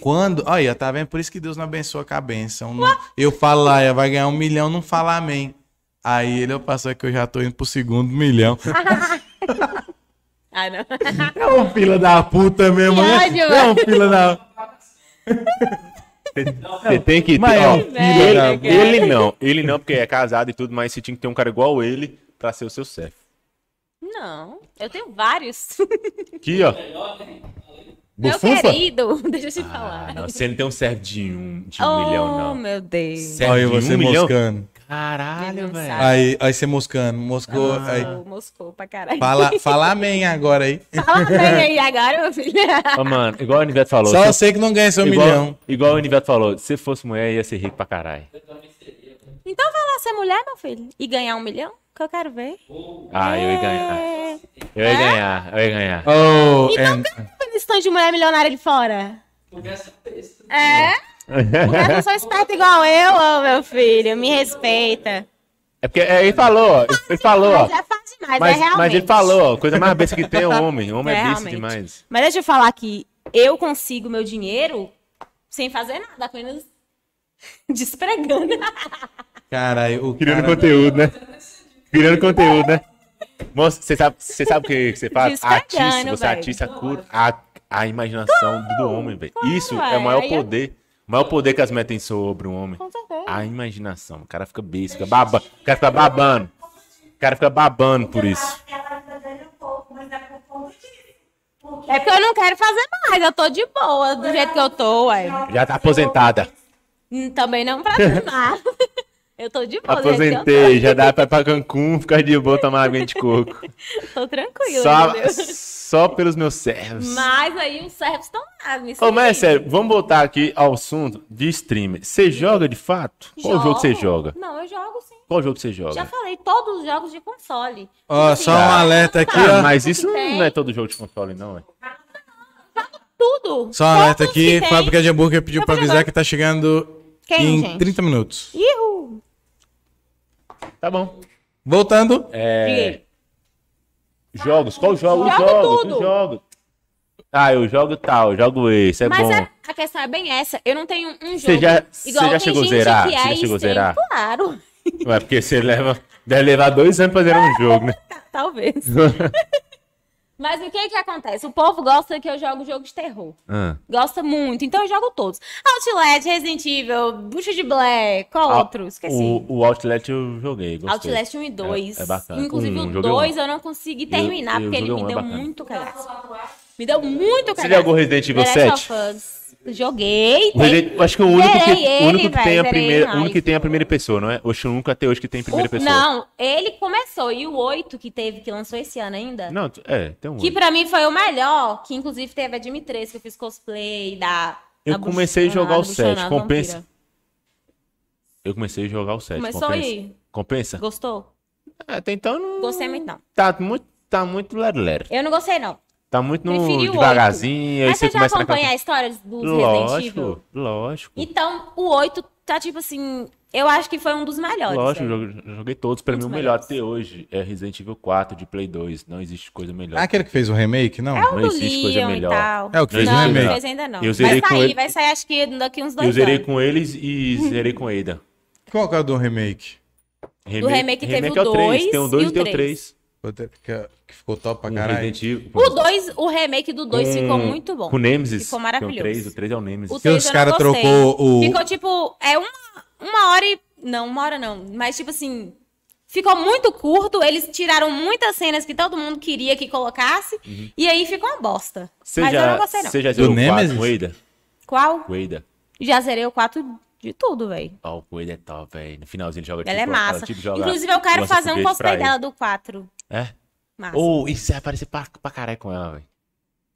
Speaker 1: Quando... Olha, tá vendo? Por isso que Deus não abençoa com a benção. Não- eu falo lá, "Ela vai ganhar um milhão, não fala amém. Aí ele, eu passo aqui, eu já tô indo pro segundo milhão.
Speaker 3: Ah, não.
Speaker 1: É um fila da puta mesmo,
Speaker 3: Que
Speaker 1: né?
Speaker 3: ódio,
Speaker 1: É um fila da.
Speaker 2: Você tem que ter.
Speaker 1: Mas é
Speaker 2: ó,
Speaker 1: um
Speaker 2: ele,
Speaker 1: filho
Speaker 3: né,
Speaker 1: da puta.
Speaker 2: ele não, ele não, porque é casado e tudo, mas você tinha que ter um cara igual ele pra ser o seu chefe.
Speaker 3: Não, eu tenho vários.
Speaker 2: Aqui, ó.
Speaker 3: Meu
Speaker 2: Bufufa?
Speaker 3: querido, deixa eu te
Speaker 2: Ah,
Speaker 3: falar.
Speaker 2: não, você não tem um serve de um, de um
Speaker 3: oh,
Speaker 2: milhão, não.
Speaker 3: meu Deus.
Speaker 2: Serve
Speaker 1: Aí
Speaker 2: de
Speaker 1: você
Speaker 2: um milhão?
Speaker 1: moscando.
Speaker 3: Ele
Speaker 2: Caralho,
Speaker 3: não
Speaker 2: velho.
Speaker 3: sabe.
Speaker 1: Aí, aí você moscando. Moscou. aí.
Speaker 3: Moscou, Moscou pra caralho.
Speaker 1: Fala, fala amém agora aí.
Speaker 3: Fala bem aí agora, meu filho.
Speaker 2: Ó, mano, igual o Aniveto falou.
Speaker 1: Só
Speaker 2: se-
Speaker 1: eu sei que não ganha seu
Speaker 2: igual,
Speaker 1: milhão.
Speaker 2: Igual o Aniveto falou, se fosse mulher, ia ser rico pra caralho.
Speaker 3: Então vai lá ser mulher, meu filho, e ganhar um milhão, que eu quero ver.
Speaker 2: Ah, eu ia ganhar.
Speaker 3: É.
Speaker 2: Eu ia ganhar, eu ia ganhar.
Speaker 1: Oh,
Speaker 3: Então
Speaker 1: and-
Speaker 3: Foi no stand de mulher milionária ali fora. É? Mulher não sou esperta igual eu, ô, meu filho. Me respeita.
Speaker 2: É porque é, ele falou, ó. Ele falou, ó.
Speaker 3: Mas é fácil demais,
Speaker 2: Mas,
Speaker 3: é realmente.
Speaker 2: mas ele falou, ó, coisa mais besta que tem é homem. Homem é,
Speaker 3: É,
Speaker 2: besta
Speaker 3: realmente.
Speaker 2: demais.
Speaker 3: Mas deixa eu falar que eu consigo meu dinheiro sem fazer nada, apenas despregando.
Speaker 1: Caralho, o
Speaker 2: Criando
Speaker 1: cara.
Speaker 2: conteúdo, né? Criando conteúdo, né? Moça, você sabe, você sabe o que você faz?
Speaker 3: Descarregando,
Speaker 2: Artista, você é
Speaker 3: velho.
Speaker 2: artista cura a, a imaginação do homem, velho.
Speaker 3: claro,
Speaker 2: Isso é o
Speaker 3: ué,
Speaker 2: maior
Speaker 3: aí eu-
Speaker 2: poder. O maior poder que as mulheres têm sobre um homem.
Speaker 3: Com certeza.
Speaker 2: A imaginação. O cara fica besta, fica babando. O cara fica babando. O cara fica babando por isso.
Speaker 3: É porque eu não quero fazer mais, eu tô de boa,
Speaker 1: tá
Speaker 3: do jeito que eu tô, ué.
Speaker 2: Já tá aposentada.
Speaker 3: Hum, Também não pra nada. Eu tô de boa, gente, eu
Speaker 2: Aposentei, já dá pra ir pra Cancún, ficar de boa, tomar água de coco.
Speaker 3: tô tranquila,
Speaker 2: só,
Speaker 3: entendeu?
Speaker 2: só pelos meus servos.
Speaker 3: Mas aí os servos estão lá, me
Speaker 2: Ô, mas é
Speaker 3: seguindo.
Speaker 2: sério, vamos voltar aqui ao assunto de streamer. Você joga de fato? Qual
Speaker 3: Jogo?
Speaker 2: jogo você joga?
Speaker 3: Não, eu jogo sim.
Speaker 2: Qual jogo você joga?
Speaker 3: Já falei, todos os jogos de console. Então, assim, tá
Speaker 1: Ó, só um alerta aqui,
Speaker 2: Ah,
Speaker 1: ó.
Speaker 2: mas isso
Speaker 3: Tem.
Speaker 2: não é todo jogo de console, não, é?
Speaker 3: Tudo.
Speaker 1: Só um alerta
Speaker 3: Todos
Speaker 1: aqui,
Speaker 3: que tem.
Speaker 1: Fábrica de Hambúrguer pediu pra
Speaker 3: Fábrica de
Speaker 1: avisar que tá chegando
Speaker 3: Quem,
Speaker 1: em
Speaker 3: gente?
Speaker 1: 30 minutos.
Speaker 3: Ihu!
Speaker 2: Tá bom.
Speaker 1: Voltando,
Speaker 2: É,
Speaker 3: Diga
Speaker 2: jogos, qual jogo?
Speaker 3: Jogo
Speaker 2: Jogo,
Speaker 3: tudo.
Speaker 2: tu joga. Ah, eu jogo tal, eu jogo esse, é
Speaker 3: aí. Mas
Speaker 2: bom.
Speaker 3: a, a questão é bem essa. Eu não tenho um jogo.
Speaker 2: Você já- você já
Speaker 3: tem
Speaker 2: chegou a
Speaker 3: gente
Speaker 2: zerar?
Speaker 3: que
Speaker 2: Você já chegou a
Speaker 3: stream,
Speaker 2: zerar?
Speaker 3: Claro,
Speaker 2: Ué, porque você leva. Deve levar dois anos pra zerar um jogo, né?
Speaker 3: talvez. Mas o que que acontece? O povo gosta que eu jogo jogo de terror.
Speaker 2: Ah.
Speaker 3: Gosta muito, então eu jogo todos. Outlast, Resident Evil, Bucha de Black, qual
Speaker 2: Ah,
Speaker 3: outro? Esqueci.
Speaker 2: O, o Outlet eu joguei. Gostei.
Speaker 3: Outlast 1 e 2.
Speaker 2: É- é bacana.
Speaker 3: Inclusive
Speaker 2: Um,
Speaker 3: o
Speaker 2: joguei um.
Speaker 3: 2 eu não consegui terminar,
Speaker 2: eu
Speaker 3: porque ele
Speaker 2: joguei um,
Speaker 3: me
Speaker 2: é
Speaker 3: deu
Speaker 2: bacana.
Speaker 3: muito cagaço. Me deu muito
Speaker 2: Você
Speaker 3: cagaço.
Speaker 2: jogou Resident Evil
Speaker 3: The Last
Speaker 2: 7?
Speaker 3: of Us. Joguei.
Speaker 2: O Resident- eu acho que o único que,
Speaker 3: Zerei ele,
Speaker 2: o único que
Speaker 3: véi,
Speaker 2: tem a
Speaker 3: zerei
Speaker 2: primeira,
Speaker 3: em
Speaker 2: o único que
Speaker 3: live.
Speaker 2: tem a primeira pessoa, não é? Acho que o único até hoje que tem primeira
Speaker 3: O-
Speaker 2: pessoa.
Speaker 3: Não, ele começou. E o 8 que teve, que lançou esse ano ainda.
Speaker 2: Não, tu- é, tem um.
Speaker 3: Que
Speaker 2: outro.
Speaker 3: pra mim foi o melhor. Que inclusive teve a Dimitrescu, que eu fiz cosplay da.
Speaker 2: Eu
Speaker 3: da
Speaker 2: comecei a
Speaker 3: buchona,
Speaker 2: jogar o
Speaker 3: da buchona,
Speaker 2: 7,
Speaker 3: a
Speaker 2: compensa.
Speaker 3: vampira.
Speaker 2: Eu comecei a jogar o 7.
Speaker 3: Começou
Speaker 2: compensa?
Speaker 3: aí.
Speaker 2: Compensa?
Speaker 3: Gostou?
Speaker 2: É, Até então não.
Speaker 3: Gostei muito, não.
Speaker 2: Tá muito, tá muito ler-ler.
Speaker 3: Eu não gostei, não.
Speaker 2: Tá muito no
Speaker 3: Preferi o
Speaker 2: devagarzinho, aí
Speaker 3: Mas
Speaker 2: você
Speaker 3: você já
Speaker 2: começa naquela-
Speaker 3: acompanha a história dos Resident Evil?
Speaker 2: Lógico, lógico.
Speaker 3: Então, o 8 tá tipo assim. Eu acho que foi um dos melhores.
Speaker 2: Lógico,
Speaker 3: velho.
Speaker 2: eu joguei- joguei todos. Pra
Speaker 3: Um
Speaker 2: mim, o
Speaker 3: dos
Speaker 2: melhor
Speaker 3: melhores.
Speaker 2: até hoje é Resident Evil 4 de Play 2. Não existe coisa melhor.
Speaker 1: ah, aquele que fez o remake, não?
Speaker 3: É O
Speaker 2: Não
Speaker 3: do
Speaker 2: existe coisa
Speaker 3: Leon
Speaker 2: melhor.
Speaker 3: E tal.
Speaker 1: É o que fez o
Speaker 3: não,
Speaker 1: remake.
Speaker 3: não fez ainda não.
Speaker 2: Eu zerei
Speaker 3: vai
Speaker 2: com
Speaker 3: sair,
Speaker 2: ele.
Speaker 3: vai Uhum. sair acho que daqui uns dois
Speaker 2: Eu zerei
Speaker 3: anos.
Speaker 2: com eles e zerei com Ada.
Speaker 1: Qual que é o do remake?
Speaker 2: Remake,
Speaker 3: remake teve o
Speaker 2: é o três,
Speaker 3: dois
Speaker 2: tem o 2
Speaker 3: e
Speaker 2: e
Speaker 3: o
Speaker 2: tem o
Speaker 3: três.
Speaker 2: 3.
Speaker 1: Puta, Que é- que ficou top pra
Speaker 2: Um
Speaker 1: caralho.
Speaker 2: Resident Evil.
Speaker 3: O 2, o remake do 2
Speaker 2: com-
Speaker 3: ficou muito bom.
Speaker 2: Com Nemesis.
Speaker 3: Ficou
Speaker 2: tem
Speaker 3: maravilhoso.
Speaker 2: O 3, o 3 é o Nemesis.
Speaker 3: O
Speaker 1: Que
Speaker 3: três
Speaker 1: os
Speaker 3: eu não
Speaker 1: cara
Speaker 3: gostei.
Speaker 1: trocou o-
Speaker 3: Ficou tipo. É uma, uma hora e. Não, uma hora não. Mas tipo assim. Ficou muito curto, eles tiraram muitas cenas que todo mundo queria que colocasse,
Speaker 2: Uhum.
Speaker 3: e aí ficou uma bosta.
Speaker 2: Você
Speaker 3: Mas
Speaker 2: já,
Speaker 3: eu não gostei, não.
Speaker 2: Você já zerou
Speaker 1: Do
Speaker 2: o 4 com
Speaker 1: Nemesis?
Speaker 2: Ada?
Speaker 3: Qual?
Speaker 2: Com Ada.
Speaker 3: Já zerei o 4 de tudo, velho.
Speaker 2: Ó, o Ada é top, velho. No finalzinho ele joga
Speaker 3: Ela é
Speaker 2: tipo- ela,
Speaker 3: massa.
Speaker 2: tipo, joga-
Speaker 3: Inclusive, eu quero
Speaker 2: lança
Speaker 3: fazer um
Speaker 2: foguete pra
Speaker 3: cosplay
Speaker 2: ele.
Speaker 3: dela do 4.
Speaker 2: É?
Speaker 3: Massa.
Speaker 2: Ou isso vai aparecer pra, pra caralho com ela, velho.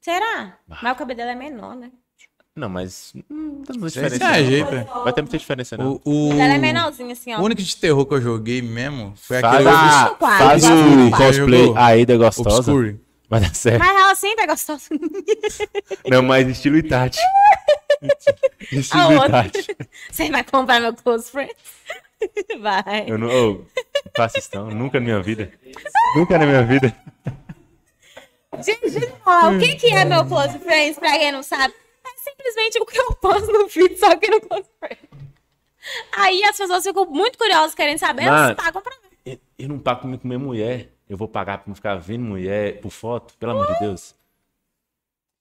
Speaker 3: Será?
Speaker 2: Ah.
Speaker 3: Mas o cabelo dela é menor, né?
Speaker 2: Não, mas. Hum, não tem muita
Speaker 1: Gente,
Speaker 2: diferença.
Speaker 1: é,
Speaker 2: não.
Speaker 1: jeito, é.
Speaker 2: Vai ter muita diferença, não.
Speaker 1: O, o...
Speaker 3: Ela é menorzinha, assim, ó.
Speaker 1: o único de terror que eu joguei mesmo foi
Speaker 2: Faz,
Speaker 1: é aquele
Speaker 2: a-
Speaker 3: Isso, quase,
Speaker 2: faz
Speaker 3: quase,
Speaker 2: o
Speaker 1: quase.
Speaker 2: cosplay
Speaker 1: Jogou.
Speaker 2: aí da gostosa.
Speaker 1: Obscure.
Speaker 2: Vai dar certo.
Speaker 3: Mas ela sempre é gostosa.
Speaker 2: Não, mas estilo Itati.
Speaker 3: A
Speaker 2: estilo
Speaker 3: outra.
Speaker 2: Itati.
Speaker 3: Você vai comprar meu close friend? Vai.
Speaker 2: Eu não eu não faço isso, não. Nunca na minha vida. Nunca na minha vida.
Speaker 3: Gente, ó, o que, que
Speaker 2: Hum.
Speaker 3: é meu close friends, pra quem não sabe? É simplesmente o que eu posto no feed, só que no close friends. Aí as pessoas ficam muito curiosas, querendo saber, elas
Speaker 2: Mas-
Speaker 3: pagam pra mim.
Speaker 2: Eu, eu não pago pra comer mulher. Eu vou pagar pra não ficar vendo mulher por foto, pelo amor de Deus.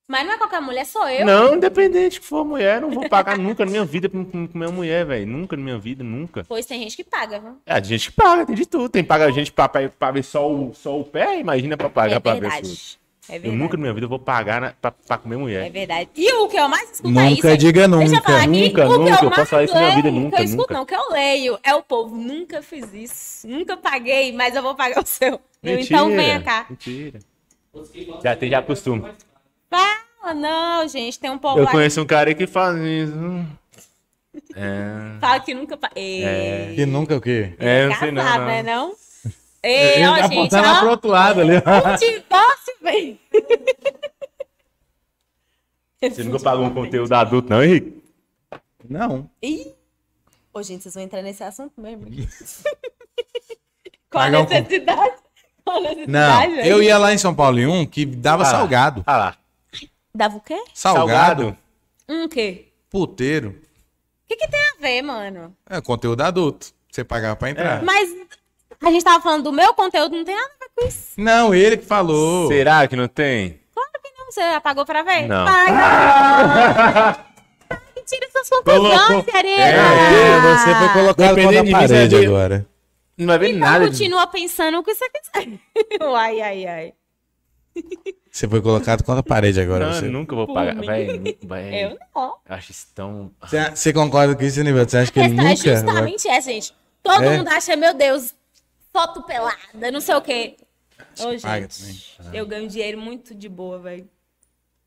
Speaker 3: Mas não é qualquer mulher, sou eu.
Speaker 2: Não, independente que for mulher, eu não vou pagar nunca na minha vida pra não comer mulher, velho. Nunca na minha vida, nunca.
Speaker 3: Pois tem gente que paga, viu?
Speaker 2: É, tem gente que paga, tem de tudo. Tem que pagar gente pra, pra, pra ver só o, só o pé, imagina pra pagar
Speaker 3: é
Speaker 2: pra ver tudo.
Speaker 3: verdade. É
Speaker 2: Eu
Speaker 3: verdade.
Speaker 2: nunca na minha vida vou pagar na, pra, pra comer mulher.
Speaker 3: É verdade. E o que eu mais escuto é isso.
Speaker 1: Nunca
Speaker 3: é-
Speaker 1: diga
Speaker 3: Deixa eu falar
Speaker 1: nunca.
Speaker 3: aqui.
Speaker 2: Nunca,
Speaker 3: o que
Speaker 2: nunca,
Speaker 3: eu
Speaker 2: eu posso
Speaker 3: mais
Speaker 2: falar isso na minha vida,
Speaker 3: leio,
Speaker 2: nunca,
Speaker 3: que eu escuto,
Speaker 2: nunca.
Speaker 3: não, que eu leio. É o povo, nunca fiz isso. Nunca paguei, mas eu vou pagar o seu. Eu, então venha cá.
Speaker 2: Mentira. Já tem, já acostuma.
Speaker 3: Fala, não, gente, tem um povo
Speaker 2: Eu
Speaker 3: lá
Speaker 2: conheço um cara que faz isso. É.
Speaker 3: que fala que nunca paguei. É,
Speaker 1: Que nunca o quê?
Speaker 2: É, não sei não.
Speaker 3: casado,
Speaker 2: não.
Speaker 3: né, não?
Speaker 1: É,
Speaker 3: Ei, ó, gente,
Speaker 1: apontando lá pro
Speaker 3: ó,
Speaker 1: outro lado ali.
Speaker 3: um divórcio, velho.
Speaker 2: Você nunca pagou um conteúdo adulto, não, Henrique?
Speaker 1: Não.
Speaker 3: Ih. Ô, gente, vocês vão entrar nesse assunto mesmo? Qual a
Speaker 1: Pagar um con-
Speaker 3: necessidade? Qual a necessidade,
Speaker 1: Não,
Speaker 3: velho?
Speaker 1: eu ia lá em São Paulo em um que dava
Speaker 2: Ah.
Speaker 1: salgado.
Speaker 2: Ah lá.
Speaker 3: Dava o quê?
Speaker 1: Salgado,
Speaker 3: Um quê?
Speaker 1: puteiro.
Speaker 3: O que, que tem a ver, mano?
Speaker 1: É conteúdo adulto. Você pagava pra entrar.
Speaker 3: Mas a gente tava falando do meu conteúdo, não tem nada a ver com isso.
Speaker 1: Não, ele que falou.
Speaker 2: Será que não tem?
Speaker 3: Claro que não, você apagou pra ver.
Speaker 2: Não.
Speaker 3: Paga! Ai, Tira essas conclusões, Serena!
Speaker 1: É, você
Speaker 3: Ah.
Speaker 1: foi colocado
Speaker 2: Dependendo
Speaker 1: contra
Speaker 2: de mim,
Speaker 1: a parede
Speaker 2: sabia?
Speaker 1: agora.
Speaker 2: Não vai ver
Speaker 3: Então
Speaker 2: nada. de-
Speaker 3: continua pensando o que você quiser. Ai, ai, ai.
Speaker 1: Você foi colocado contra a parede agora.
Speaker 2: Não,
Speaker 1: você.
Speaker 2: eu nunca vou
Speaker 3: Por
Speaker 2: pagar.
Speaker 3: mim.
Speaker 2: Vai, nu- vai.
Speaker 3: Eu não.
Speaker 2: Eu acho isso tão.
Speaker 1: Você, você concorda com isso, Nível? Você acha
Speaker 3: A
Speaker 1: que ele
Speaker 3: questão é
Speaker 1: nunca. vai-
Speaker 3: justamente essa, gente. Todo
Speaker 1: É?
Speaker 3: mundo acha, meu Deus, foto pelada, não sei o quê. Ô,
Speaker 1: paga
Speaker 3: gente, eu ganho dinheiro muito de boa, velho.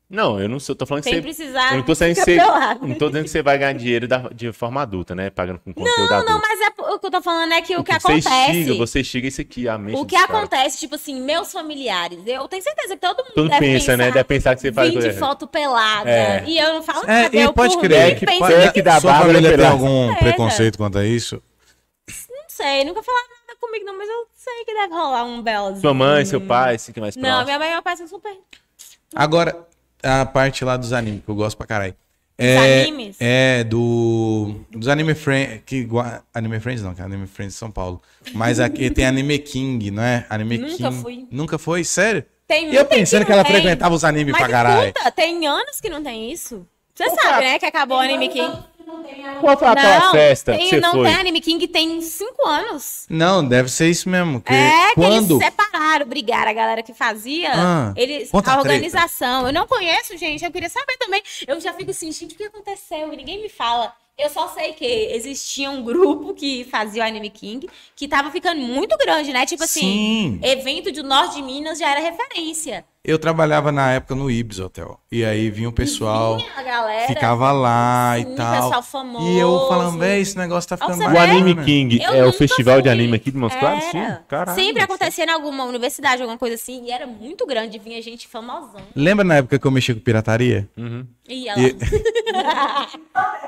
Speaker 2: Não, eu não sou. Tô falando que
Speaker 3: Sem
Speaker 2: você.
Speaker 3: precisar
Speaker 2: Eu não tô dizendo que
Speaker 3: ficar
Speaker 2: você.
Speaker 3: pelado.
Speaker 2: Não tô dizendo que você vai ganhar dinheiro da- de forma adulta, né? Pagando com conteúdo
Speaker 3: Não,
Speaker 2: adulto.
Speaker 3: não, mas é, o que eu tô falando é que o que
Speaker 2: você
Speaker 3: acontece.
Speaker 2: Estiga, você estiga isso aqui, a mente
Speaker 3: O que
Speaker 2: dos caras.
Speaker 3: acontece, tipo assim, meus familiares, eu tenho certeza que todo mundo
Speaker 2: Tu não
Speaker 3: deve
Speaker 2: pensa,
Speaker 3: pensar,
Speaker 2: né? Deve pensar que você faz
Speaker 3: Vim de
Speaker 2: coisa-
Speaker 3: foto pelada.
Speaker 2: É.
Speaker 3: E eu não falo
Speaker 1: É,
Speaker 3: nada.
Speaker 1: e
Speaker 3: eu
Speaker 1: pode
Speaker 3: por
Speaker 1: crer.
Speaker 3: mim,
Speaker 2: É que
Speaker 3: penso
Speaker 2: pode- é que dá
Speaker 1: Sua
Speaker 2: Bárbara
Speaker 1: família tem
Speaker 2: Pilar.
Speaker 1: algum
Speaker 3: Certeza.
Speaker 1: preconceito quanto a isso?
Speaker 3: Não sei, nunca falaram nada comigo, não, mas eu sei que deve rolar um belozinho.
Speaker 2: Sua mãe, seu pai, assim que mais
Speaker 3: Não,
Speaker 2: próximo.
Speaker 3: minha mãe e meu pai são super.
Speaker 1: Agora, a parte lá dos animes, que eu gosto pra caralho.
Speaker 3: Dos
Speaker 1: É,
Speaker 3: animes?
Speaker 1: É, do. Dos anime friends. Que, gua- anime friends não, que é anime friends de São Paulo. Mas aqui tem anime king, não é? Anime king.
Speaker 3: Nunca fui.
Speaker 1: Nunca foi? Sério?
Speaker 3: Tem
Speaker 1: E eu
Speaker 3: muita
Speaker 1: pensando que
Speaker 3: não
Speaker 1: ela
Speaker 3: tem.
Speaker 1: frequentava os animes
Speaker 3: Mas
Speaker 1: pra caralho.
Speaker 3: escuta, tem anos que não tem isso. Você
Speaker 2: tá.
Speaker 3: sabe, né? Que acabou o Anime King.
Speaker 2: Qual foi aquela
Speaker 3: não,
Speaker 2: Tá festa
Speaker 3: tem,
Speaker 2: que você
Speaker 3: não
Speaker 2: foi?
Speaker 3: tem Anime King tem cinco anos.
Speaker 1: Não, deve ser isso mesmo. Que
Speaker 3: É,
Speaker 1: quando.
Speaker 3: que eles separaram, brigaram a galera que fazia.
Speaker 1: Ah,
Speaker 3: eles,
Speaker 1: conta
Speaker 3: a
Speaker 1: a treta.
Speaker 3: organização. Eu não conheço, gente. Eu queria saber também. Eu já fico assim, gente, o que aconteceu? E ninguém me fala. Eu só sei que existia um grupo que fazia o Anime King que tava ficando muito grande, né? Tipo assim,
Speaker 1: Sim.
Speaker 3: evento do norte de Minas já era referência.
Speaker 1: Eu trabalhava na época no Ibis Hotel. E aí vinha o pessoal,
Speaker 3: Tinha a galera.
Speaker 1: ficava lá
Speaker 3: sim,
Speaker 1: e tal.
Speaker 3: pessoal famoso.
Speaker 1: E eu falando, véi, esse negócio tá ficando
Speaker 3: você
Speaker 2: O
Speaker 3: É.
Speaker 2: Anime King
Speaker 3: Eu
Speaker 2: é o
Speaker 3: nunca
Speaker 2: festival de
Speaker 3: fui.
Speaker 2: anime aqui de Montes Claros? Sim,
Speaker 3: Era.
Speaker 2: caralho.
Speaker 3: Sempre acontecia em alguma universidade, alguma coisa assim, e era muito grande, vinha gente famosão.
Speaker 1: Lembra na época que eu mexi com pirataria?
Speaker 2: Uhum.
Speaker 3: E ela.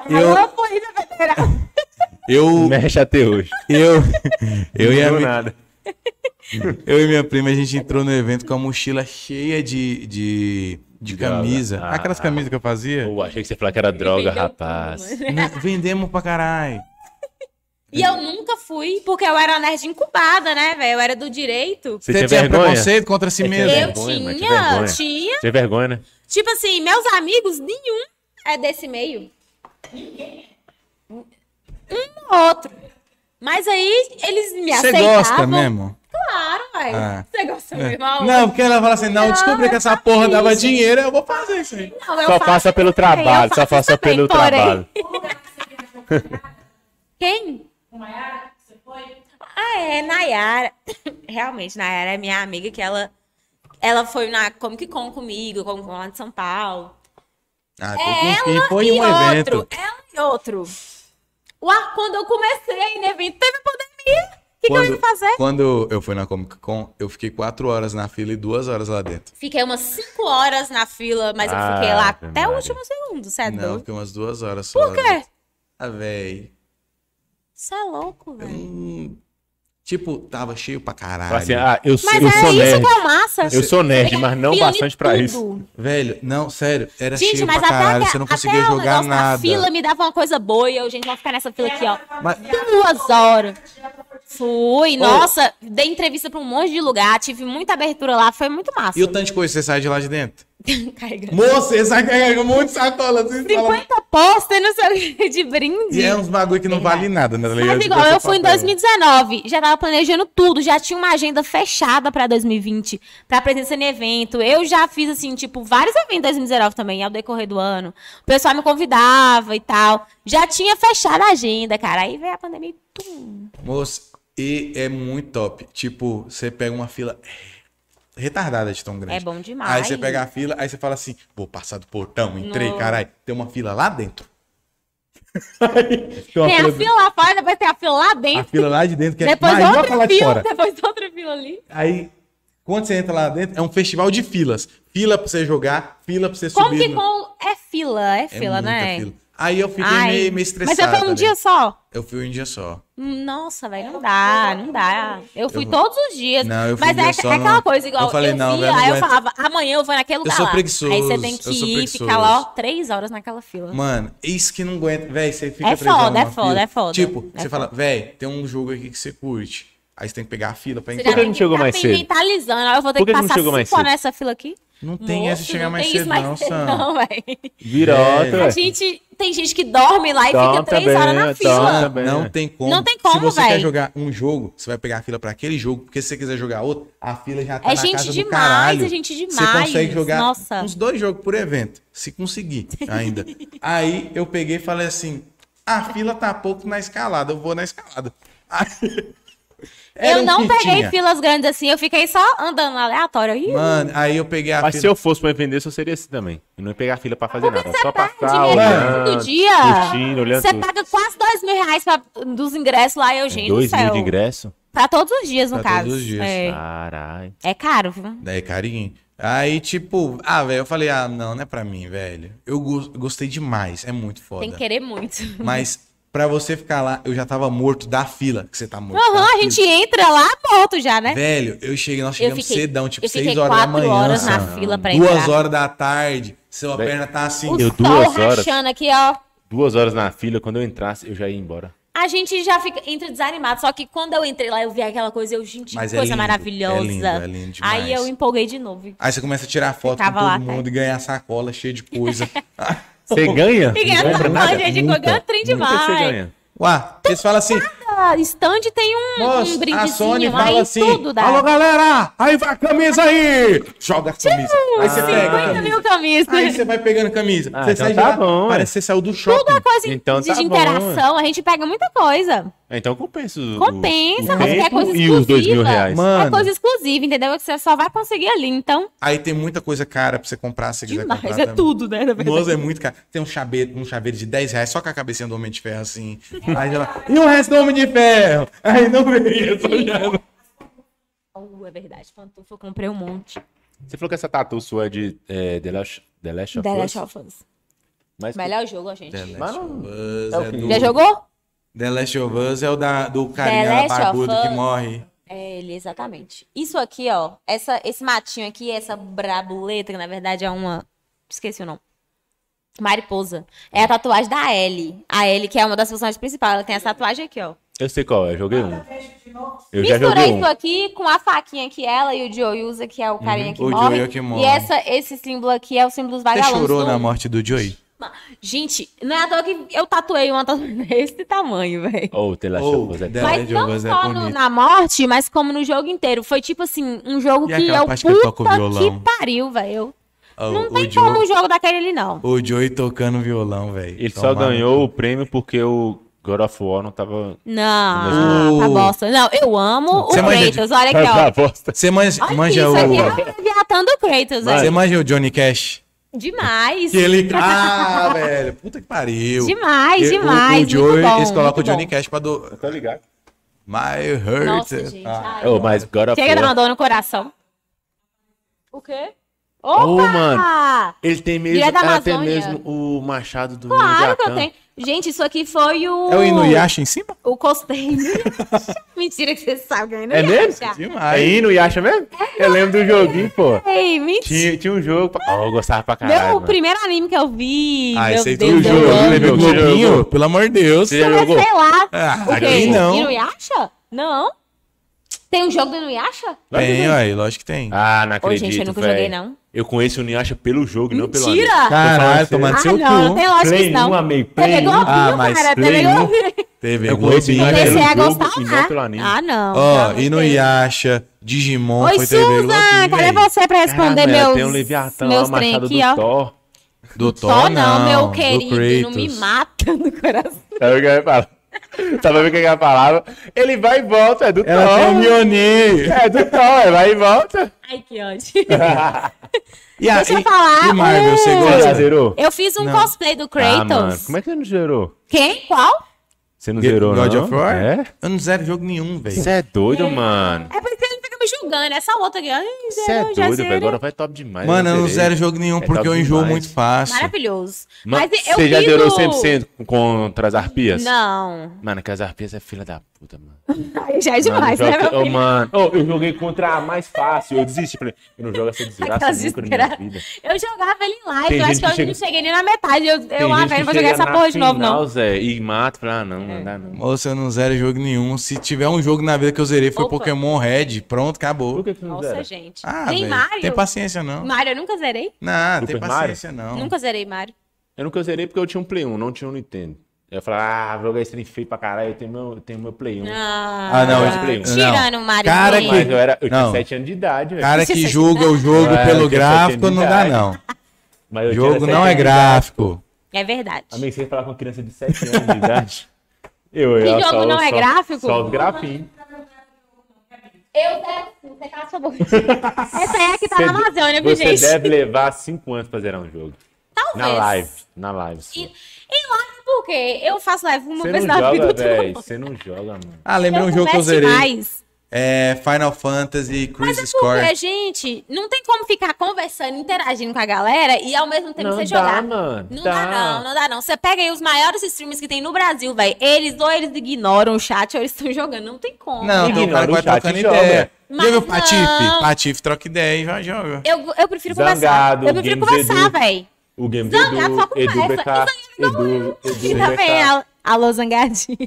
Speaker 1: E-
Speaker 3: Alô, Polícia Federal.
Speaker 1: Eu,
Speaker 2: Mexe até hoje.
Speaker 1: eu, eu, e a
Speaker 2: Não
Speaker 1: mi-
Speaker 2: nada.
Speaker 1: eu e minha prima, a gente entrou no evento com a mochila cheia de, de, de camisa.
Speaker 2: Ah.
Speaker 1: Aquelas camisas que eu fazia.
Speaker 2: Pô, achei que você falou que era droga,
Speaker 3: Vendeu tudo,
Speaker 2: rapaz.
Speaker 3: mano.
Speaker 1: Né, Vendemos pra caralho.
Speaker 3: E eu nunca fui, porque eu era nerd incubada, né, velho? Eu era do direito.
Speaker 2: Você, tinha vergonha? Você
Speaker 1: preconceito contra si
Speaker 2: Você tinha
Speaker 1: mesmo?
Speaker 3: Eu
Speaker 2: vergonha, mas que
Speaker 3: tinha,
Speaker 2: vergonha.
Speaker 3: tinha.
Speaker 2: tinha vergonha, né?
Speaker 3: Tipo assim, meus amigos, nenhum é desse meio. Um ou outro. Mas aí eles me
Speaker 1: Você
Speaker 3: aceitavam.
Speaker 1: gosta mesmo?
Speaker 3: Claro, velho.
Speaker 1: Ah.
Speaker 3: Você gosta
Speaker 1: É.
Speaker 3: mesmo? aonde?
Speaker 1: Não, porque ela fala assim, não,
Speaker 3: Não,
Speaker 1: descobri
Speaker 3: eu
Speaker 1: que essa
Speaker 3: faço
Speaker 1: porra dava
Speaker 3: isso.
Speaker 1: dinheiro, eu vou fazer isso aí.
Speaker 3: Não, eu
Speaker 2: Só
Speaker 3: faço
Speaker 2: faça pelo
Speaker 3: também, eu
Speaker 2: trabalho, só
Speaker 3: faço
Speaker 2: faça
Speaker 3: também,
Speaker 2: pelo
Speaker 3: porém.
Speaker 2: trabalho.
Speaker 3: Quem?
Speaker 5: Com Maiara, que você foi?
Speaker 3: Ah, é, Nayara. Realmente, Nayara é minha amiga que ela. Ela foi na Comic Con comigo, Comic Con lá de São Paulo.
Speaker 1: Ah,
Speaker 3: É
Speaker 1: porque, enfim, foi
Speaker 3: e
Speaker 1: um
Speaker 3: outro,
Speaker 1: evento.
Speaker 3: ela e outro. Uá, quando eu comecei a ir no evento, teve pandemia. O que, que eu ia
Speaker 1: Quando,
Speaker 3: fazer?
Speaker 1: quando eu fui na Comic Con, eu fiquei quatro horas na fila e duas horas lá dentro.
Speaker 3: Fiquei umas 5 horas na fila, mas eu fiquei
Speaker 2: Ah,
Speaker 3: lá
Speaker 2: Ave
Speaker 3: até o
Speaker 2: Maria.
Speaker 3: último segundo, você é
Speaker 1: não, eu
Speaker 3: doido?
Speaker 1: fiquei umas duas horas só.
Speaker 3: Por
Speaker 1: lá
Speaker 3: quê?
Speaker 1: dentro. Ah, véi.
Speaker 3: Você é louco, velho.
Speaker 1: Hum, tipo, tava cheio pra caralho.
Speaker 2: Fala assim, ah, eu, sou-
Speaker 3: Mas
Speaker 2: eu
Speaker 3: é
Speaker 2: sou
Speaker 3: isso
Speaker 2: nerd.
Speaker 3: que é o massa.
Speaker 2: Eu sou nerd,
Speaker 3: Fica
Speaker 2: mas não
Speaker 3: fila em
Speaker 2: bastante pra
Speaker 3: tudo.
Speaker 2: isso.
Speaker 1: Velho, não, sério, era
Speaker 3: Gente,
Speaker 1: Tá cheio
Speaker 3: mas
Speaker 1: pra
Speaker 3: até,
Speaker 1: caralho,
Speaker 3: a-
Speaker 1: você não
Speaker 3: até
Speaker 1: conseguia
Speaker 3: o
Speaker 1: jogar
Speaker 3: negócio da
Speaker 1: nada.
Speaker 3: fila me dava uma coisa boa e eu, gente, vamos ficar nessa fila aqui, ó.
Speaker 1: Mas-
Speaker 3: Duas horas. Fui, nossa, dei entrevista pra um monte de lugar, tive muita abertura lá, foi muito massa.
Speaker 1: E o tanto de coisa que você sai de lá de dentro?
Speaker 3: Carregando.
Speaker 1: Moça, você sai carregando um monte de sacola. Assim, você fala-
Speaker 3: 50 postas, não sei o que, de brinde.
Speaker 1: E é uns bagulho que não
Speaker 3: Verdade.
Speaker 1: vale nada, né? tá ligado?
Speaker 3: Mas igual,
Speaker 1: Você
Speaker 3: eu fui em
Speaker 1: papel.
Speaker 3: 2019, já tava planejando tudo, já tinha uma agenda fechada pra 2020, pra presença em evento. Eu já fiz, assim, tipo, vários eventos em 2019 também, ao decorrer do ano. O pessoal me convidava e tal. Já tinha fechado a agenda, cara. Aí veio a pandemia e tum.
Speaker 1: Moça, e é muito top. Tipo, você pega uma fila retardada de tão grande.
Speaker 3: É bom demais.
Speaker 1: Aí você pega a fila, aí você fala assim, vou passar do portão, entrei,
Speaker 3: Não.
Speaker 1: caralho. Tem uma fila lá dentro.
Speaker 2: Tem uma
Speaker 3: Tem a
Speaker 2: fila-
Speaker 3: fila lá fora, depois tem a fila lá
Speaker 1: A
Speaker 3: dentro.
Speaker 1: fila lá de dentro, que é
Speaker 3: Depois
Speaker 1: maior que a lá
Speaker 3: outra
Speaker 1: de
Speaker 3: fila,
Speaker 1: fora.
Speaker 3: depois outra fila ali.
Speaker 1: Aí, quando você entra lá dentro, é um festival de filas. Fila pra você jogar, fila pra você
Speaker 3: Como
Speaker 1: subir.
Speaker 3: que
Speaker 1: no-
Speaker 3: com... É fila, é
Speaker 1: É
Speaker 3: fila,
Speaker 1: muita
Speaker 3: né?
Speaker 1: fila. Aí eu fiquei
Speaker 3: Ai,
Speaker 1: meio, meio
Speaker 3: Mas
Speaker 1: estressado.
Speaker 3: você foi um
Speaker 1: né?
Speaker 3: dia só? Hum,
Speaker 1: Eu fui um dia só.
Speaker 3: Nossa, velho, não dá, não dá. Eu fui
Speaker 1: Eu-
Speaker 3: todos os dias.
Speaker 1: Não, eu fui
Speaker 3: mas
Speaker 1: um
Speaker 3: é,
Speaker 1: dia só,
Speaker 3: é
Speaker 1: não.
Speaker 3: aquela coisa igual.
Speaker 1: Eu falei, não,
Speaker 3: via,
Speaker 1: velho, não
Speaker 3: aí eu
Speaker 1: aguento.
Speaker 3: falava, amanhã eu vou naquele lugar
Speaker 1: sou
Speaker 3: lá.
Speaker 1: preguiçoso,
Speaker 3: Aí você tem que
Speaker 1: eu sou
Speaker 3: ir,
Speaker 1: preguiçoso.
Speaker 3: ficar lá, ó, três horas naquela fila.
Speaker 1: Mano, é isso que não aguenta. Véi, você fica
Speaker 3: É
Speaker 1: três
Speaker 3: foda,
Speaker 1: horas numa
Speaker 3: é foda,
Speaker 1: fila.
Speaker 3: é foda.
Speaker 1: Tipo,
Speaker 3: É
Speaker 1: você fala, véi, tem um jogo aqui que você curte. Aí você tem que pegar a fila pra
Speaker 3: Você
Speaker 1: entrar.
Speaker 2: já- que não chegou mais cedo?
Speaker 3: mentalizando, eu vou ter
Speaker 2: Por
Speaker 3: que,
Speaker 2: que que não
Speaker 3: passar
Speaker 2: chegou mais
Speaker 3: cinco horas
Speaker 2: cedo?
Speaker 3: nessa fila aqui.
Speaker 1: Não tem
Speaker 3: Moço,
Speaker 1: essa de chegar
Speaker 3: não
Speaker 1: mais
Speaker 3: tem isso
Speaker 1: cedo,
Speaker 3: mais
Speaker 1: não,
Speaker 3: cedo,
Speaker 1: Sam.
Speaker 3: não, velho.
Speaker 2: Vira
Speaker 1: É.
Speaker 2: outra,
Speaker 3: A
Speaker 2: velho.
Speaker 3: gente, tem gente que dorme lá e
Speaker 2: Dorme
Speaker 3: fica três
Speaker 2: também,
Speaker 3: horas na
Speaker 2: dorme.
Speaker 3: fila.
Speaker 1: Sam,
Speaker 2: também,
Speaker 1: não
Speaker 2: né?
Speaker 1: tem como.
Speaker 3: Não tem
Speaker 1: Se
Speaker 3: como,
Speaker 1: você quer
Speaker 3: véi.
Speaker 1: jogar um jogo, você vai pegar a fila pra aquele jogo, porque se você quiser jogar outro, a fila já tá
Speaker 3: É
Speaker 1: na
Speaker 3: gente
Speaker 1: casa do
Speaker 3: demais,
Speaker 1: caralho.
Speaker 3: é gente
Speaker 1: Você
Speaker 3: demais.
Speaker 1: consegue jogar
Speaker 3: Nossa.
Speaker 1: uns dois jogos por evento, se conseguir ainda. Aí eu peguei e falei assim, a fila tá pouco na escalada, eu vou na escalada. Era
Speaker 3: eu
Speaker 1: o
Speaker 3: não
Speaker 1: um que
Speaker 3: peguei
Speaker 1: tinha.
Speaker 3: filas grandes assim, eu fiquei só andando aleatório. Ih,
Speaker 1: Mano, aí eu peguei a
Speaker 2: Mas
Speaker 1: fila.
Speaker 2: se eu fosse pra empreender, eu seria assim também. Eu não ia pegar fila pra fazer nada.
Speaker 3: é
Speaker 2: Só passar,
Speaker 3: dinheiro
Speaker 2: olhando,
Speaker 3: todo dia.
Speaker 2: curtindo, olhando
Speaker 3: Você
Speaker 2: tudo.
Speaker 3: paga quase dois mil reais pra- dos ingressos lá, Eugênio.
Speaker 2: Dois
Speaker 3: do
Speaker 2: mil
Speaker 3: céu.
Speaker 2: de ingresso?
Speaker 3: Pra todos os dias, no
Speaker 1: Pra
Speaker 3: caso.
Speaker 1: todos os dias. tá.
Speaker 3: É,
Speaker 2: Caralho.
Speaker 3: É caro, viu?
Speaker 1: Daí, carinho. Aí, tipo, ah, velho, eu falei, ah, não, não é pra mim, velho. Eu gos- gostei demais, é muito foda.
Speaker 3: Tem que querer muito.
Speaker 1: Mas pra você ficar lá, eu já tava morto da fila, que você tá morto.
Speaker 3: Aham,
Speaker 1: da
Speaker 3: a
Speaker 1: fila.
Speaker 3: gente entra lá morto já, né?
Speaker 1: Velho, eu cheguei, nós
Speaker 3: Eu
Speaker 1: chegamos
Speaker 3: fiquei,
Speaker 1: cedão, tipo,
Speaker 3: eu fiquei
Speaker 1: 6 horas da
Speaker 3: quatro
Speaker 1: manhã.
Speaker 3: horas
Speaker 1: assim,
Speaker 3: na fila pra
Speaker 1: duas
Speaker 3: entrar.
Speaker 1: horas da tarde, sua
Speaker 2: Velho,
Speaker 1: perna tá assim.
Speaker 3: O
Speaker 2: Eu
Speaker 3: sol
Speaker 2: duas horas.
Speaker 3: rachando aqui, ó.
Speaker 2: Duas horas na fila, quando eu entrasse, eu já ia embora.
Speaker 3: A gente já fica, entra desanimado. Só que quando eu entrei lá, eu vi aquela coisa, eu, gente, que
Speaker 1: Mas
Speaker 3: coisa
Speaker 1: é lindo,
Speaker 3: maravilhosa.
Speaker 1: é lindo, é lindo demais.
Speaker 3: Aí eu empolguei de novo.
Speaker 1: Aí você começa a tirar foto com
Speaker 3: Ficava
Speaker 1: todo
Speaker 3: lá, tá?
Speaker 1: mundo e ganhar sacola cheia de coisa. Ah,
Speaker 2: Você ganha?
Speaker 3: E ganha
Speaker 2: Não compra
Speaker 3: essa coisa,
Speaker 2: nada?
Speaker 3: gente,
Speaker 2: Nunca.
Speaker 3: ganha trem
Speaker 2: Nunca que você
Speaker 3: demais.
Speaker 2: ganha.
Speaker 1: Uá, eles falam assim,
Speaker 3: Cada stand tem um,
Speaker 1: moço,
Speaker 3: um
Speaker 1: a
Speaker 3: brindezinho.
Speaker 1: Sony
Speaker 3: aí
Speaker 1: fala assim,
Speaker 3: tudo dá.
Speaker 1: alô galera, aí vai a camisa aí! Joga a camisa. Aí você pega a
Speaker 3: 50
Speaker 1: camisa.
Speaker 3: Tipo mil camisas.
Speaker 1: Aí você vai pegando camisa.
Speaker 2: Ah,
Speaker 1: você
Speaker 2: então
Speaker 1: sai
Speaker 2: tá
Speaker 1: de lá,
Speaker 2: bom, ué.
Speaker 1: parece que você saiu do shopping.
Speaker 3: Tudo é coisa
Speaker 2: Então
Speaker 3: de,
Speaker 2: tá
Speaker 3: de
Speaker 2: bom,
Speaker 3: interação, a gente pega muita coisa.
Speaker 2: Então compensa. o-
Speaker 3: Compensa,
Speaker 2: o
Speaker 3: mas
Speaker 2: tempo
Speaker 3: é coisa
Speaker 2: E os dois mil
Speaker 3: exclusiva.
Speaker 2: reais.
Speaker 3: É coisa exclusiva, entendeu? Que você só vai conseguir ali, então.
Speaker 1: Aí tem muita coisa cara pra você comprar se você quiser
Speaker 3: Demais,
Speaker 1: comprar
Speaker 3: é
Speaker 1: também.
Speaker 3: tudo, né? Na verdade.
Speaker 1: Nossa, é muito caro. Tem um chaveiro, um chaveiro de 10 reais só com a cabecinha do Homem de Ferro, assim. Aí ela, e o resto do Homem de Ferro? Aí não veio. eu tô olhando.
Speaker 3: Oh, é verdade, pantufa, eu comprei um monte.
Speaker 2: Você falou que essa tatu sua é de é, The, Last, The Last of
Speaker 3: The
Speaker 2: Us?
Speaker 3: Last of Us.
Speaker 2: Mas,
Speaker 3: Melhor jogo, ó, gente.
Speaker 1: Last of Us
Speaker 2: É o
Speaker 1: é
Speaker 2: quê?
Speaker 1: do...
Speaker 3: Já jogou?
Speaker 1: The Last of Us é o da, do carinha
Speaker 3: Last of
Speaker 1: barbudo que
Speaker 3: Us.
Speaker 1: morre.
Speaker 3: É ele, exatamente. Isso aqui, ó, essa, esse matinho aqui, essa brabuleta, que na verdade é uma. Esqueci o nome. Mariposa. É a tatuagem da Ellie. A Ellie, que é uma das personagens principais, ela tem essa tatuagem aqui, ó.
Speaker 2: Eu sei qual é, eu joguei um. Eu já joguei
Speaker 3: Misturei
Speaker 2: um.
Speaker 3: isso aqui com a faquinha que ela e o Joey usa, que é o carinha que,
Speaker 1: o
Speaker 3: morre.
Speaker 1: Joey é o que morre.
Speaker 3: E essa, esse símbolo aqui é o símbolo dos
Speaker 1: Você
Speaker 3: vagalumes.
Speaker 1: chorou
Speaker 3: do-
Speaker 1: na morte do Joey?
Speaker 3: Gente, não é à toa que eu tatuei uma tatuagem desse tamanho, velho.
Speaker 2: Ou The Last
Speaker 1: Ou
Speaker 2: of Us. é-
Speaker 1: The
Speaker 3: Mas
Speaker 1: Last of
Speaker 3: não
Speaker 1: Us é
Speaker 3: só no-
Speaker 1: bonito.
Speaker 3: na morte, mas como no jogo inteiro. Foi tipo assim, um jogo
Speaker 1: E
Speaker 3: que
Speaker 1: aquela
Speaker 3: eu
Speaker 1: parte que
Speaker 3: puta
Speaker 1: toca o violão?
Speaker 3: que pariu, velho.
Speaker 1: Ó,
Speaker 3: Não
Speaker 1: o,
Speaker 3: tem
Speaker 1: Joey,
Speaker 3: como um jogo daquele ali, não.
Speaker 1: o Joey tocando violão, velho.
Speaker 2: Ele só
Speaker 1: Tomara.
Speaker 2: ganhou o prêmio porque o God of War não tava...
Speaker 3: Não,
Speaker 1: O-
Speaker 3: tá bosta. Não, eu amo o
Speaker 1: Você manja de-
Speaker 3: Kratos. Olha aqui,
Speaker 2: Tá
Speaker 3: ó.
Speaker 2: bosta.
Speaker 1: Você manja,
Speaker 3: Olha
Speaker 1: manja
Speaker 3: isso
Speaker 1: o...
Speaker 3: aqui, é o Leviatã do
Speaker 2: Manja.
Speaker 3: Kratos,
Speaker 1: Você
Speaker 3: velho.
Speaker 1: manja o Johnny Cash?
Speaker 3: Demais.
Speaker 1: Que ele... Ah, velho, puta que pariu.
Speaker 3: Demais,
Speaker 1: E o-
Speaker 3: demais.
Speaker 1: O Joey,
Speaker 3: muito bom,
Speaker 1: eles colocam o
Speaker 3: muito
Speaker 1: Johnny
Speaker 3: bom.
Speaker 1: Cash pra do...
Speaker 2: Tá ligado.
Speaker 1: My hurt.
Speaker 3: Nossa, gente.
Speaker 1: Ah.
Speaker 3: ai.
Speaker 2: Oh, mas God of
Speaker 3: Chega da uma
Speaker 2: War...
Speaker 3: dor no coração. O quê? Opa!
Speaker 2: Ô, mano. Ele tem mesmo...
Speaker 3: Ele é da
Speaker 2: Ela tem
Speaker 3: Amazônia.
Speaker 2: mesmo o machado do
Speaker 3: Claro que eu
Speaker 2: Leviatã.
Speaker 3: tenho. Gente, isso aqui foi o.
Speaker 1: É o Inuyasha em cima?
Speaker 3: O costeio. Mentira que você sabe. Eu não
Speaker 2: É
Speaker 3: ia
Speaker 2: mesmo?
Speaker 3: achar.
Speaker 1: Demais.
Speaker 2: É hino e acha mesmo?
Speaker 3: É
Speaker 2: Eu lembro do joguinho, pô.
Speaker 3: Ei, mentira.
Speaker 2: Tinha, tinha um jogo... pra- Oh, eu gostava pra
Speaker 3: Meu,
Speaker 2: caralho,
Speaker 3: o
Speaker 2: mano.
Speaker 3: primeiro anime que eu vi.
Speaker 1: Ah,
Speaker 3: meu
Speaker 1: esse aí
Speaker 3: Deus,
Speaker 1: tu
Speaker 3: eu
Speaker 1: jogou,
Speaker 3: amo.
Speaker 2: lembro.
Speaker 1: lembra do
Speaker 2: Você jogou?
Speaker 1: Globinho? Pelo amor de Deus.
Speaker 2: Você já
Speaker 3: Mas
Speaker 2: né?
Speaker 3: é
Speaker 2: jogou?
Speaker 3: Sei lá.
Speaker 1: Ah,
Speaker 3: o quê?
Speaker 1: aqui não.
Speaker 3: Inuyasha? Não. Tem um jogo do Inuyasha?
Speaker 1: Tem, olha aí, lógico que tem.
Speaker 2: Ah, não
Speaker 3: Ô,
Speaker 2: acredito,
Speaker 3: gente, eu nunca
Speaker 2: véi.
Speaker 3: joguei, não.
Speaker 2: Eu conheço o Niasha pelo jogo, não pelo anime. assim,
Speaker 3: Mentira!
Speaker 2: falando
Speaker 1: Caralho,
Speaker 2: sério.
Speaker 1: tomando
Speaker 3: Ah,
Speaker 1: seu
Speaker 3: não, não tem
Speaker 1: cu.
Speaker 3: lógica
Speaker 2: Play
Speaker 3: isso, não.
Speaker 2: um, amei. Play
Speaker 3: TV
Speaker 2: um.
Speaker 3: Globinho,
Speaker 1: Ah, mas
Speaker 3: cara.
Speaker 2: Play
Speaker 3: TV
Speaker 2: um.
Speaker 3: Globinho.
Speaker 1: TV
Speaker 2: Eu conheci
Speaker 1: Globinho.
Speaker 2: mais
Speaker 3: Comecei
Speaker 2: pelo
Speaker 3: a
Speaker 2: jogo
Speaker 3: gostar
Speaker 2: e não
Speaker 3: lá.
Speaker 2: pelo anime.
Speaker 3: Ah, não.
Speaker 1: Ó,
Speaker 3: pelo amor de Deus.
Speaker 1: Inuyasha, Digimon,
Speaker 3: Oi,
Speaker 1: foi TV
Speaker 3: Susan,
Speaker 1: Globinho.
Speaker 3: cadê
Speaker 1: véi.
Speaker 3: você pra responder
Speaker 2: Caralho,
Speaker 3: meus,
Speaker 2: Tem um Leviatã lá,
Speaker 3: meus
Speaker 2: o
Speaker 3: trem
Speaker 2: Machado
Speaker 3: aqui,
Speaker 2: do
Speaker 3: ó?
Speaker 2: Thor.
Speaker 1: Do
Speaker 3: Só
Speaker 1: Thor,
Speaker 3: não, meu
Speaker 1: não,
Speaker 3: querido,
Speaker 1: do
Speaker 3: não me
Speaker 1: Kratos.
Speaker 3: mata no coração.
Speaker 2: Sabe o que eu ia falar? Sabe o que eu ia falar? Ele vai e volta, é do
Speaker 1: Ela tem um o
Speaker 2: Thor.
Speaker 1: Mionir.
Speaker 2: É do Thor, é vai e volta.
Speaker 3: Ai, que ódio.
Speaker 1: E a-
Speaker 3: Deixa eu
Speaker 1: e-
Speaker 3: falar,
Speaker 1: E Marvel,
Speaker 3: um-
Speaker 1: você
Speaker 2: é Você já
Speaker 1: gosta?
Speaker 2: zerou?
Speaker 3: Eu fiz um
Speaker 1: Não.
Speaker 3: cosplay do
Speaker 2: Ah, mano,
Speaker 3: Kratos.
Speaker 2: como é que você não zerou?
Speaker 3: Quem? Qual?
Speaker 2: Você não
Speaker 1: Ge-
Speaker 2: zerou, não?
Speaker 1: God of War?
Speaker 2: É?
Speaker 1: Eu não zero jogo nenhum, velho.
Speaker 2: Você é doido, mano.
Speaker 3: É porque ele fica me julgando, essa outra aqui. Ai,
Speaker 2: Você é
Speaker 3: zerou, já né?
Speaker 2: doido, velho.
Speaker 3: zerei.
Speaker 2: Agora vai top demais.
Speaker 1: Mano, eu não
Speaker 2: zerei.
Speaker 1: zero jogo nenhum
Speaker 2: É
Speaker 1: porque
Speaker 2: top
Speaker 1: eu enjoo
Speaker 2: demais.
Speaker 1: muito fácil.
Speaker 3: Maravilhoso.
Speaker 2: Mas
Speaker 3: Mas eu
Speaker 2: você já
Speaker 3: fiz
Speaker 2: zerou
Speaker 3: o-
Speaker 2: 100% contra as arpias?
Speaker 3: Não.
Speaker 2: Mano, que as arpias é filha da puta, mano.
Speaker 3: Aí já é
Speaker 2: Mano,
Speaker 3: demais,
Speaker 2: eu
Speaker 3: né,
Speaker 2: jogo-
Speaker 3: meu
Speaker 2: Ô,
Speaker 3: filho?
Speaker 2: mano. Ô, eu joguei contra a mais fácil. Eu desisti. Falei, eu não jogo essa
Speaker 3: Aquelas
Speaker 2: desgraça nunca na minha
Speaker 3: desgraça.
Speaker 2: vida.
Speaker 3: tá Eu jogava ele em live,
Speaker 2: Tem
Speaker 3: eu acho
Speaker 2: gente
Speaker 3: que eu
Speaker 2: que chega-
Speaker 3: não cheguei nem na metade. Eu, eu
Speaker 2: Tem
Speaker 3: ah,
Speaker 2: gente
Speaker 3: velho,
Speaker 2: que
Speaker 3: vou jogar
Speaker 2: chega
Speaker 3: essa
Speaker 2: na
Speaker 3: porra de novo,
Speaker 2: final,
Speaker 3: não. É.
Speaker 2: Zé, e mata. Falei, ah, não, não dá não.
Speaker 1: Moça, eu não zero jogo nenhum. Se tiver um jogo na vida que eu zerei, foi
Speaker 3: Opa.
Speaker 1: Pokémon Red. Pronto, acabou.
Speaker 2: Por que que não
Speaker 3: Nossa,
Speaker 2: zera?
Speaker 3: gente.
Speaker 1: Ah,
Speaker 3: Tem
Speaker 1: velho,
Speaker 3: Mario?
Speaker 1: Tem paciência, não.
Speaker 3: Mario, eu nunca zerei.
Speaker 1: Não, tem
Speaker 2: Super
Speaker 1: paciência, não.
Speaker 3: Nunca zerei Mario.
Speaker 2: Eu nunca zerei porque eu tinha um Play 1, não tinha um Nintendo. Eu falei, ah, vou jogar esse trem feio pra caralho, eu tenho meu, eu tenho meu Play 1.
Speaker 3: Ah,
Speaker 1: não,
Speaker 2: eu zerei um.
Speaker 3: Tirando o Mario. um.
Speaker 1: Cara
Speaker 3: sim.
Speaker 1: que-
Speaker 2: Mas eu, era, eu tinha
Speaker 1: Não.
Speaker 2: 7 anos de idade, velho.
Speaker 1: Cara que
Speaker 3: Isso é
Speaker 1: julga o jogo
Speaker 2: Ah,
Speaker 1: pelo
Speaker 2: eu tinha
Speaker 1: gráfico, não dá,
Speaker 2: sensibilidade.
Speaker 1: não.
Speaker 2: Mas eu tinha
Speaker 1: Jogo
Speaker 2: sete
Speaker 1: não é
Speaker 2: anos de idade.
Speaker 1: gráfico.
Speaker 3: É verdade.
Speaker 2: Amigo, você ia falar com uma criança de 7 anos de idade? Eu,
Speaker 3: Que
Speaker 2: eu,
Speaker 3: jogo
Speaker 2: só-
Speaker 3: não é
Speaker 2: só-
Speaker 3: gráfico?
Speaker 2: Só os grafinhos.
Speaker 3: Eu quero você cala sua boca. Essa aí é a que tá
Speaker 2: Você
Speaker 3: na
Speaker 2: de-
Speaker 3: Amazônia, viu,
Speaker 2: Você
Speaker 3: gente?
Speaker 2: deve levar cinco anos pra zerar um jogo.
Speaker 3: Talvez.
Speaker 2: Na live. Na live. sua.
Speaker 3: E, e live por quê? Eu faço live uma
Speaker 2: Você
Speaker 3: vez
Speaker 2: não
Speaker 3: na vida.
Speaker 2: joga,
Speaker 3: outra
Speaker 2: velho.
Speaker 3: não.
Speaker 2: Você não joga, mano.
Speaker 1: Ah, lembrei um
Speaker 3: Eu
Speaker 1: jogo que eu
Speaker 3: converso
Speaker 1: zerei.
Speaker 3: demais.
Speaker 1: É Final Fantasy
Speaker 3: Mas
Speaker 1: Crisis
Speaker 3: é
Speaker 1: Core.
Speaker 3: porque, gente, não tem como ficar conversando, interagindo com a galera e ao mesmo tempo
Speaker 2: Não
Speaker 3: você
Speaker 2: dá,
Speaker 3: jogar.
Speaker 2: mano.
Speaker 3: Não
Speaker 2: Dá.
Speaker 3: dá. não, não dá não. Você pega aí os maiores streamers que tem no Brasil, velho. Eles ou eles ignoram o chat ou eles estão jogando. Não tem como.
Speaker 1: Não, tem um
Speaker 2: Ignora
Speaker 1: cara que
Speaker 2: o
Speaker 1: vai
Speaker 2: chat
Speaker 1: trocando
Speaker 2: e joga.
Speaker 1: ideia.
Speaker 3: Mas
Speaker 1: Já viu o Patife?
Speaker 3: não.
Speaker 1: Patife troca ideia e vai joga.
Speaker 3: Eu, eu prefiro
Speaker 2: Zangado,
Speaker 3: conversar. Eu prefiro
Speaker 2: Games
Speaker 3: conversar,
Speaker 2: Edu.
Speaker 3: velho.
Speaker 2: O game do
Speaker 3: Zangado só
Speaker 2: Edu, Edu
Speaker 3: conversa.
Speaker 2: BK, Edu,
Speaker 3: E
Speaker 2: Edu
Speaker 3: também, é
Speaker 2: BK.
Speaker 3: al- alô, Zangadinho.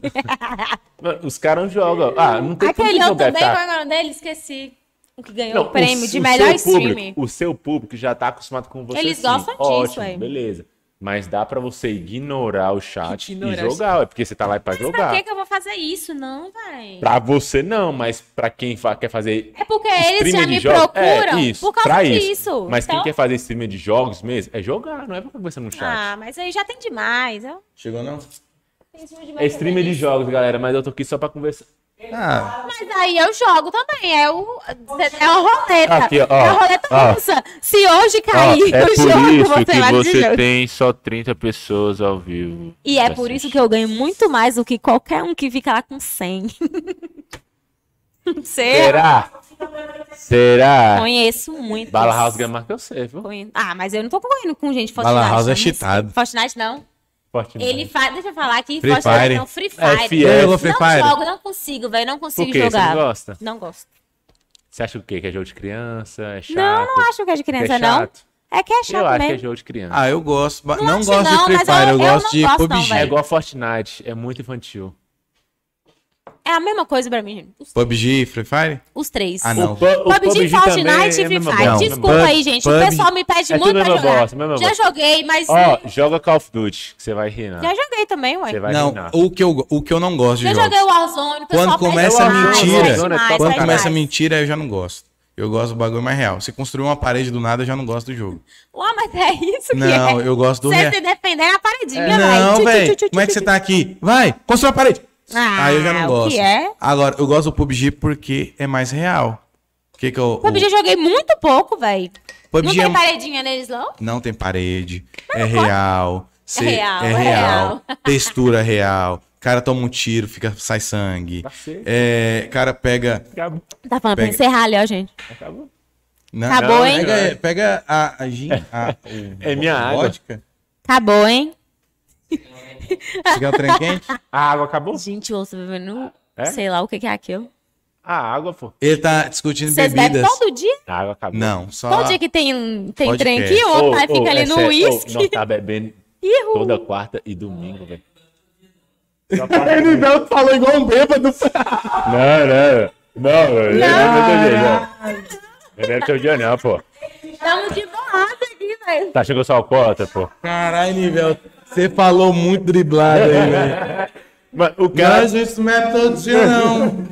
Speaker 2: Mano, os caras não jogam. Ah, não tem
Speaker 3: Aquele
Speaker 2: como jogar,
Speaker 3: outro também, qual
Speaker 2: cara.
Speaker 3: é o nome dele? Esqueci. O que ganhou
Speaker 2: Não,
Speaker 3: o prêmio de
Speaker 2: seu
Speaker 3: melhor
Speaker 2: público-
Speaker 3: streaming.
Speaker 2: O seu público já tá acostumado com você.
Speaker 3: Eles
Speaker 2: sim.
Speaker 3: gostam disso,
Speaker 2: Ótimo,
Speaker 3: ué.
Speaker 2: beleza. Mas dá pra você ignorar o chat
Speaker 6: Ignorar
Speaker 2: e
Speaker 6: o
Speaker 2: jogar, é porque você tá lá pra
Speaker 3: Pra
Speaker 2: jogar.
Speaker 3: que, que eu vou fazer isso? Não, véi.
Speaker 2: Pra você não, mas pra quem fa- quer fazer
Speaker 3: É porque eles já
Speaker 2: streamer
Speaker 3: me
Speaker 2: de jogos,
Speaker 3: procuram
Speaker 2: é, isso,
Speaker 3: por causa
Speaker 2: pra
Speaker 3: disso.
Speaker 2: isso. Mas
Speaker 3: Então-
Speaker 2: quem quer fazer streamer de jogos mesmo, é jogar, não é pra conversar no chat.
Speaker 3: Ah, mas aí já tem demais. Eu...
Speaker 1: Chegou não?
Speaker 3: tem streamer demais
Speaker 2: é streamer de
Speaker 3: também.
Speaker 2: jogos, galera, mas eu tô aqui só pra conversar.
Speaker 1: Ah,
Speaker 3: Mas aí eu jogo também. É, o... é uma roleta.
Speaker 2: Aqui, ó,
Speaker 3: É uma roleta
Speaker 2: ó.
Speaker 3: russa. Se hoje cair
Speaker 2: é
Speaker 3: o
Speaker 2: por
Speaker 3: Tá jogo,
Speaker 2: isso
Speaker 3: você vai
Speaker 2: que
Speaker 3: desistir.
Speaker 2: você tem só 30 pessoas ao vivo.
Speaker 3: E é por isso que eu ganho muito mais do que qualquer um que fica lá com 100. Você
Speaker 2: Será? Será?
Speaker 3: conheço muito.
Speaker 2: É. Bala House ganha mais que eu sei, viu?
Speaker 3: Conhe- Ah, mas eu não tô concorrendo com gente Fortnite.
Speaker 1: Bala House é
Speaker 3: não.
Speaker 1: cheatado.
Speaker 3: Fortnite não.
Speaker 2: Fortnite.
Speaker 3: Ele faz. Deixa eu falar aqui.
Speaker 1: Free
Speaker 3: Fortnite
Speaker 1: Fire.
Speaker 3: não. Free Fire.
Speaker 2: É, fi- Yes.
Speaker 1: Hello, Free
Speaker 3: não
Speaker 1: Fire.
Speaker 3: jogo, não consigo, velho. Não consigo
Speaker 2: Por quê? Você
Speaker 3: jogar.
Speaker 2: não gosta?
Speaker 3: Não gosto.
Speaker 2: Você acha o quê? Que é jogo de criança? É chato?
Speaker 3: Não, não acho que é de
Speaker 2: Que é
Speaker 3: criança, não.
Speaker 2: chato?
Speaker 3: É que é
Speaker 2: eu
Speaker 3: chato
Speaker 2: acho que é
Speaker 3: mesmo.
Speaker 2: jogo de criança.
Speaker 1: ah, eu gosto. ba- Não,
Speaker 3: acho
Speaker 1: gosto de
Speaker 3: não,
Speaker 1: Free
Speaker 3: mas eu-
Speaker 1: Fire, eu,
Speaker 3: eu
Speaker 1: gosto
Speaker 3: não
Speaker 1: de
Speaker 3: gosto não,
Speaker 1: PUBG.
Speaker 2: é
Speaker 3: velho.
Speaker 2: igual Fortnite, é muito infantil.
Speaker 3: É a mesma coisa pra mim, gente. Os,
Speaker 1: PUBG, Free Fire?
Speaker 3: os três.
Speaker 1: Ah, não.
Speaker 2: pu-
Speaker 3: PUBG, Fortnite
Speaker 2: também é
Speaker 3: e Free
Speaker 2: mesma
Speaker 3: Fire.
Speaker 2: bosta.
Speaker 3: Desculpa
Speaker 1: Pub-
Speaker 3: aí, gente.
Speaker 1: Pub-
Speaker 3: o pessoal me pede
Speaker 2: É
Speaker 3: muito
Speaker 2: tudo
Speaker 3: pra
Speaker 2: mesma
Speaker 3: jogar.
Speaker 2: bosta, mesma
Speaker 3: Já
Speaker 2: bosta.
Speaker 3: joguei, mas.
Speaker 2: Ó, joga Call of Duty, que você vai rir, né?
Speaker 3: Já joguei também, ué.
Speaker 2: Você vai
Speaker 1: Não,
Speaker 2: rir, né?
Speaker 1: o que, eu, o que eu não gosto de
Speaker 3: Eu
Speaker 1: jogo.
Speaker 3: joguei o Warzone, o pessoal
Speaker 1: Quando
Speaker 3: pede
Speaker 1: começa a
Speaker 3: demais,
Speaker 1: mentira,
Speaker 3: pede demais,
Speaker 1: Quando
Speaker 3: pede
Speaker 1: começa a
Speaker 3: demais.
Speaker 1: mentira, eu já não gosto. Eu gosto do bagulho mais real. Se construir uma parede do nada, eu já não gosto do jogo.
Speaker 3: Ué, mas é isso que é.
Speaker 1: Não, eu gosto do
Speaker 3: Você
Speaker 1: real.
Speaker 3: se defender na paredinha, velho.
Speaker 1: É. Não,
Speaker 3: Tchu, tchu,
Speaker 1: velho.
Speaker 3: tchu, tchu,
Speaker 1: Como é que
Speaker 3: tchu,
Speaker 1: você tá aqui? Vai, construa a parede.
Speaker 3: Ah,
Speaker 1: Aí eu já não
Speaker 3: o
Speaker 1: gosto.
Speaker 3: que é?
Speaker 1: Agora, eu gosto do PUBG porque é mais real. O que que eu...
Speaker 3: tchu. PUBG eu joguei muito pouco, velho.
Speaker 1: o PUBG
Speaker 3: Não tem
Speaker 1: é-
Speaker 3: paredinha neles, não?
Speaker 1: Não tem parede. É real. cê-
Speaker 3: real,
Speaker 1: é
Speaker 3: é
Speaker 1: real. Textura é real. Cara toma um tiro, fica, sai sangue.
Speaker 2: Cacete.
Speaker 1: É, cara pega.
Speaker 2: Tá Acabou.
Speaker 3: Tá falando pra
Speaker 1: Pega.
Speaker 3: encerrar ali, ó, gente.
Speaker 2: Acabou.
Speaker 1: Não,
Speaker 3: Acabou,
Speaker 1: né? não,
Speaker 3: Tá hein?
Speaker 1: Pega, pega a, a, gin- a o-
Speaker 2: É minha água.
Speaker 1: vodka.
Speaker 3: Acabou, Tá hein?
Speaker 1: Pegar o um trem quente.
Speaker 2: A água acabou?
Speaker 3: Gente, eu tô bebendo
Speaker 2: É?
Speaker 3: sei lá o que que é aquilo.
Speaker 2: A água, pô.
Speaker 1: Ele tá discutindo
Speaker 3: Vocês bebem
Speaker 1: bebidas.
Speaker 3: todo dia?
Speaker 2: A água acabou.
Speaker 1: Não, só.
Speaker 3: Todo dia que tem, tem
Speaker 1: Pode
Speaker 3: trem
Speaker 1: ter.
Speaker 3: aqui,
Speaker 2: Ô,
Speaker 3: o pai
Speaker 2: ô,
Speaker 3: fica ali
Speaker 2: é
Speaker 3: no
Speaker 2: sério, ô,
Speaker 3: uísque.
Speaker 2: Não tá bebendo
Speaker 3: Ih, ru-
Speaker 2: toda quarta e domingo, velho.
Speaker 6: Não, falou igual um bêbado.
Speaker 2: Não, não. Não, velho. Não, não. Não é teu dia, não, pô.
Speaker 3: Estamos de borracha aqui, velho.
Speaker 2: Tá achando que eu sou alcoólatra, pô?
Speaker 1: Caralho, nível. Você falou muito driblado aí, velho.
Speaker 2: Mas o
Speaker 1: Não, a
Speaker 2: cara.
Speaker 1: gente não é todo dia, não.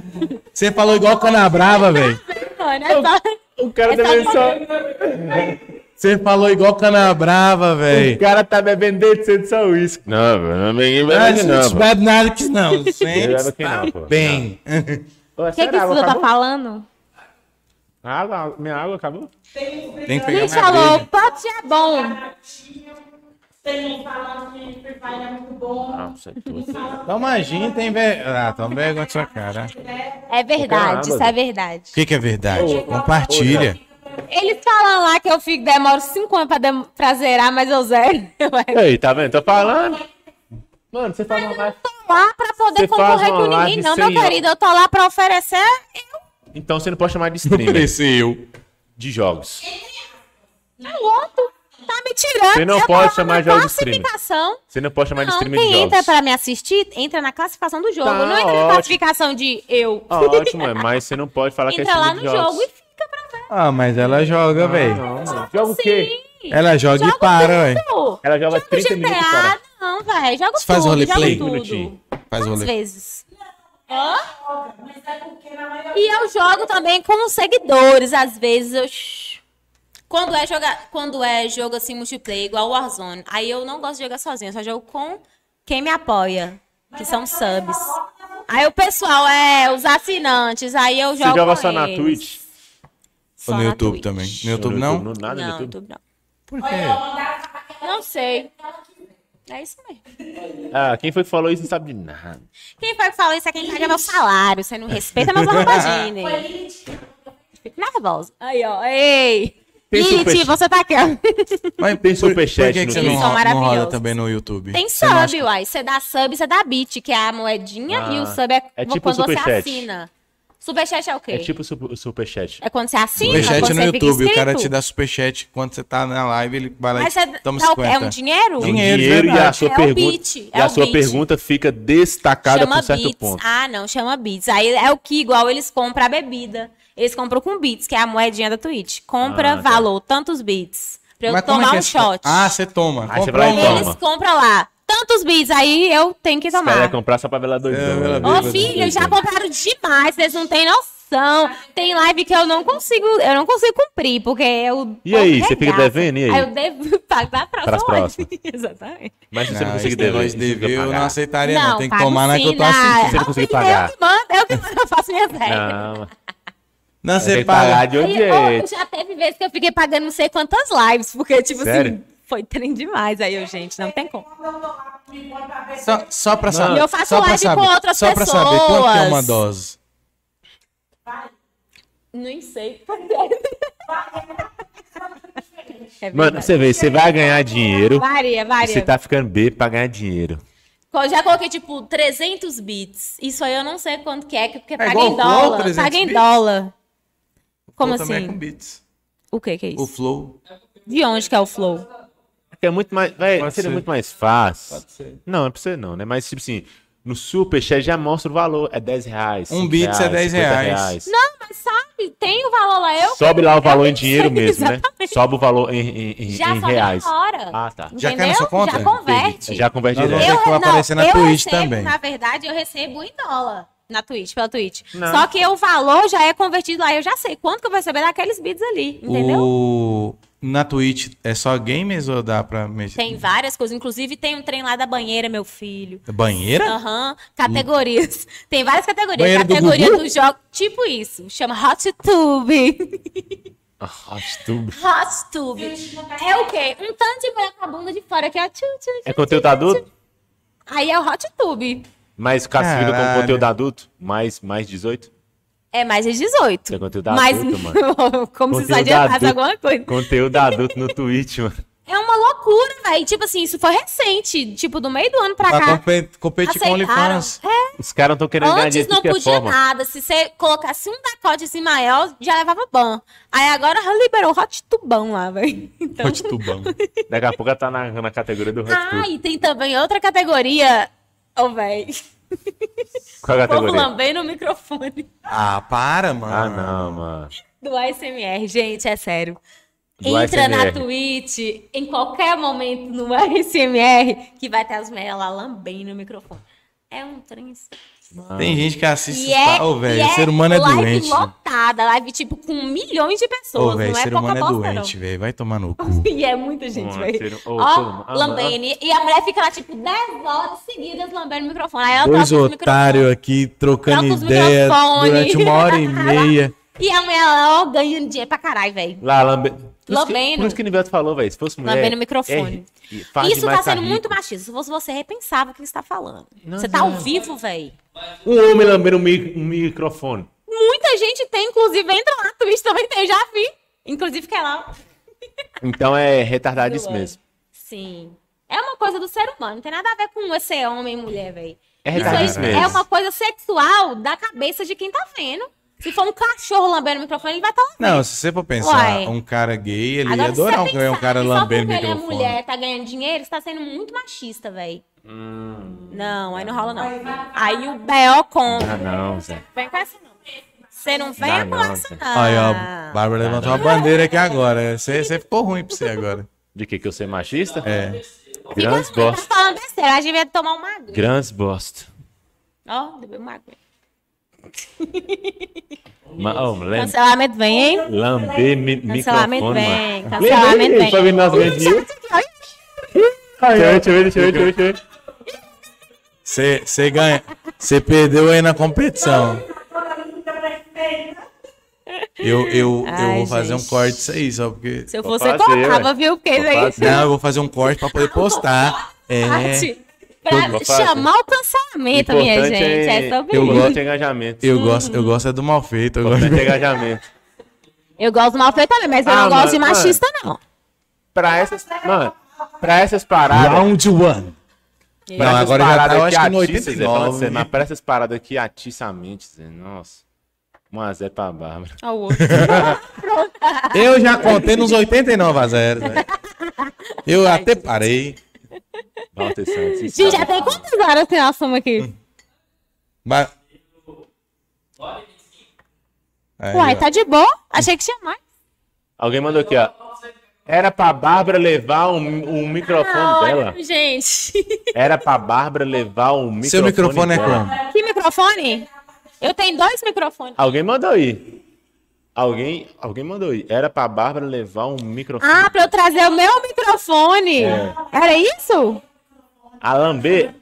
Speaker 1: Você falou igual cana brava, velho.
Speaker 3: Mano, é só-
Speaker 2: O cara tá
Speaker 3: Essa
Speaker 2: bebendo só.
Speaker 1: Você falou igual cana brava,
Speaker 2: O
Speaker 1: velho.
Speaker 2: cara tá bebendo desde cedo só uísque. Não, velho. Não bem
Speaker 1: Ah, gente, não bebe nada que não. Gente,
Speaker 2: bebe aqui não, pô.
Speaker 1: tá bem.
Speaker 2: O
Speaker 3: O que que o Suda tá falando?
Speaker 2: A água, a Ah, minha água acabou?
Speaker 1: Tem que pegar
Speaker 3: Gente,
Speaker 1: mais
Speaker 3: falou,
Speaker 1: beijo.
Speaker 3: pode é bom.
Speaker 5: Tem um falando que Free Fire é muito bom.
Speaker 2: Nossa, tudo.
Speaker 1: Toma gin, tem ver. Ah, toma vergonha na sua cara.
Speaker 3: É
Speaker 2: água,
Speaker 3: verdade, isso é verdade.
Speaker 1: O que, que é verdade? Compartilha.
Speaker 3: Eles falam lá que eu fico, demoro 5 anos pra, dem- pra zerar, mas eu zero. Eu
Speaker 2: E aí, tá vendo? Tô falando. Mano, você faz uma live.
Speaker 3: tô lá pra poder
Speaker 2: Você faz
Speaker 3: concorrer
Speaker 2: uma
Speaker 3: com
Speaker 2: live
Speaker 3: ninguém, não,
Speaker 2: sem-
Speaker 3: meu querido. Eu tô lá pra oferecer. é
Speaker 2: Então você não pode chamar de streamer
Speaker 1: eu.
Speaker 2: de jogos.
Speaker 3: O outro tá me tirando.
Speaker 2: Você não
Speaker 3: Eu tô
Speaker 2: pode
Speaker 3: lá
Speaker 2: chamar
Speaker 3: na
Speaker 2: de jogo de streaming.
Speaker 3: classificação.
Speaker 2: Você não pode chamar de
Speaker 3: Não,
Speaker 2: streamer de
Speaker 3: quem entra
Speaker 2: jogos.
Speaker 3: pra me assistir, entra na classificação do jogo.
Speaker 2: Tá
Speaker 3: não entra
Speaker 2: ótimo.
Speaker 3: na classificação de eu.
Speaker 2: Ah, ótimo, é, mas você não pode falar que é
Speaker 3: entra lá
Speaker 2: streamer
Speaker 3: no
Speaker 2: de jogos.
Speaker 3: jogo e fica pra ver.
Speaker 1: Ah, mas ela joga, velho.
Speaker 2: Não, mano. Joga o quê?
Speaker 3: Sim.
Speaker 1: Ela joga e para, velho.
Speaker 3: tudo.
Speaker 2: Ela joga
Speaker 3: No
Speaker 2: 30 minutos e para.
Speaker 3: GTA, não, velho. Joga
Speaker 1: Você faz
Speaker 3: tudo,
Speaker 1: roleplay?
Speaker 3: joga tudo.
Speaker 2: Minutinho.
Speaker 1: Faz o
Speaker 3: Às
Speaker 1: rolê.
Speaker 3: vezes. Hã?
Speaker 5: Mas é porque na maioria.
Speaker 3: E eu jogo também com os seguidores, às vezes eu. shh. Quando é, jogar, quando é jogo assim multiplayer, igual Warzone, aí eu não gosto de jogar sozinha, eu só jogo com quem me apoia. que são subs. Aí o pessoal é os assinantes, aí eu jogo
Speaker 2: Você joga
Speaker 3: com
Speaker 2: só na
Speaker 3: eles.
Speaker 2: Twitch?
Speaker 3: Só
Speaker 1: Ou no
Speaker 3: na
Speaker 1: YouTube
Speaker 3: Twitch.
Speaker 1: também. No YouTube não?
Speaker 2: Nada
Speaker 3: não,
Speaker 2: no YouTube?
Speaker 3: YouTube não.
Speaker 1: Por quê?
Speaker 3: Não sei. É isso mesmo.
Speaker 2: Ah, quem foi que falou isso não sabe de nada.
Speaker 3: Quem foi que falou isso é quem paga meu salário. Você não respeita meus arrombadinhos. Fico nervosa. Aí, ó. Ei!
Speaker 2: Tem
Speaker 3: Lilith,
Speaker 2: superchat.
Speaker 3: você tá aqui. ó.
Speaker 1: Mas
Speaker 2: Tem
Speaker 1: por, por
Speaker 2: superchat
Speaker 1: que, que
Speaker 2: no
Speaker 1: você
Speaker 3: Eles
Speaker 1: não,
Speaker 3: são
Speaker 1: ro- não roda
Speaker 3: maravilhosos.
Speaker 1: também no YouTube?
Speaker 3: Tem
Speaker 1: Você não acha
Speaker 3: sub, uai. Você dá sub, você dá bit, que é a moedinha,
Speaker 2: Ah,
Speaker 3: e o sub é,
Speaker 2: é tipo
Speaker 3: quando você
Speaker 2: superchat.
Speaker 3: assina. Superchat é o quê?
Speaker 2: É tipo super, superchat.
Speaker 3: É quando você assina,
Speaker 1: Superchat
Speaker 3: quando
Speaker 1: no
Speaker 3: você fica
Speaker 1: YouTube, o cara
Speaker 3: inscrito?
Speaker 1: te dá superchat quando você tá na live, ele vai lá
Speaker 3: Mas é,
Speaker 1: e te toma
Speaker 3: tá o quê?
Speaker 1: 50.
Speaker 3: é um dinheiro?
Speaker 2: É um
Speaker 1: Dinheiro,
Speaker 2: dinheiro e a
Speaker 1: verdade.
Speaker 2: sua
Speaker 3: É o
Speaker 2: pergunta.
Speaker 3: beat,
Speaker 2: e
Speaker 3: é
Speaker 2: a
Speaker 3: o
Speaker 2: sua
Speaker 3: beat.
Speaker 2: pergunta fica destacada por certo
Speaker 3: beats.
Speaker 2: ponto.
Speaker 3: Ah, não, chama beats. Aí é o que igual eles compram a bebida. Eles compram com beats, que é a moedinha da Twitch. Compra
Speaker 2: Ah, tá.
Speaker 3: valor, tantos beats. Pra eu
Speaker 1: Mas como é
Speaker 3: tomar
Speaker 1: que
Speaker 3: um
Speaker 1: é-
Speaker 3: shot.
Speaker 1: Ah, você toma.
Speaker 2: Aí você
Speaker 1: Compra
Speaker 2: vai e
Speaker 1: um.
Speaker 2: toma.
Speaker 3: eles compram lá tantos beats, aí eu tenho que
Speaker 2: Os caras
Speaker 3: tomar.
Speaker 2: iam comprar só pra velar dois
Speaker 1: É, vela
Speaker 3: então Ô,
Speaker 1: dois.
Speaker 3: filho, já compraram demais, vocês não têm noção. Tem live que eu não consigo, eu não consigo cumprir, porque eu.
Speaker 2: E aí,
Speaker 3: eu
Speaker 2: você fica
Speaker 3: regaço.
Speaker 2: devendo? E aí?
Speaker 3: eu devo pagar pra
Speaker 2: Pras
Speaker 3: próxima.
Speaker 2: próximas.
Speaker 3: live. Exatamente.
Speaker 2: Mas se você não
Speaker 1: Não, Ah,
Speaker 2: conseguir
Speaker 1: esse
Speaker 2: dever,
Speaker 1: negócio
Speaker 2: isso
Speaker 1: de
Speaker 2: fica
Speaker 1: dever eu não
Speaker 2: pagar.
Speaker 1: aceitaria não, tem que
Speaker 3: pago
Speaker 1: tomar na
Speaker 3: sim, né?
Speaker 1: que eu tô assim. assistindo.
Speaker 2: Você não conseguiu
Speaker 3: Filho,
Speaker 2: pagar.
Speaker 3: Eu que mando, eu que mando, eu faço minha velha.
Speaker 2: Não,
Speaker 1: Não,
Speaker 2: tem
Speaker 1: você
Speaker 2: que pagar
Speaker 1: paga.
Speaker 2: de é outro
Speaker 3: Eu
Speaker 2: jeito.
Speaker 3: já teve vezes que eu fiquei pagando não sei quantas lives, porque, tipo
Speaker 2: Sério?
Speaker 3: assim, foi trem demais. Aí eu, gente, não tem como.
Speaker 1: Só, só pra saber.
Speaker 3: Eu faço
Speaker 1: só pra
Speaker 3: live com
Speaker 1: saber-
Speaker 3: outras
Speaker 1: Só pra saber quanto que é uma
Speaker 3: pessoas.
Speaker 1: dose.
Speaker 3: Nem sei. É
Speaker 2: Mano,
Speaker 3: verdade.
Speaker 2: você vê, você vai ganhar dinheiro
Speaker 3: Varia,
Speaker 2: e você
Speaker 3: varia.
Speaker 2: tá ficando bêbado pra ganhar dinheiro.
Speaker 3: Eu já coloquei, tipo, 300 bits. Isso aí eu não sei quanto que é, que- porque paga
Speaker 1: igual
Speaker 3: em
Speaker 1: o Flow,
Speaker 3: dólar.
Speaker 1: 300
Speaker 3: Paga em
Speaker 1: bits?
Speaker 3: dólar. Como
Speaker 1: Ou Também é com
Speaker 3: assim?
Speaker 1: beats.
Speaker 3: O que que é
Speaker 1: O
Speaker 3: isso?
Speaker 1: flow.
Speaker 3: De onde que é o flow?
Speaker 2: Porque é muito mais. Véi,
Speaker 1: Pode
Speaker 2: seria
Speaker 1: ser.
Speaker 2: muito mais fácil.
Speaker 1: Pode ser.
Speaker 2: Não, é pra você não, né? Mas, tipo assim, no Superchat já mostra o valor. É 10 reais.
Speaker 1: Um
Speaker 2: 5
Speaker 1: bits é 10
Speaker 2: 50
Speaker 1: reais.
Speaker 3: Não, mas sabe, tem o valor lá. Eu
Speaker 2: Sobe lá o valor em
Speaker 3: não sei
Speaker 2: dinheiro mesmo, né?
Speaker 3: exatamente.
Speaker 2: Sobe o valor em, em- em-
Speaker 3: já
Speaker 2: em
Speaker 3: falei
Speaker 2: reais.
Speaker 3: na hora.
Speaker 2: Ah, tá.
Speaker 1: Já cai na
Speaker 3: Entendeu?
Speaker 1: sua conta?
Speaker 3: Já converte.
Speaker 2: Entendi. Já converte
Speaker 1: Nós vamos
Speaker 2: direto.
Speaker 1: ter que aparecer na
Speaker 3: eu
Speaker 1: Twitch
Speaker 3: recebo,
Speaker 1: também.
Speaker 3: Na verdade, eu recebo em dólar. Na Twitch, pela Twitch.
Speaker 2: Não.
Speaker 3: Só que o valor já é convertido lá. Eu já sei quanto que eu vou receber daqueles bits ali, entendeu?
Speaker 1: O... Na Twitch é só gamers ou dá pra mexer?
Speaker 3: Tem várias coisas. Inclusive, tem um trem lá da banheira, meu filho.
Speaker 1: Banheira?
Speaker 3: Aham. Categorias. Tem várias categorias.
Speaker 1: Banheiro do
Speaker 3: Categoria do,
Speaker 1: Gugu?
Speaker 3: jogo. Tipo isso. Chama Hot Tube.
Speaker 2: Ah, estúpido.
Speaker 3: Hot Tube. É o quê? Um tanto de mulher com a bunda de fora que é. Tchu, tchu, tchu,
Speaker 2: tá É conteúdo adulto?
Speaker 3: Aí é o Hot Tube.
Speaker 2: Mas classifica como
Speaker 1: Caralho.
Speaker 2: conteúdo adulto? Mais, mais 18?
Speaker 3: É mais de 18.
Speaker 2: Isso é conteúdo
Speaker 3: Mas
Speaker 2: adulto, mano.
Speaker 3: como se
Speaker 2: Conteúdo
Speaker 3: isso adiantasse
Speaker 2: adulto.
Speaker 3: alguma coisa.
Speaker 2: Conteúdo adulto no Twitch, mano.
Speaker 3: É uma loucura, velho. Tipo assim, isso foi recente. Tipo, do meio do ano pra
Speaker 1: Pra
Speaker 3: cá.
Speaker 1: compe- competir com
Speaker 3: Aceitaram.
Speaker 1: tipo
Speaker 3: É,
Speaker 1: OnlyFans.
Speaker 2: Os caras não estão querendo ganhar
Speaker 3: Antes
Speaker 2: dinheiro de
Speaker 3: não
Speaker 2: qualquer
Speaker 3: podia
Speaker 2: forma.
Speaker 3: nada. Se você colocasse um decote assim maior, já levava ban. Aí agora liberou hot tubão lá, velho. Então...
Speaker 1: Hot tubão.
Speaker 2: Daqui a pouco ela tá na, na categoria do Hot
Speaker 3: Ah,
Speaker 2: Tube.
Speaker 3: e tem também outra categoria. Ô, velho.
Speaker 2: Qual a
Speaker 3: O povo
Speaker 2: categoria?
Speaker 3: lambei no microfone
Speaker 1: Ah, para, mano.
Speaker 2: Ah, não, mano.
Speaker 3: do ASMR. Gente, é sério.
Speaker 2: Do
Speaker 3: Entra na
Speaker 2: ASMR.
Speaker 3: Twitch, em qualquer momento no ASMR, que vai ter as mulheres lá lambendo no microfone. É um trem. assim.
Speaker 2: Ah,
Speaker 1: Tem gente que assiste.
Speaker 3: E é,
Speaker 1: Ô,
Speaker 3: e
Speaker 1: velho, ser humano é
Speaker 3: live
Speaker 1: doente.
Speaker 3: lotada, live tipo com milhões de pessoas,
Speaker 1: Ô, velho,
Speaker 3: não é
Speaker 1: ser
Speaker 3: pouca
Speaker 1: humano é
Speaker 3: bosta
Speaker 1: doente, velho. Vai tomar no cu.
Speaker 3: não. E é muita gente,
Speaker 2: Mano,
Speaker 3: velho.
Speaker 2: ser- ô, ser humano-
Speaker 3: Ó,
Speaker 2: ah,
Speaker 3: lambendo. E- E a mulher fica lá tipo 10 horas seguidas lambendo o microfone. Aí ela
Speaker 1: Dois
Speaker 3: troca os
Speaker 1: otários aqui trocando
Speaker 3: Troca os
Speaker 1: ideia
Speaker 3: microfones.
Speaker 1: durante uma hora e meia.
Speaker 3: microfones. E a mulher lá, ó, ganhando dinheiro pra caralho, velho.
Speaker 2: Lá, lambe... Por isso que-
Speaker 3: Lambendo.
Speaker 2: Por isso que o Niveto falou, velho. Se fosse mulher...
Speaker 3: Lambendo o microfone.
Speaker 2: é ri- faz
Speaker 3: Isso
Speaker 2: demais,
Speaker 3: tá sendo
Speaker 2: rico.
Speaker 3: muito machista. Se fosse você, repensava o que você tá falando.
Speaker 2: Não,
Speaker 3: você tá
Speaker 2: não.
Speaker 3: ao vivo, velho.
Speaker 2: Um homem lambendo um, mi- um microfone.
Speaker 3: Muita gente tem, inclusive, entra lá na Twitch também, tem, já vi. Inclusive, que é lá.
Speaker 2: Então é retardado isso
Speaker 3: Eu amo.
Speaker 2: mesmo.
Speaker 3: Sim. É uma coisa do ser humano, não tem nada a ver com você ser homem e mulher, velho.
Speaker 2: É
Speaker 3: Isso
Speaker 2: retardado
Speaker 3: aí
Speaker 2: isso
Speaker 1: Caralho.
Speaker 2: mesmo.
Speaker 3: é uma coisa sexual da cabeça de quem tá vendo. Se for um cachorro lambendo o microfone, ele vai estar tá lambendo.
Speaker 1: Não, se você for pensar,
Speaker 3: Uai.
Speaker 1: um cara gay, ele ia
Speaker 3: Agora, se
Speaker 1: adorar
Speaker 3: você
Speaker 1: um, um
Speaker 3: pensar
Speaker 1: cara
Speaker 3: que
Speaker 1: lambendo o
Speaker 3: Só porque
Speaker 1: microfone.
Speaker 3: ele é mulher tá ganhando dinheiro, você tá sendo muito machista, velho.
Speaker 1: Hum.
Speaker 3: Não, aí não rola não. Aí o B.O.
Speaker 2: Ah,
Speaker 3: conta.
Speaker 2: não, Zé.
Speaker 3: Vem com essa não. Você não vem
Speaker 2: Dá
Speaker 3: com
Speaker 2: não,
Speaker 3: essa
Speaker 2: Zé.
Speaker 3: não.
Speaker 1: Aí, ó,
Speaker 3: ah.
Speaker 1: a Bárbara levantou uma bandeira aqui agora. Você, você ficou ruim pra você agora.
Speaker 2: De que que eu sou machista?
Speaker 1: É.
Speaker 3: Fica
Speaker 2: Grandes
Speaker 3: ruim, tá
Speaker 2: bosta.
Speaker 3: falando besteira, a gente vai tomar uma aguinha.
Speaker 2: Grandes bosta.
Speaker 3: Ó, bebeu uma aguinha.
Speaker 2: Ma oh, lem-
Speaker 3: Cancelamento vem, hein?
Speaker 2: lamber mi microfone,
Speaker 3: Cancelamento
Speaker 2: mano.
Speaker 3: vem, cancelamento vem.
Speaker 2: Pra ver nós ganhar dinheiro. Deixa eu ver, deixa eu ver, deixa eu ver, deixa eu ver.
Speaker 1: Você ganha. Você perdeu aí na competição.
Speaker 5: Agora fica perfeita.
Speaker 1: Eu, eu, eu
Speaker 3: Ai,
Speaker 1: vou fazer um
Speaker 3: gente.
Speaker 1: corte disso aí, só porque.
Speaker 3: Se eu
Speaker 2: Vou
Speaker 3: fosse, eu
Speaker 2: fazer,
Speaker 3: colocava,
Speaker 2: ué.
Speaker 3: viu? Porque
Speaker 2: Vou
Speaker 3: daí.
Speaker 2: fazer.
Speaker 1: Não, eu vou fazer um corte pra poder postar. É.
Speaker 3: Parte. Pra
Speaker 2: Vou fazer.
Speaker 3: chamar o cancelamento, minha gente. É, sobre
Speaker 2: eu
Speaker 1: eu
Speaker 3: isso.
Speaker 1: gosto-
Speaker 2: gosto de engajamento.
Speaker 1: Eu gosto, eu gosto é do mal feito. Eu gosto
Speaker 2: Importante é engajamento.
Speaker 3: Eu gosto do mal feito também, mas eu
Speaker 2: Ah,
Speaker 3: não gosto
Speaker 2: mano,
Speaker 3: de machista, não.
Speaker 2: Pra essas. Mano, pra essas paradas.
Speaker 1: Round one.
Speaker 2: Pra
Speaker 1: Não,
Speaker 2: essas
Speaker 1: agora já tá,
Speaker 2: paradas
Speaker 1: eu acho que é no
Speaker 2: atiça, Zé, falando
Speaker 1: 89.
Speaker 2: sério, mas pra essas paradas aqui atiça a mente, Zé. Nossa. 1x0 pra Bárbara.
Speaker 3: Ó, o outro.
Speaker 1: Eu já contei nos 89 a 0. velho. Eu até parei.
Speaker 2: Walter Santos.
Speaker 3: Gente,
Speaker 2: está-
Speaker 3: já tem quantas horas que nós estamos aqui?
Speaker 1: Mas... Aí,
Speaker 3: Uai,
Speaker 1: ó.
Speaker 3: tá de boa? Achei que tinha mais.
Speaker 2: Alguém mandou aqui, ó. Era pra Bárbara levar o, o
Speaker 3: Ah,
Speaker 2: microfone dela.
Speaker 3: gente.
Speaker 2: Era pra Bárbara levar o microfone.
Speaker 1: Seu microfone é
Speaker 2: dela.
Speaker 1: como?
Speaker 3: que microfone? Eu tenho dois microfones.
Speaker 2: Alguém mandou aí. Alguém, alguém mandou aí. Era pra Bárbara levar um microfone.
Speaker 3: Ah, pra eu trazer o meu microfone.
Speaker 2: É.
Speaker 3: Era isso?
Speaker 2: A lamber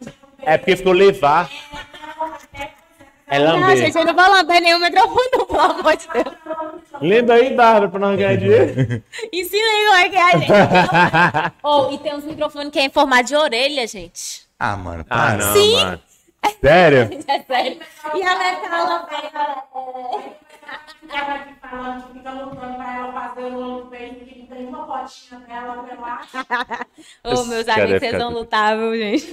Speaker 2: é porque ficou levar. É
Speaker 3: Não,
Speaker 2: lamber.
Speaker 3: Ah, gente, eu não vou lamber nenhum microfone, não, pelo amor de Deus.
Speaker 2: Lembra aí, Bárbara, pra nós ganhar dinheiro.
Speaker 3: Ensina aí como é que é, gente. oh, e tem uns microfones que é em formato de orelha, gente.
Speaker 1: Ah, mano,
Speaker 2: ah,
Speaker 1: para.
Speaker 2: não,
Speaker 3: Sim.
Speaker 2: mano. Sério?
Speaker 3: É sério. E ela vai ficar lambendo.
Speaker 5: Ela aqui falando, fica lutando pra ela fazer o longo peito, que não tem uma fotinha dela, pra lá.
Speaker 3: Ô, meus
Speaker 2: Cara, vai
Speaker 3: amigos, vocês
Speaker 2: ficar
Speaker 3: vão
Speaker 2: doido.
Speaker 3: lutar, viu, gente?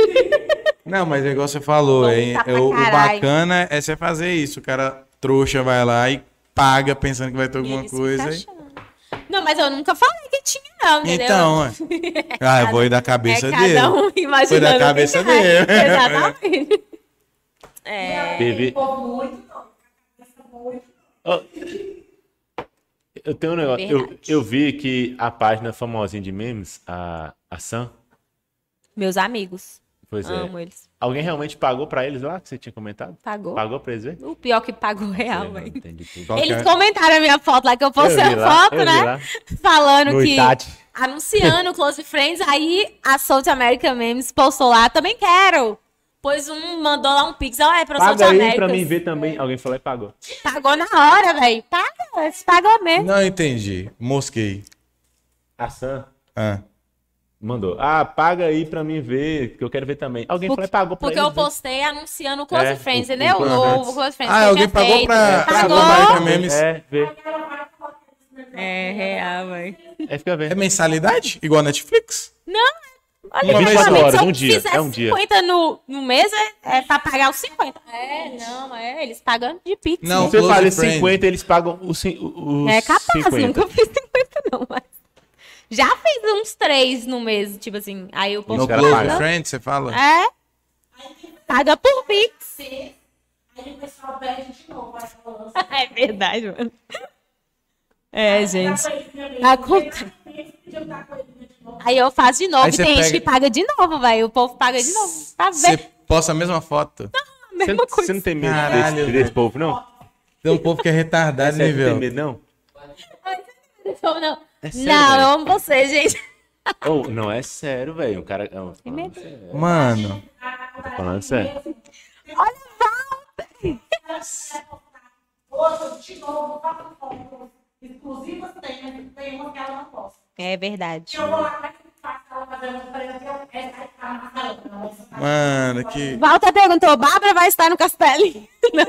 Speaker 1: Não, mas é igual você falou,
Speaker 3: Vamos
Speaker 1: hein? é,
Speaker 3: tá pra
Speaker 1: o, o
Speaker 3: caralho.
Speaker 1: bacana é você fazer isso. O cara trouxa vai lá e paga pensando que vai ter alguma
Speaker 3: Eles ficam
Speaker 1: coisa. hein?
Speaker 3: tá achando. Não, mas eu nunca falei que tinha, não, entendeu?
Speaker 1: Então, ué. ah, eu vou ir da cabeça
Speaker 3: é cada
Speaker 1: dele.
Speaker 3: um imaginando.
Speaker 1: Foi da
Speaker 3: o que
Speaker 1: cabeça
Speaker 3: quer.
Speaker 1: dele.
Speaker 3: Exatamente. É.
Speaker 2: Bebi.
Speaker 5: Ficou muito doido. ficou muito doido.
Speaker 2: Ó, Eu tenho um negócio. Eu,
Speaker 3: É Verdade.
Speaker 2: eu vi que a página famosinha de memes, a, a Sam,
Speaker 3: Meus amigos.
Speaker 2: pois é.
Speaker 3: Amo eles.
Speaker 2: Alguém realmente pagou pra eles lá que você tinha comentado?
Speaker 3: Pagou.
Speaker 2: Pagou é, pra eles verem?
Speaker 3: O pior que pagou real,
Speaker 2: Não, não
Speaker 3: velho.
Speaker 2: entendi tudo.
Speaker 1: Qual que
Speaker 3: Eles
Speaker 1: é?
Speaker 3: comentaram a minha foto lá, que eu postei
Speaker 2: Eu vi
Speaker 3: a
Speaker 2: lá,
Speaker 3: foto,
Speaker 2: eu vi lá.
Speaker 3: né? Falando
Speaker 2: Novidade.
Speaker 3: que. Anunciando o Close Friends. Aí a South America Memes postou lá, também quero. Pois um mandou lá um pix, ó, é pra South
Speaker 2: Paga aí pra
Speaker 3: America.
Speaker 2: mim ver também. Alguém falou e pagou.
Speaker 3: Pagou na hora, velho. Paga, eles pagam mesmo.
Speaker 1: Não entendi. Mosquei.
Speaker 2: A Sam
Speaker 1: Ah.
Speaker 2: mandou. Ah, paga aí pra mim ver, que eu quero ver também. Alguém falou e pagou pra
Speaker 3: Porque
Speaker 2: eles né?
Speaker 3: eu postei anunciando o Close
Speaker 2: É,
Speaker 3: Friends,
Speaker 2: o- o
Speaker 3: entendeu? O
Speaker 2: Close
Speaker 3: novo
Speaker 2: Friends.
Speaker 3: Close Friends.
Speaker 1: Ah,
Speaker 3: que eu Tá
Speaker 1: alguém
Speaker 3: tinha
Speaker 1: pagou
Speaker 3: feito.
Speaker 1: pra. pra
Speaker 3: Pagou.
Speaker 1: América
Speaker 2: verem.
Speaker 1: Memes. É.
Speaker 2: É, ver.
Speaker 5: Ela vai colocar esses meus
Speaker 3: É, real, velho.
Speaker 2: É, fica vendo.
Speaker 1: mensalidade? Igual a Netflix?
Speaker 3: Olha,
Speaker 1: Uma vez
Speaker 3: realmente,
Speaker 1: por
Speaker 2: hora,
Speaker 3: se eu
Speaker 2: um dia,
Speaker 3: fizer
Speaker 2: é um dia.
Speaker 3: 50 no, no mês, é, é pra pagar os 50. É, não, é, eles pagam É de pix.
Speaker 1: Não,
Speaker 2: Se você
Speaker 1: Close
Speaker 2: paga
Speaker 1: Friend.
Speaker 2: 50, eles pagam os, cin- os
Speaker 3: é capaz,
Speaker 2: 50.
Speaker 3: nunca fiz 50 não, mas... Já fiz uns 3 no mês, tipo assim, aí eu
Speaker 1: no
Speaker 3: posto...
Speaker 2: cara
Speaker 1: Close
Speaker 2: paga.
Speaker 1: Friend, você fala?
Speaker 3: É, paga por pix.
Speaker 5: Aí o pessoal pede de novo. Aí ela lança.
Speaker 3: É verdade, mano. É, gente. Ah, Acontece.
Speaker 5: tá
Speaker 3: Aí eu faço de novo,
Speaker 1: Aí
Speaker 3: e
Speaker 1: você
Speaker 3: tem gente
Speaker 1: pega-
Speaker 3: que paga de novo, velho. O povo paga de novo, pra
Speaker 1: Você
Speaker 3: ver
Speaker 1: posta a mesma foto.
Speaker 3: a
Speaker 2: Você,
Speaker 3: mesma
Speaker 2: você
Speaker 3: coisa.
Speaker 2: não tem medo
Speaker 1: Caralho,
Speaker 2: desse,
Speaker 1: velho.
Speaker 2: desse povo, não?
Speaker 1: Tem um povo que é retardado,
Speaker 2: Você não tem
Speaker 1: nível.
Speaker 2: medo, não?
Speaker 3: Não, não.
Speaker 2: É sério,
Speaker 3: não, eu
Speaker 2: velho.
Speaker 3: amo você, gente.
Speaker 2: Ou, não, é sério, velho. O cara. Não, tô falando
Speaker 3: medo.
Speaker 2: sério.
Speaker 1: Mano.
Speaker 5: tá,
Speaker 2: Tô Tá falando sério.
Speaker 3: Olha o Walter.
Speaker 5: Outro de novo, tá quatro fotos. Exclusivas tem, mas tem uma que ela não posta.
Speaker 3: É verdade.
Speaker 5: Eu vou lá, como é que faz ela fazer uma pressão? Essa aí tá marcando. ela não tá-
Speaker 1: Mano, que.
Speaker 3: Walter perguntou, Bárbara vai estar no castelo? Não.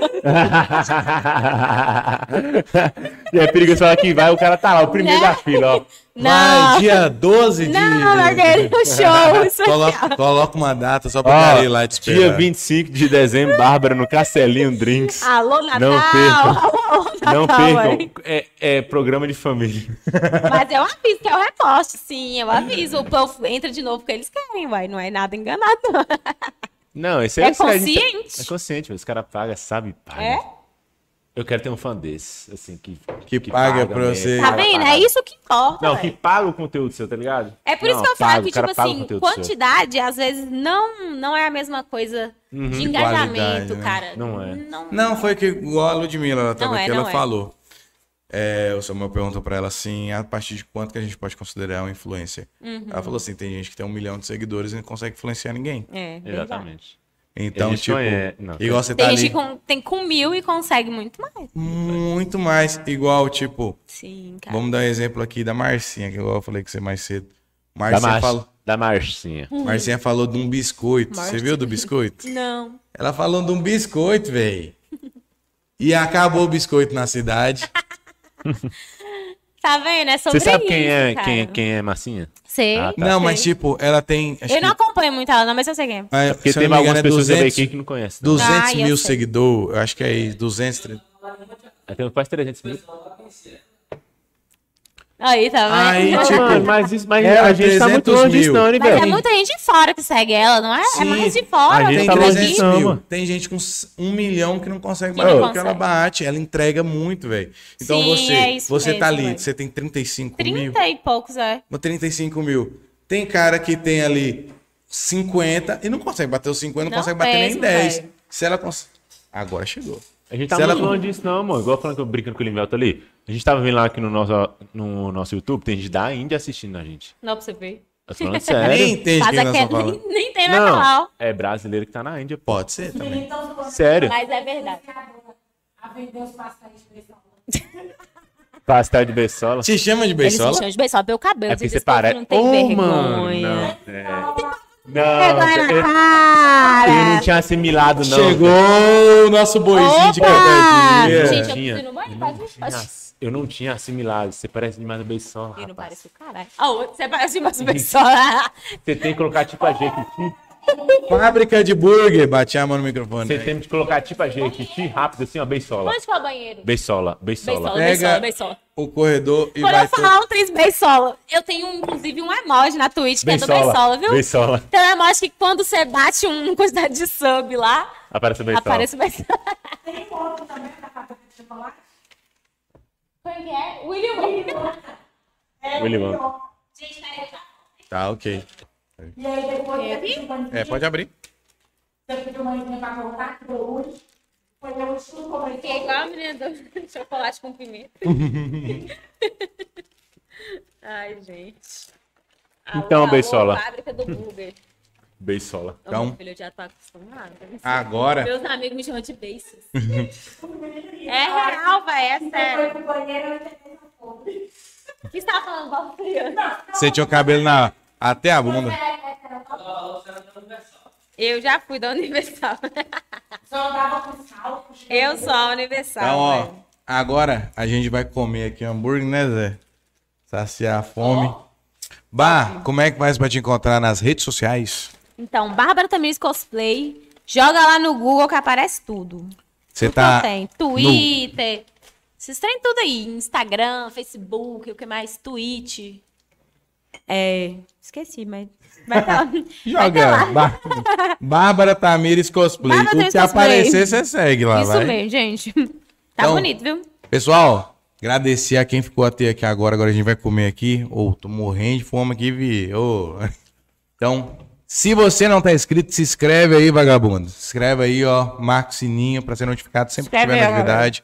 Speaker 2: e é perigoso falar que vai, o cara tá lá, o primeiro
Speaker 3: Né?
Speaker 2: da fila, ó.
Speaker 1: Vai,
Speaker 3: Não,
Speaker 1: dia 12 de.
Speaker 3: não, Marguerite, o show. Isso aqui,
Speaker 1: Coloca, coloca uma data só pra
Speaker 2: Ó,
Speaker 1: galera ir lá te esperar.
Speaker 2: dia 25 de dezembro, Bárbara no Castelinho Drinks.
Speaker 3: ó. Alô, Natal.
Speaker 2: Não percam.
Speaker 3: Alô, Natal,
Speaker 2: Não percam,
Speaker 3: Ah, tá hein?
Speaker 2: é, é programa de família.
Speaker 3: Mas eu aviso que é o reposte, sim, eu aviso. O povo entra de novo porque eles querem, uai. Não é nada enganado, não.
Speaker 2: Não, esse
Speaker 3: É
Speaker 2: esse cara, a gente-
Speaker 3: consciente?
Speaker 2: É consciente, velho, os caras pagam, sabe, paga.
Speaker 3: É?
Speaker 2: Eu quero ter um fã desse, assim, que
Speaker 1: Que paga pra
Speaker 2: mesmo,
Speaker 1: você.
Speaker 3: Tá
Speaker 2: paga
Speaker 3: vendo? É
Speaker 2: parado.
Speaker 3: isso que importa,
Speaker 2: Não,
Speaker 3: ué.
Speaker 2: que paga o conteúdo seu, tá ligado?
Speaker 3: É por isso
Speaker 2: Não,
Speaker 3: que eu
Speaker 2: paga,
Speaker 3: falo
Speaker 2: o
Speaker 3: que,
Speaker 2: cara
Speaker 3: tipo
Speaker 2: paga o
Speaker 3: assim,
Speaker 2: conteúdo seu.
Speaker 3: quantidade, às vezes, não, não é a mesma coisa
Speaker 2: Uhum.
Speaker 3: de
Speaker 1: De qualidade,
Speaker 3: engajamento,
Speaker 1: né?
Speaker 3: cara.
Speaker 2: Não é.
Speaker 3: Não,
Speaker 1: Não, foi que igual a Ludmilla, ela tava
Speaker 3: Não é,
Speaker 1: aqui, ela
Speaker 3: não é.
Speaker 1: falou. É, o Samuel perguntou pra ela assim, a partir de quanto que a gente pode considerar um
Speaker 3: Uhum.
Speaker 1: influencer? Ela falou assim, tem gente que tem um milhão de seguidores e não consegue influenciar ninguém.
Speaker 3: É, verdade.
Speaker 2: Exatamente.
Speaker 1: Então,
Speaker 2: gente
Speaker 1: tipo,
Speaker 2: conhece- não,
Speaker 1: igual você tá
Speaker 3: Tem gente
Speaker 1: ali,
Speaker 3: que com- tem com mil e consegue muito mais.
Speaker 1: muito mais, igual, tipo,
Speaker 3: Sim, cara.
Speaker 1: vamos dar um exemplo aqui da Marcinha, que igual eu falei com você mais cedo.
Speaker 2: Da,
Speaker 1: Marcinha,
Speaker 2: Mar...
Speaker 1: falou,
Speaker 2: da Marcinha.
Speaker 1: Marcinha falou de um biscoito,
Speaker 3: Marcinha.
Speaker 1: você viu do biscoito?
Speaker 3: Não.
Speaker 1: Ela falou de um biscoito, velho. E acabou o biscoito na cidade.
Speaker 3: Tá vendo? É sobre
Speaker 2: Você sabe
Speaker 3: isso,
Speaker 2: quem é,
Speaker 3: cara.
Speaker 2: quem, quem é Marcinha?
Speaker 3: Sei.
Speaker 2: Ah, tá.
Speaker 1: Não, mas
Speaker 3: sei.
Speaker 1: tipo, ela tem. acho
Speaker 3: Eu não
Speaker 1: que-
Speaker 3: acompanho muito ela, não, mas eu sei quem é.
Speaker 1: é,
Speaker 2: Porque
Speaker 1: se eu
Speaker 2: tem
Speaker 1: não me engano,
Speaker 2: algumas
Speaker 1: é
Speaker 2: pessoas
Speaker 1: 200,
Speaker 2: aqui que não conhecem. né? Não.
Speaker 1: 200
Speaker 3: Ah, eu
Speaker 1: mil
Speaker 3: sei.
Speaker 1: seguidores, eu acho que é isso, 200. tre-
Speaker 2: Ela É, Tem quase 300 mil.
Speaker 3: Aí, tá vendo?
Speaker 1: Aí,
Speaker 2: Ah,
Speaker 1: tipo,
Speaker 2: mano, mas, isso, mas
Speaker 1: é,
Speaker 2: a gente tá muito
Speaker 1: 300
Speaker 2: longe disso
Speaker 1: mil.
Speaker 2: não, né,
Speaker 3: Mas é
Speaker 2: velho?
Speaker 3: muita gente de fora que segue ela, não é? é
Speaker 1: Sim.
Speaker 3: mais de fora.
Speaker 2: A gente
Speaker 1: Tem
Speaker 2: tá
Speaker 3: daqui.
Speaker 2: longe disso.
Speaker 1: 300 mil.
Speaker 2: mano.
Speaker 1: Tem gente com s- um milhão que não consegue
Speaker 3: Que
Speaker 1: bater
Speaker 3: não
Speaker 1: o que ela
Speaker 3: consegue.
Speaker 1: bate. Ela entrega muito, velho. Então
Speaker 3: Sim,
Speaker 1: você,
Speaker 3: é isso
Speaker 1: você tá
Speaker 3: mesmo,
Speaker 1: ali,
Speaker 3: velho.
Speaker 1: você tem 35 mil.
Speaker 3: 30 e poucos, é.
Speaker 1: no 35 mil. Tem cara que tem ali 50 e não consegue bater os 50, não,
Speaker 3: Não
Speaker 1: consegue bater nem
Speaker 3: mesmo,
Speaker 1: 10.
Speaker 3: velho.
Speaker 1: Se ela cons... Agora chegou.
Speaker 2: A gente tá
Speaker 1: Se ela-
Speaker 2: muito longe disso não, mano. Igual falando que eu brincando com o Limelto ali. A gente tava vendo lá aqui no nosso, no nosso YouTube, tem gente da Índia assistindo a gente.
Speaker 3: Não, pra você ver.
Speaker 2: Tô falando sério.
Speaker 1: Nem entende
Speaker 3: Mas
Speaker 1: quem nós
Speaker 3: aqui é-
Speaker 1: estamos falando.
Speaker 3: nem, nem tem na
Speaker 2: né, Não,
Speaker 3: canal.
Speaker 2: é brasileiro que tá na Índia, pô.
Speaker 1: Pode ser também.
Speaker 5: Então,
Speaker 2: Sério.
Speaker 3: Mas é verdade.
Speaker 5: A vender os pastéis de pressão.
Speaker 2: Pastel de Bessola.
Speaker 1: Te chama de
Speaker 3: Eles me
Speaker 1: beiçola?
Speaker 3: chamam de beiçol pelo cabelo.
Speaker 2: É
Speaker 3: você
Speaker 2: porque você
Speaker 3: diz que
Speaker 2: parece.
Speaker 3: não tem
Speaker 2: Ô,
Speaker 3: vergonha.
Speaker 2: mano, não. É. Não,
Speaker 3: Vergonha na
Speaker 2: eu, eu não
Speaker 3: cara.
Speaker 2: tinha assimilado, não.
Speaker 1: Chegou o nosso boizinho de
Speaker 3: Opa!
Speaker 1: cada dia.
Speaker 3: Gente, eu
Speaker 2: Tinha.
Speaker 3: preciso ir no banheiro, pode ir.
Speaker 2: Tinha
Speaker 3: Oxi.
Speaker 2: ass- Eu não tinha assimilado. Você parece demais o Bessola.
Speaker 3: E não
Speaker 2: rapaz.
Speaker 3: parece o caralho. Ah, o outro, você parece mais o pessoal.
Speaker 2: Você tem que colocar tipo a Jequiti.
Speaker 1: Fábrica de burger. Bati a mão no microfone.
Speaker 2: Você tem que colocar tipo a Jequiti rápido assim, ó. Beisola.
Speaker 3: Onde que é o banheiro?
Speaker 2: Beisola,
Speaker 3: Beisola,
Speaker 2: Beisola.
Speaker 1: Pega-
Speaker 3: beisola, beisola.
Speaker 1: O corredor e
Speaker 3: Quando
Speaker 1: vai
Speaker 3: eu
Speaker 1: ter...
Speaker 3: falar um três beisola, eu tenho inclusive um emoji na Twitch que é do beisola, viu?
Speaker 2: Beisola.
Speaker 3: Então é um emoji que quando você bate um- uma quantidade de sub lá,
Speaker 2: Aparece o Beisola.
Speaker 3: aparece o beisola.
Speaker 5: Tem um outro também da fábrica de chocolate?
Speaker 3: Como que é? William Bonner.
Speaker 5: É,
Speaker 2: Willy
Speaker 5: o
Speaker 2: Wonka.
Speaker 5: pior.
Speaker 3: Gente, peraí.
Speaker 1: Tá, ok.
Speaker 5: E aí depois eu pedi uma
Speaker 1: É,
Speaker 5: anistia,
Speaker 1: pode abrir.
Speaker 5: um Você pediu uma anistia pra voltar, que deu hoje. Foi meu estudo, como é que
Speaker 3: Fiquei igual a menina do chocolate com pimenta. Ai, gente. Alô,
Speaker 2: Então,
Speaker 3: alô,
Speaker 2: Beisola.
Speaker 3: Fábrica do Burger.
Speaker 2: Beisola.
Speaker 3: Ô,
Speaker 1: Então.
Speaker 3: meu filho, eu já tô acostumada.
Speaker 1: Agora...
Speaker 3: Meus amigos me chamam de Beisos. é real, velho, é
Speaker 5: Foi
Speaker 3: sério.
Speaker 5: pro banheiro, eu entrei no fogo.
Speaker 3: O que você tava falando, Bob?
Speaker 1: Você tinha o cabelo na... Até
Speaker 3: Tá
Speaker 1: a bunda.
Speaker 3: Eu já fui da Universal.
Speaker 5: Só andava com sal, com cheiro.
Speaker 3: Eu sou a Universal.
Speaker 1: Então, ó,
Speaker 3: velho.
Speaker 1: agora a gente vai comer aqui hambúrguer, né, Zé? Saciar a fome. Bah, como é que faz pra te encontrar nas redes sociais?
Speaker 3: Então, Bárbara Tamiris Cosplay. Joga lá no Google que aparece tudo.
Speaker 1: Você
Speaker 3: Tudo
Speaker 1: tá.
Speaker 3: que Tem. Twitter. Vocês têm tudo aí. Instagram, Facebook, o que mais? Twitch. É. Esqueci, mas. Vai tá lá. Vai tá
Speaker 1: Joga.
Speaker 3: lá.
Speaker 1: Bá- Bárbara Tamires Cosplay.
Speaker 3: Bárbara
Speaker 1: o
Speaker 3: Tamires
Speaker 1: que
Speaker 3: Cosplay.
Speaker 1: aparecer, você segue lá,
Speaker 3: Isso
Speaker 1: vai.
Speaker 3: mesmo, gente. Tá
Speaker 1: Então-
Speaker 3: bonito, viu?
Speaker 1: Pessoal, agradecer a quem ficou até aqui agora. Agora a gente vai comer aqui. Ô, tô morrendo de fome aqui, vi. Ô. Então, se você não tá inscrito, se inscreve aí, vagabundo. Se inscreve aí, ó. Marca o sininho pra ser notificado sempre que
Speaker 3: Escreve
Speaker 1: tiver
Speaker 3: aí, ó,
Speaker 1: novidade.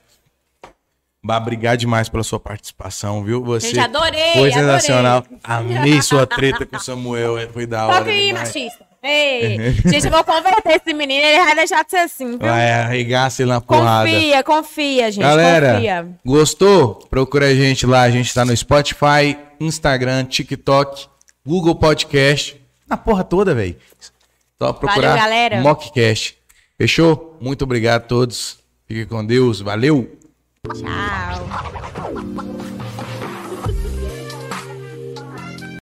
Speaker 1: Bah, obrigado demais pela sua participação, viu? Você
Speaker 3: Gente, adorei,
Speaker 1: foi
Speaker 3: adorei.
Speaker 1: sensacional. Amei sua treta com o Samuel, é, foi da hora.
Speaker 3: Toca aí,
Speaker 1: demais.
Speaker 3: machista. Ei, gente, eu vou converter esse menino, ele vai deixar de ser assim, viu?
Speaker 1: Vai arregaça ele na porrada.
Speaker 3: Confia, confia, gente.
Speaker 1: Galera,
Speaker 3: Confia.
Speaker 1: gostou? Procura a gente lá. A gente tá no Spotify, Instagram, TikTok, Google Podcast. Na porra toda, velho. Só procurar
Speaker 3: galera.
Speaker 1: Mockcast. Fechou? Muito obrigado a todos. Fique com Deus. Valeu!
Speaker 3: Tchau.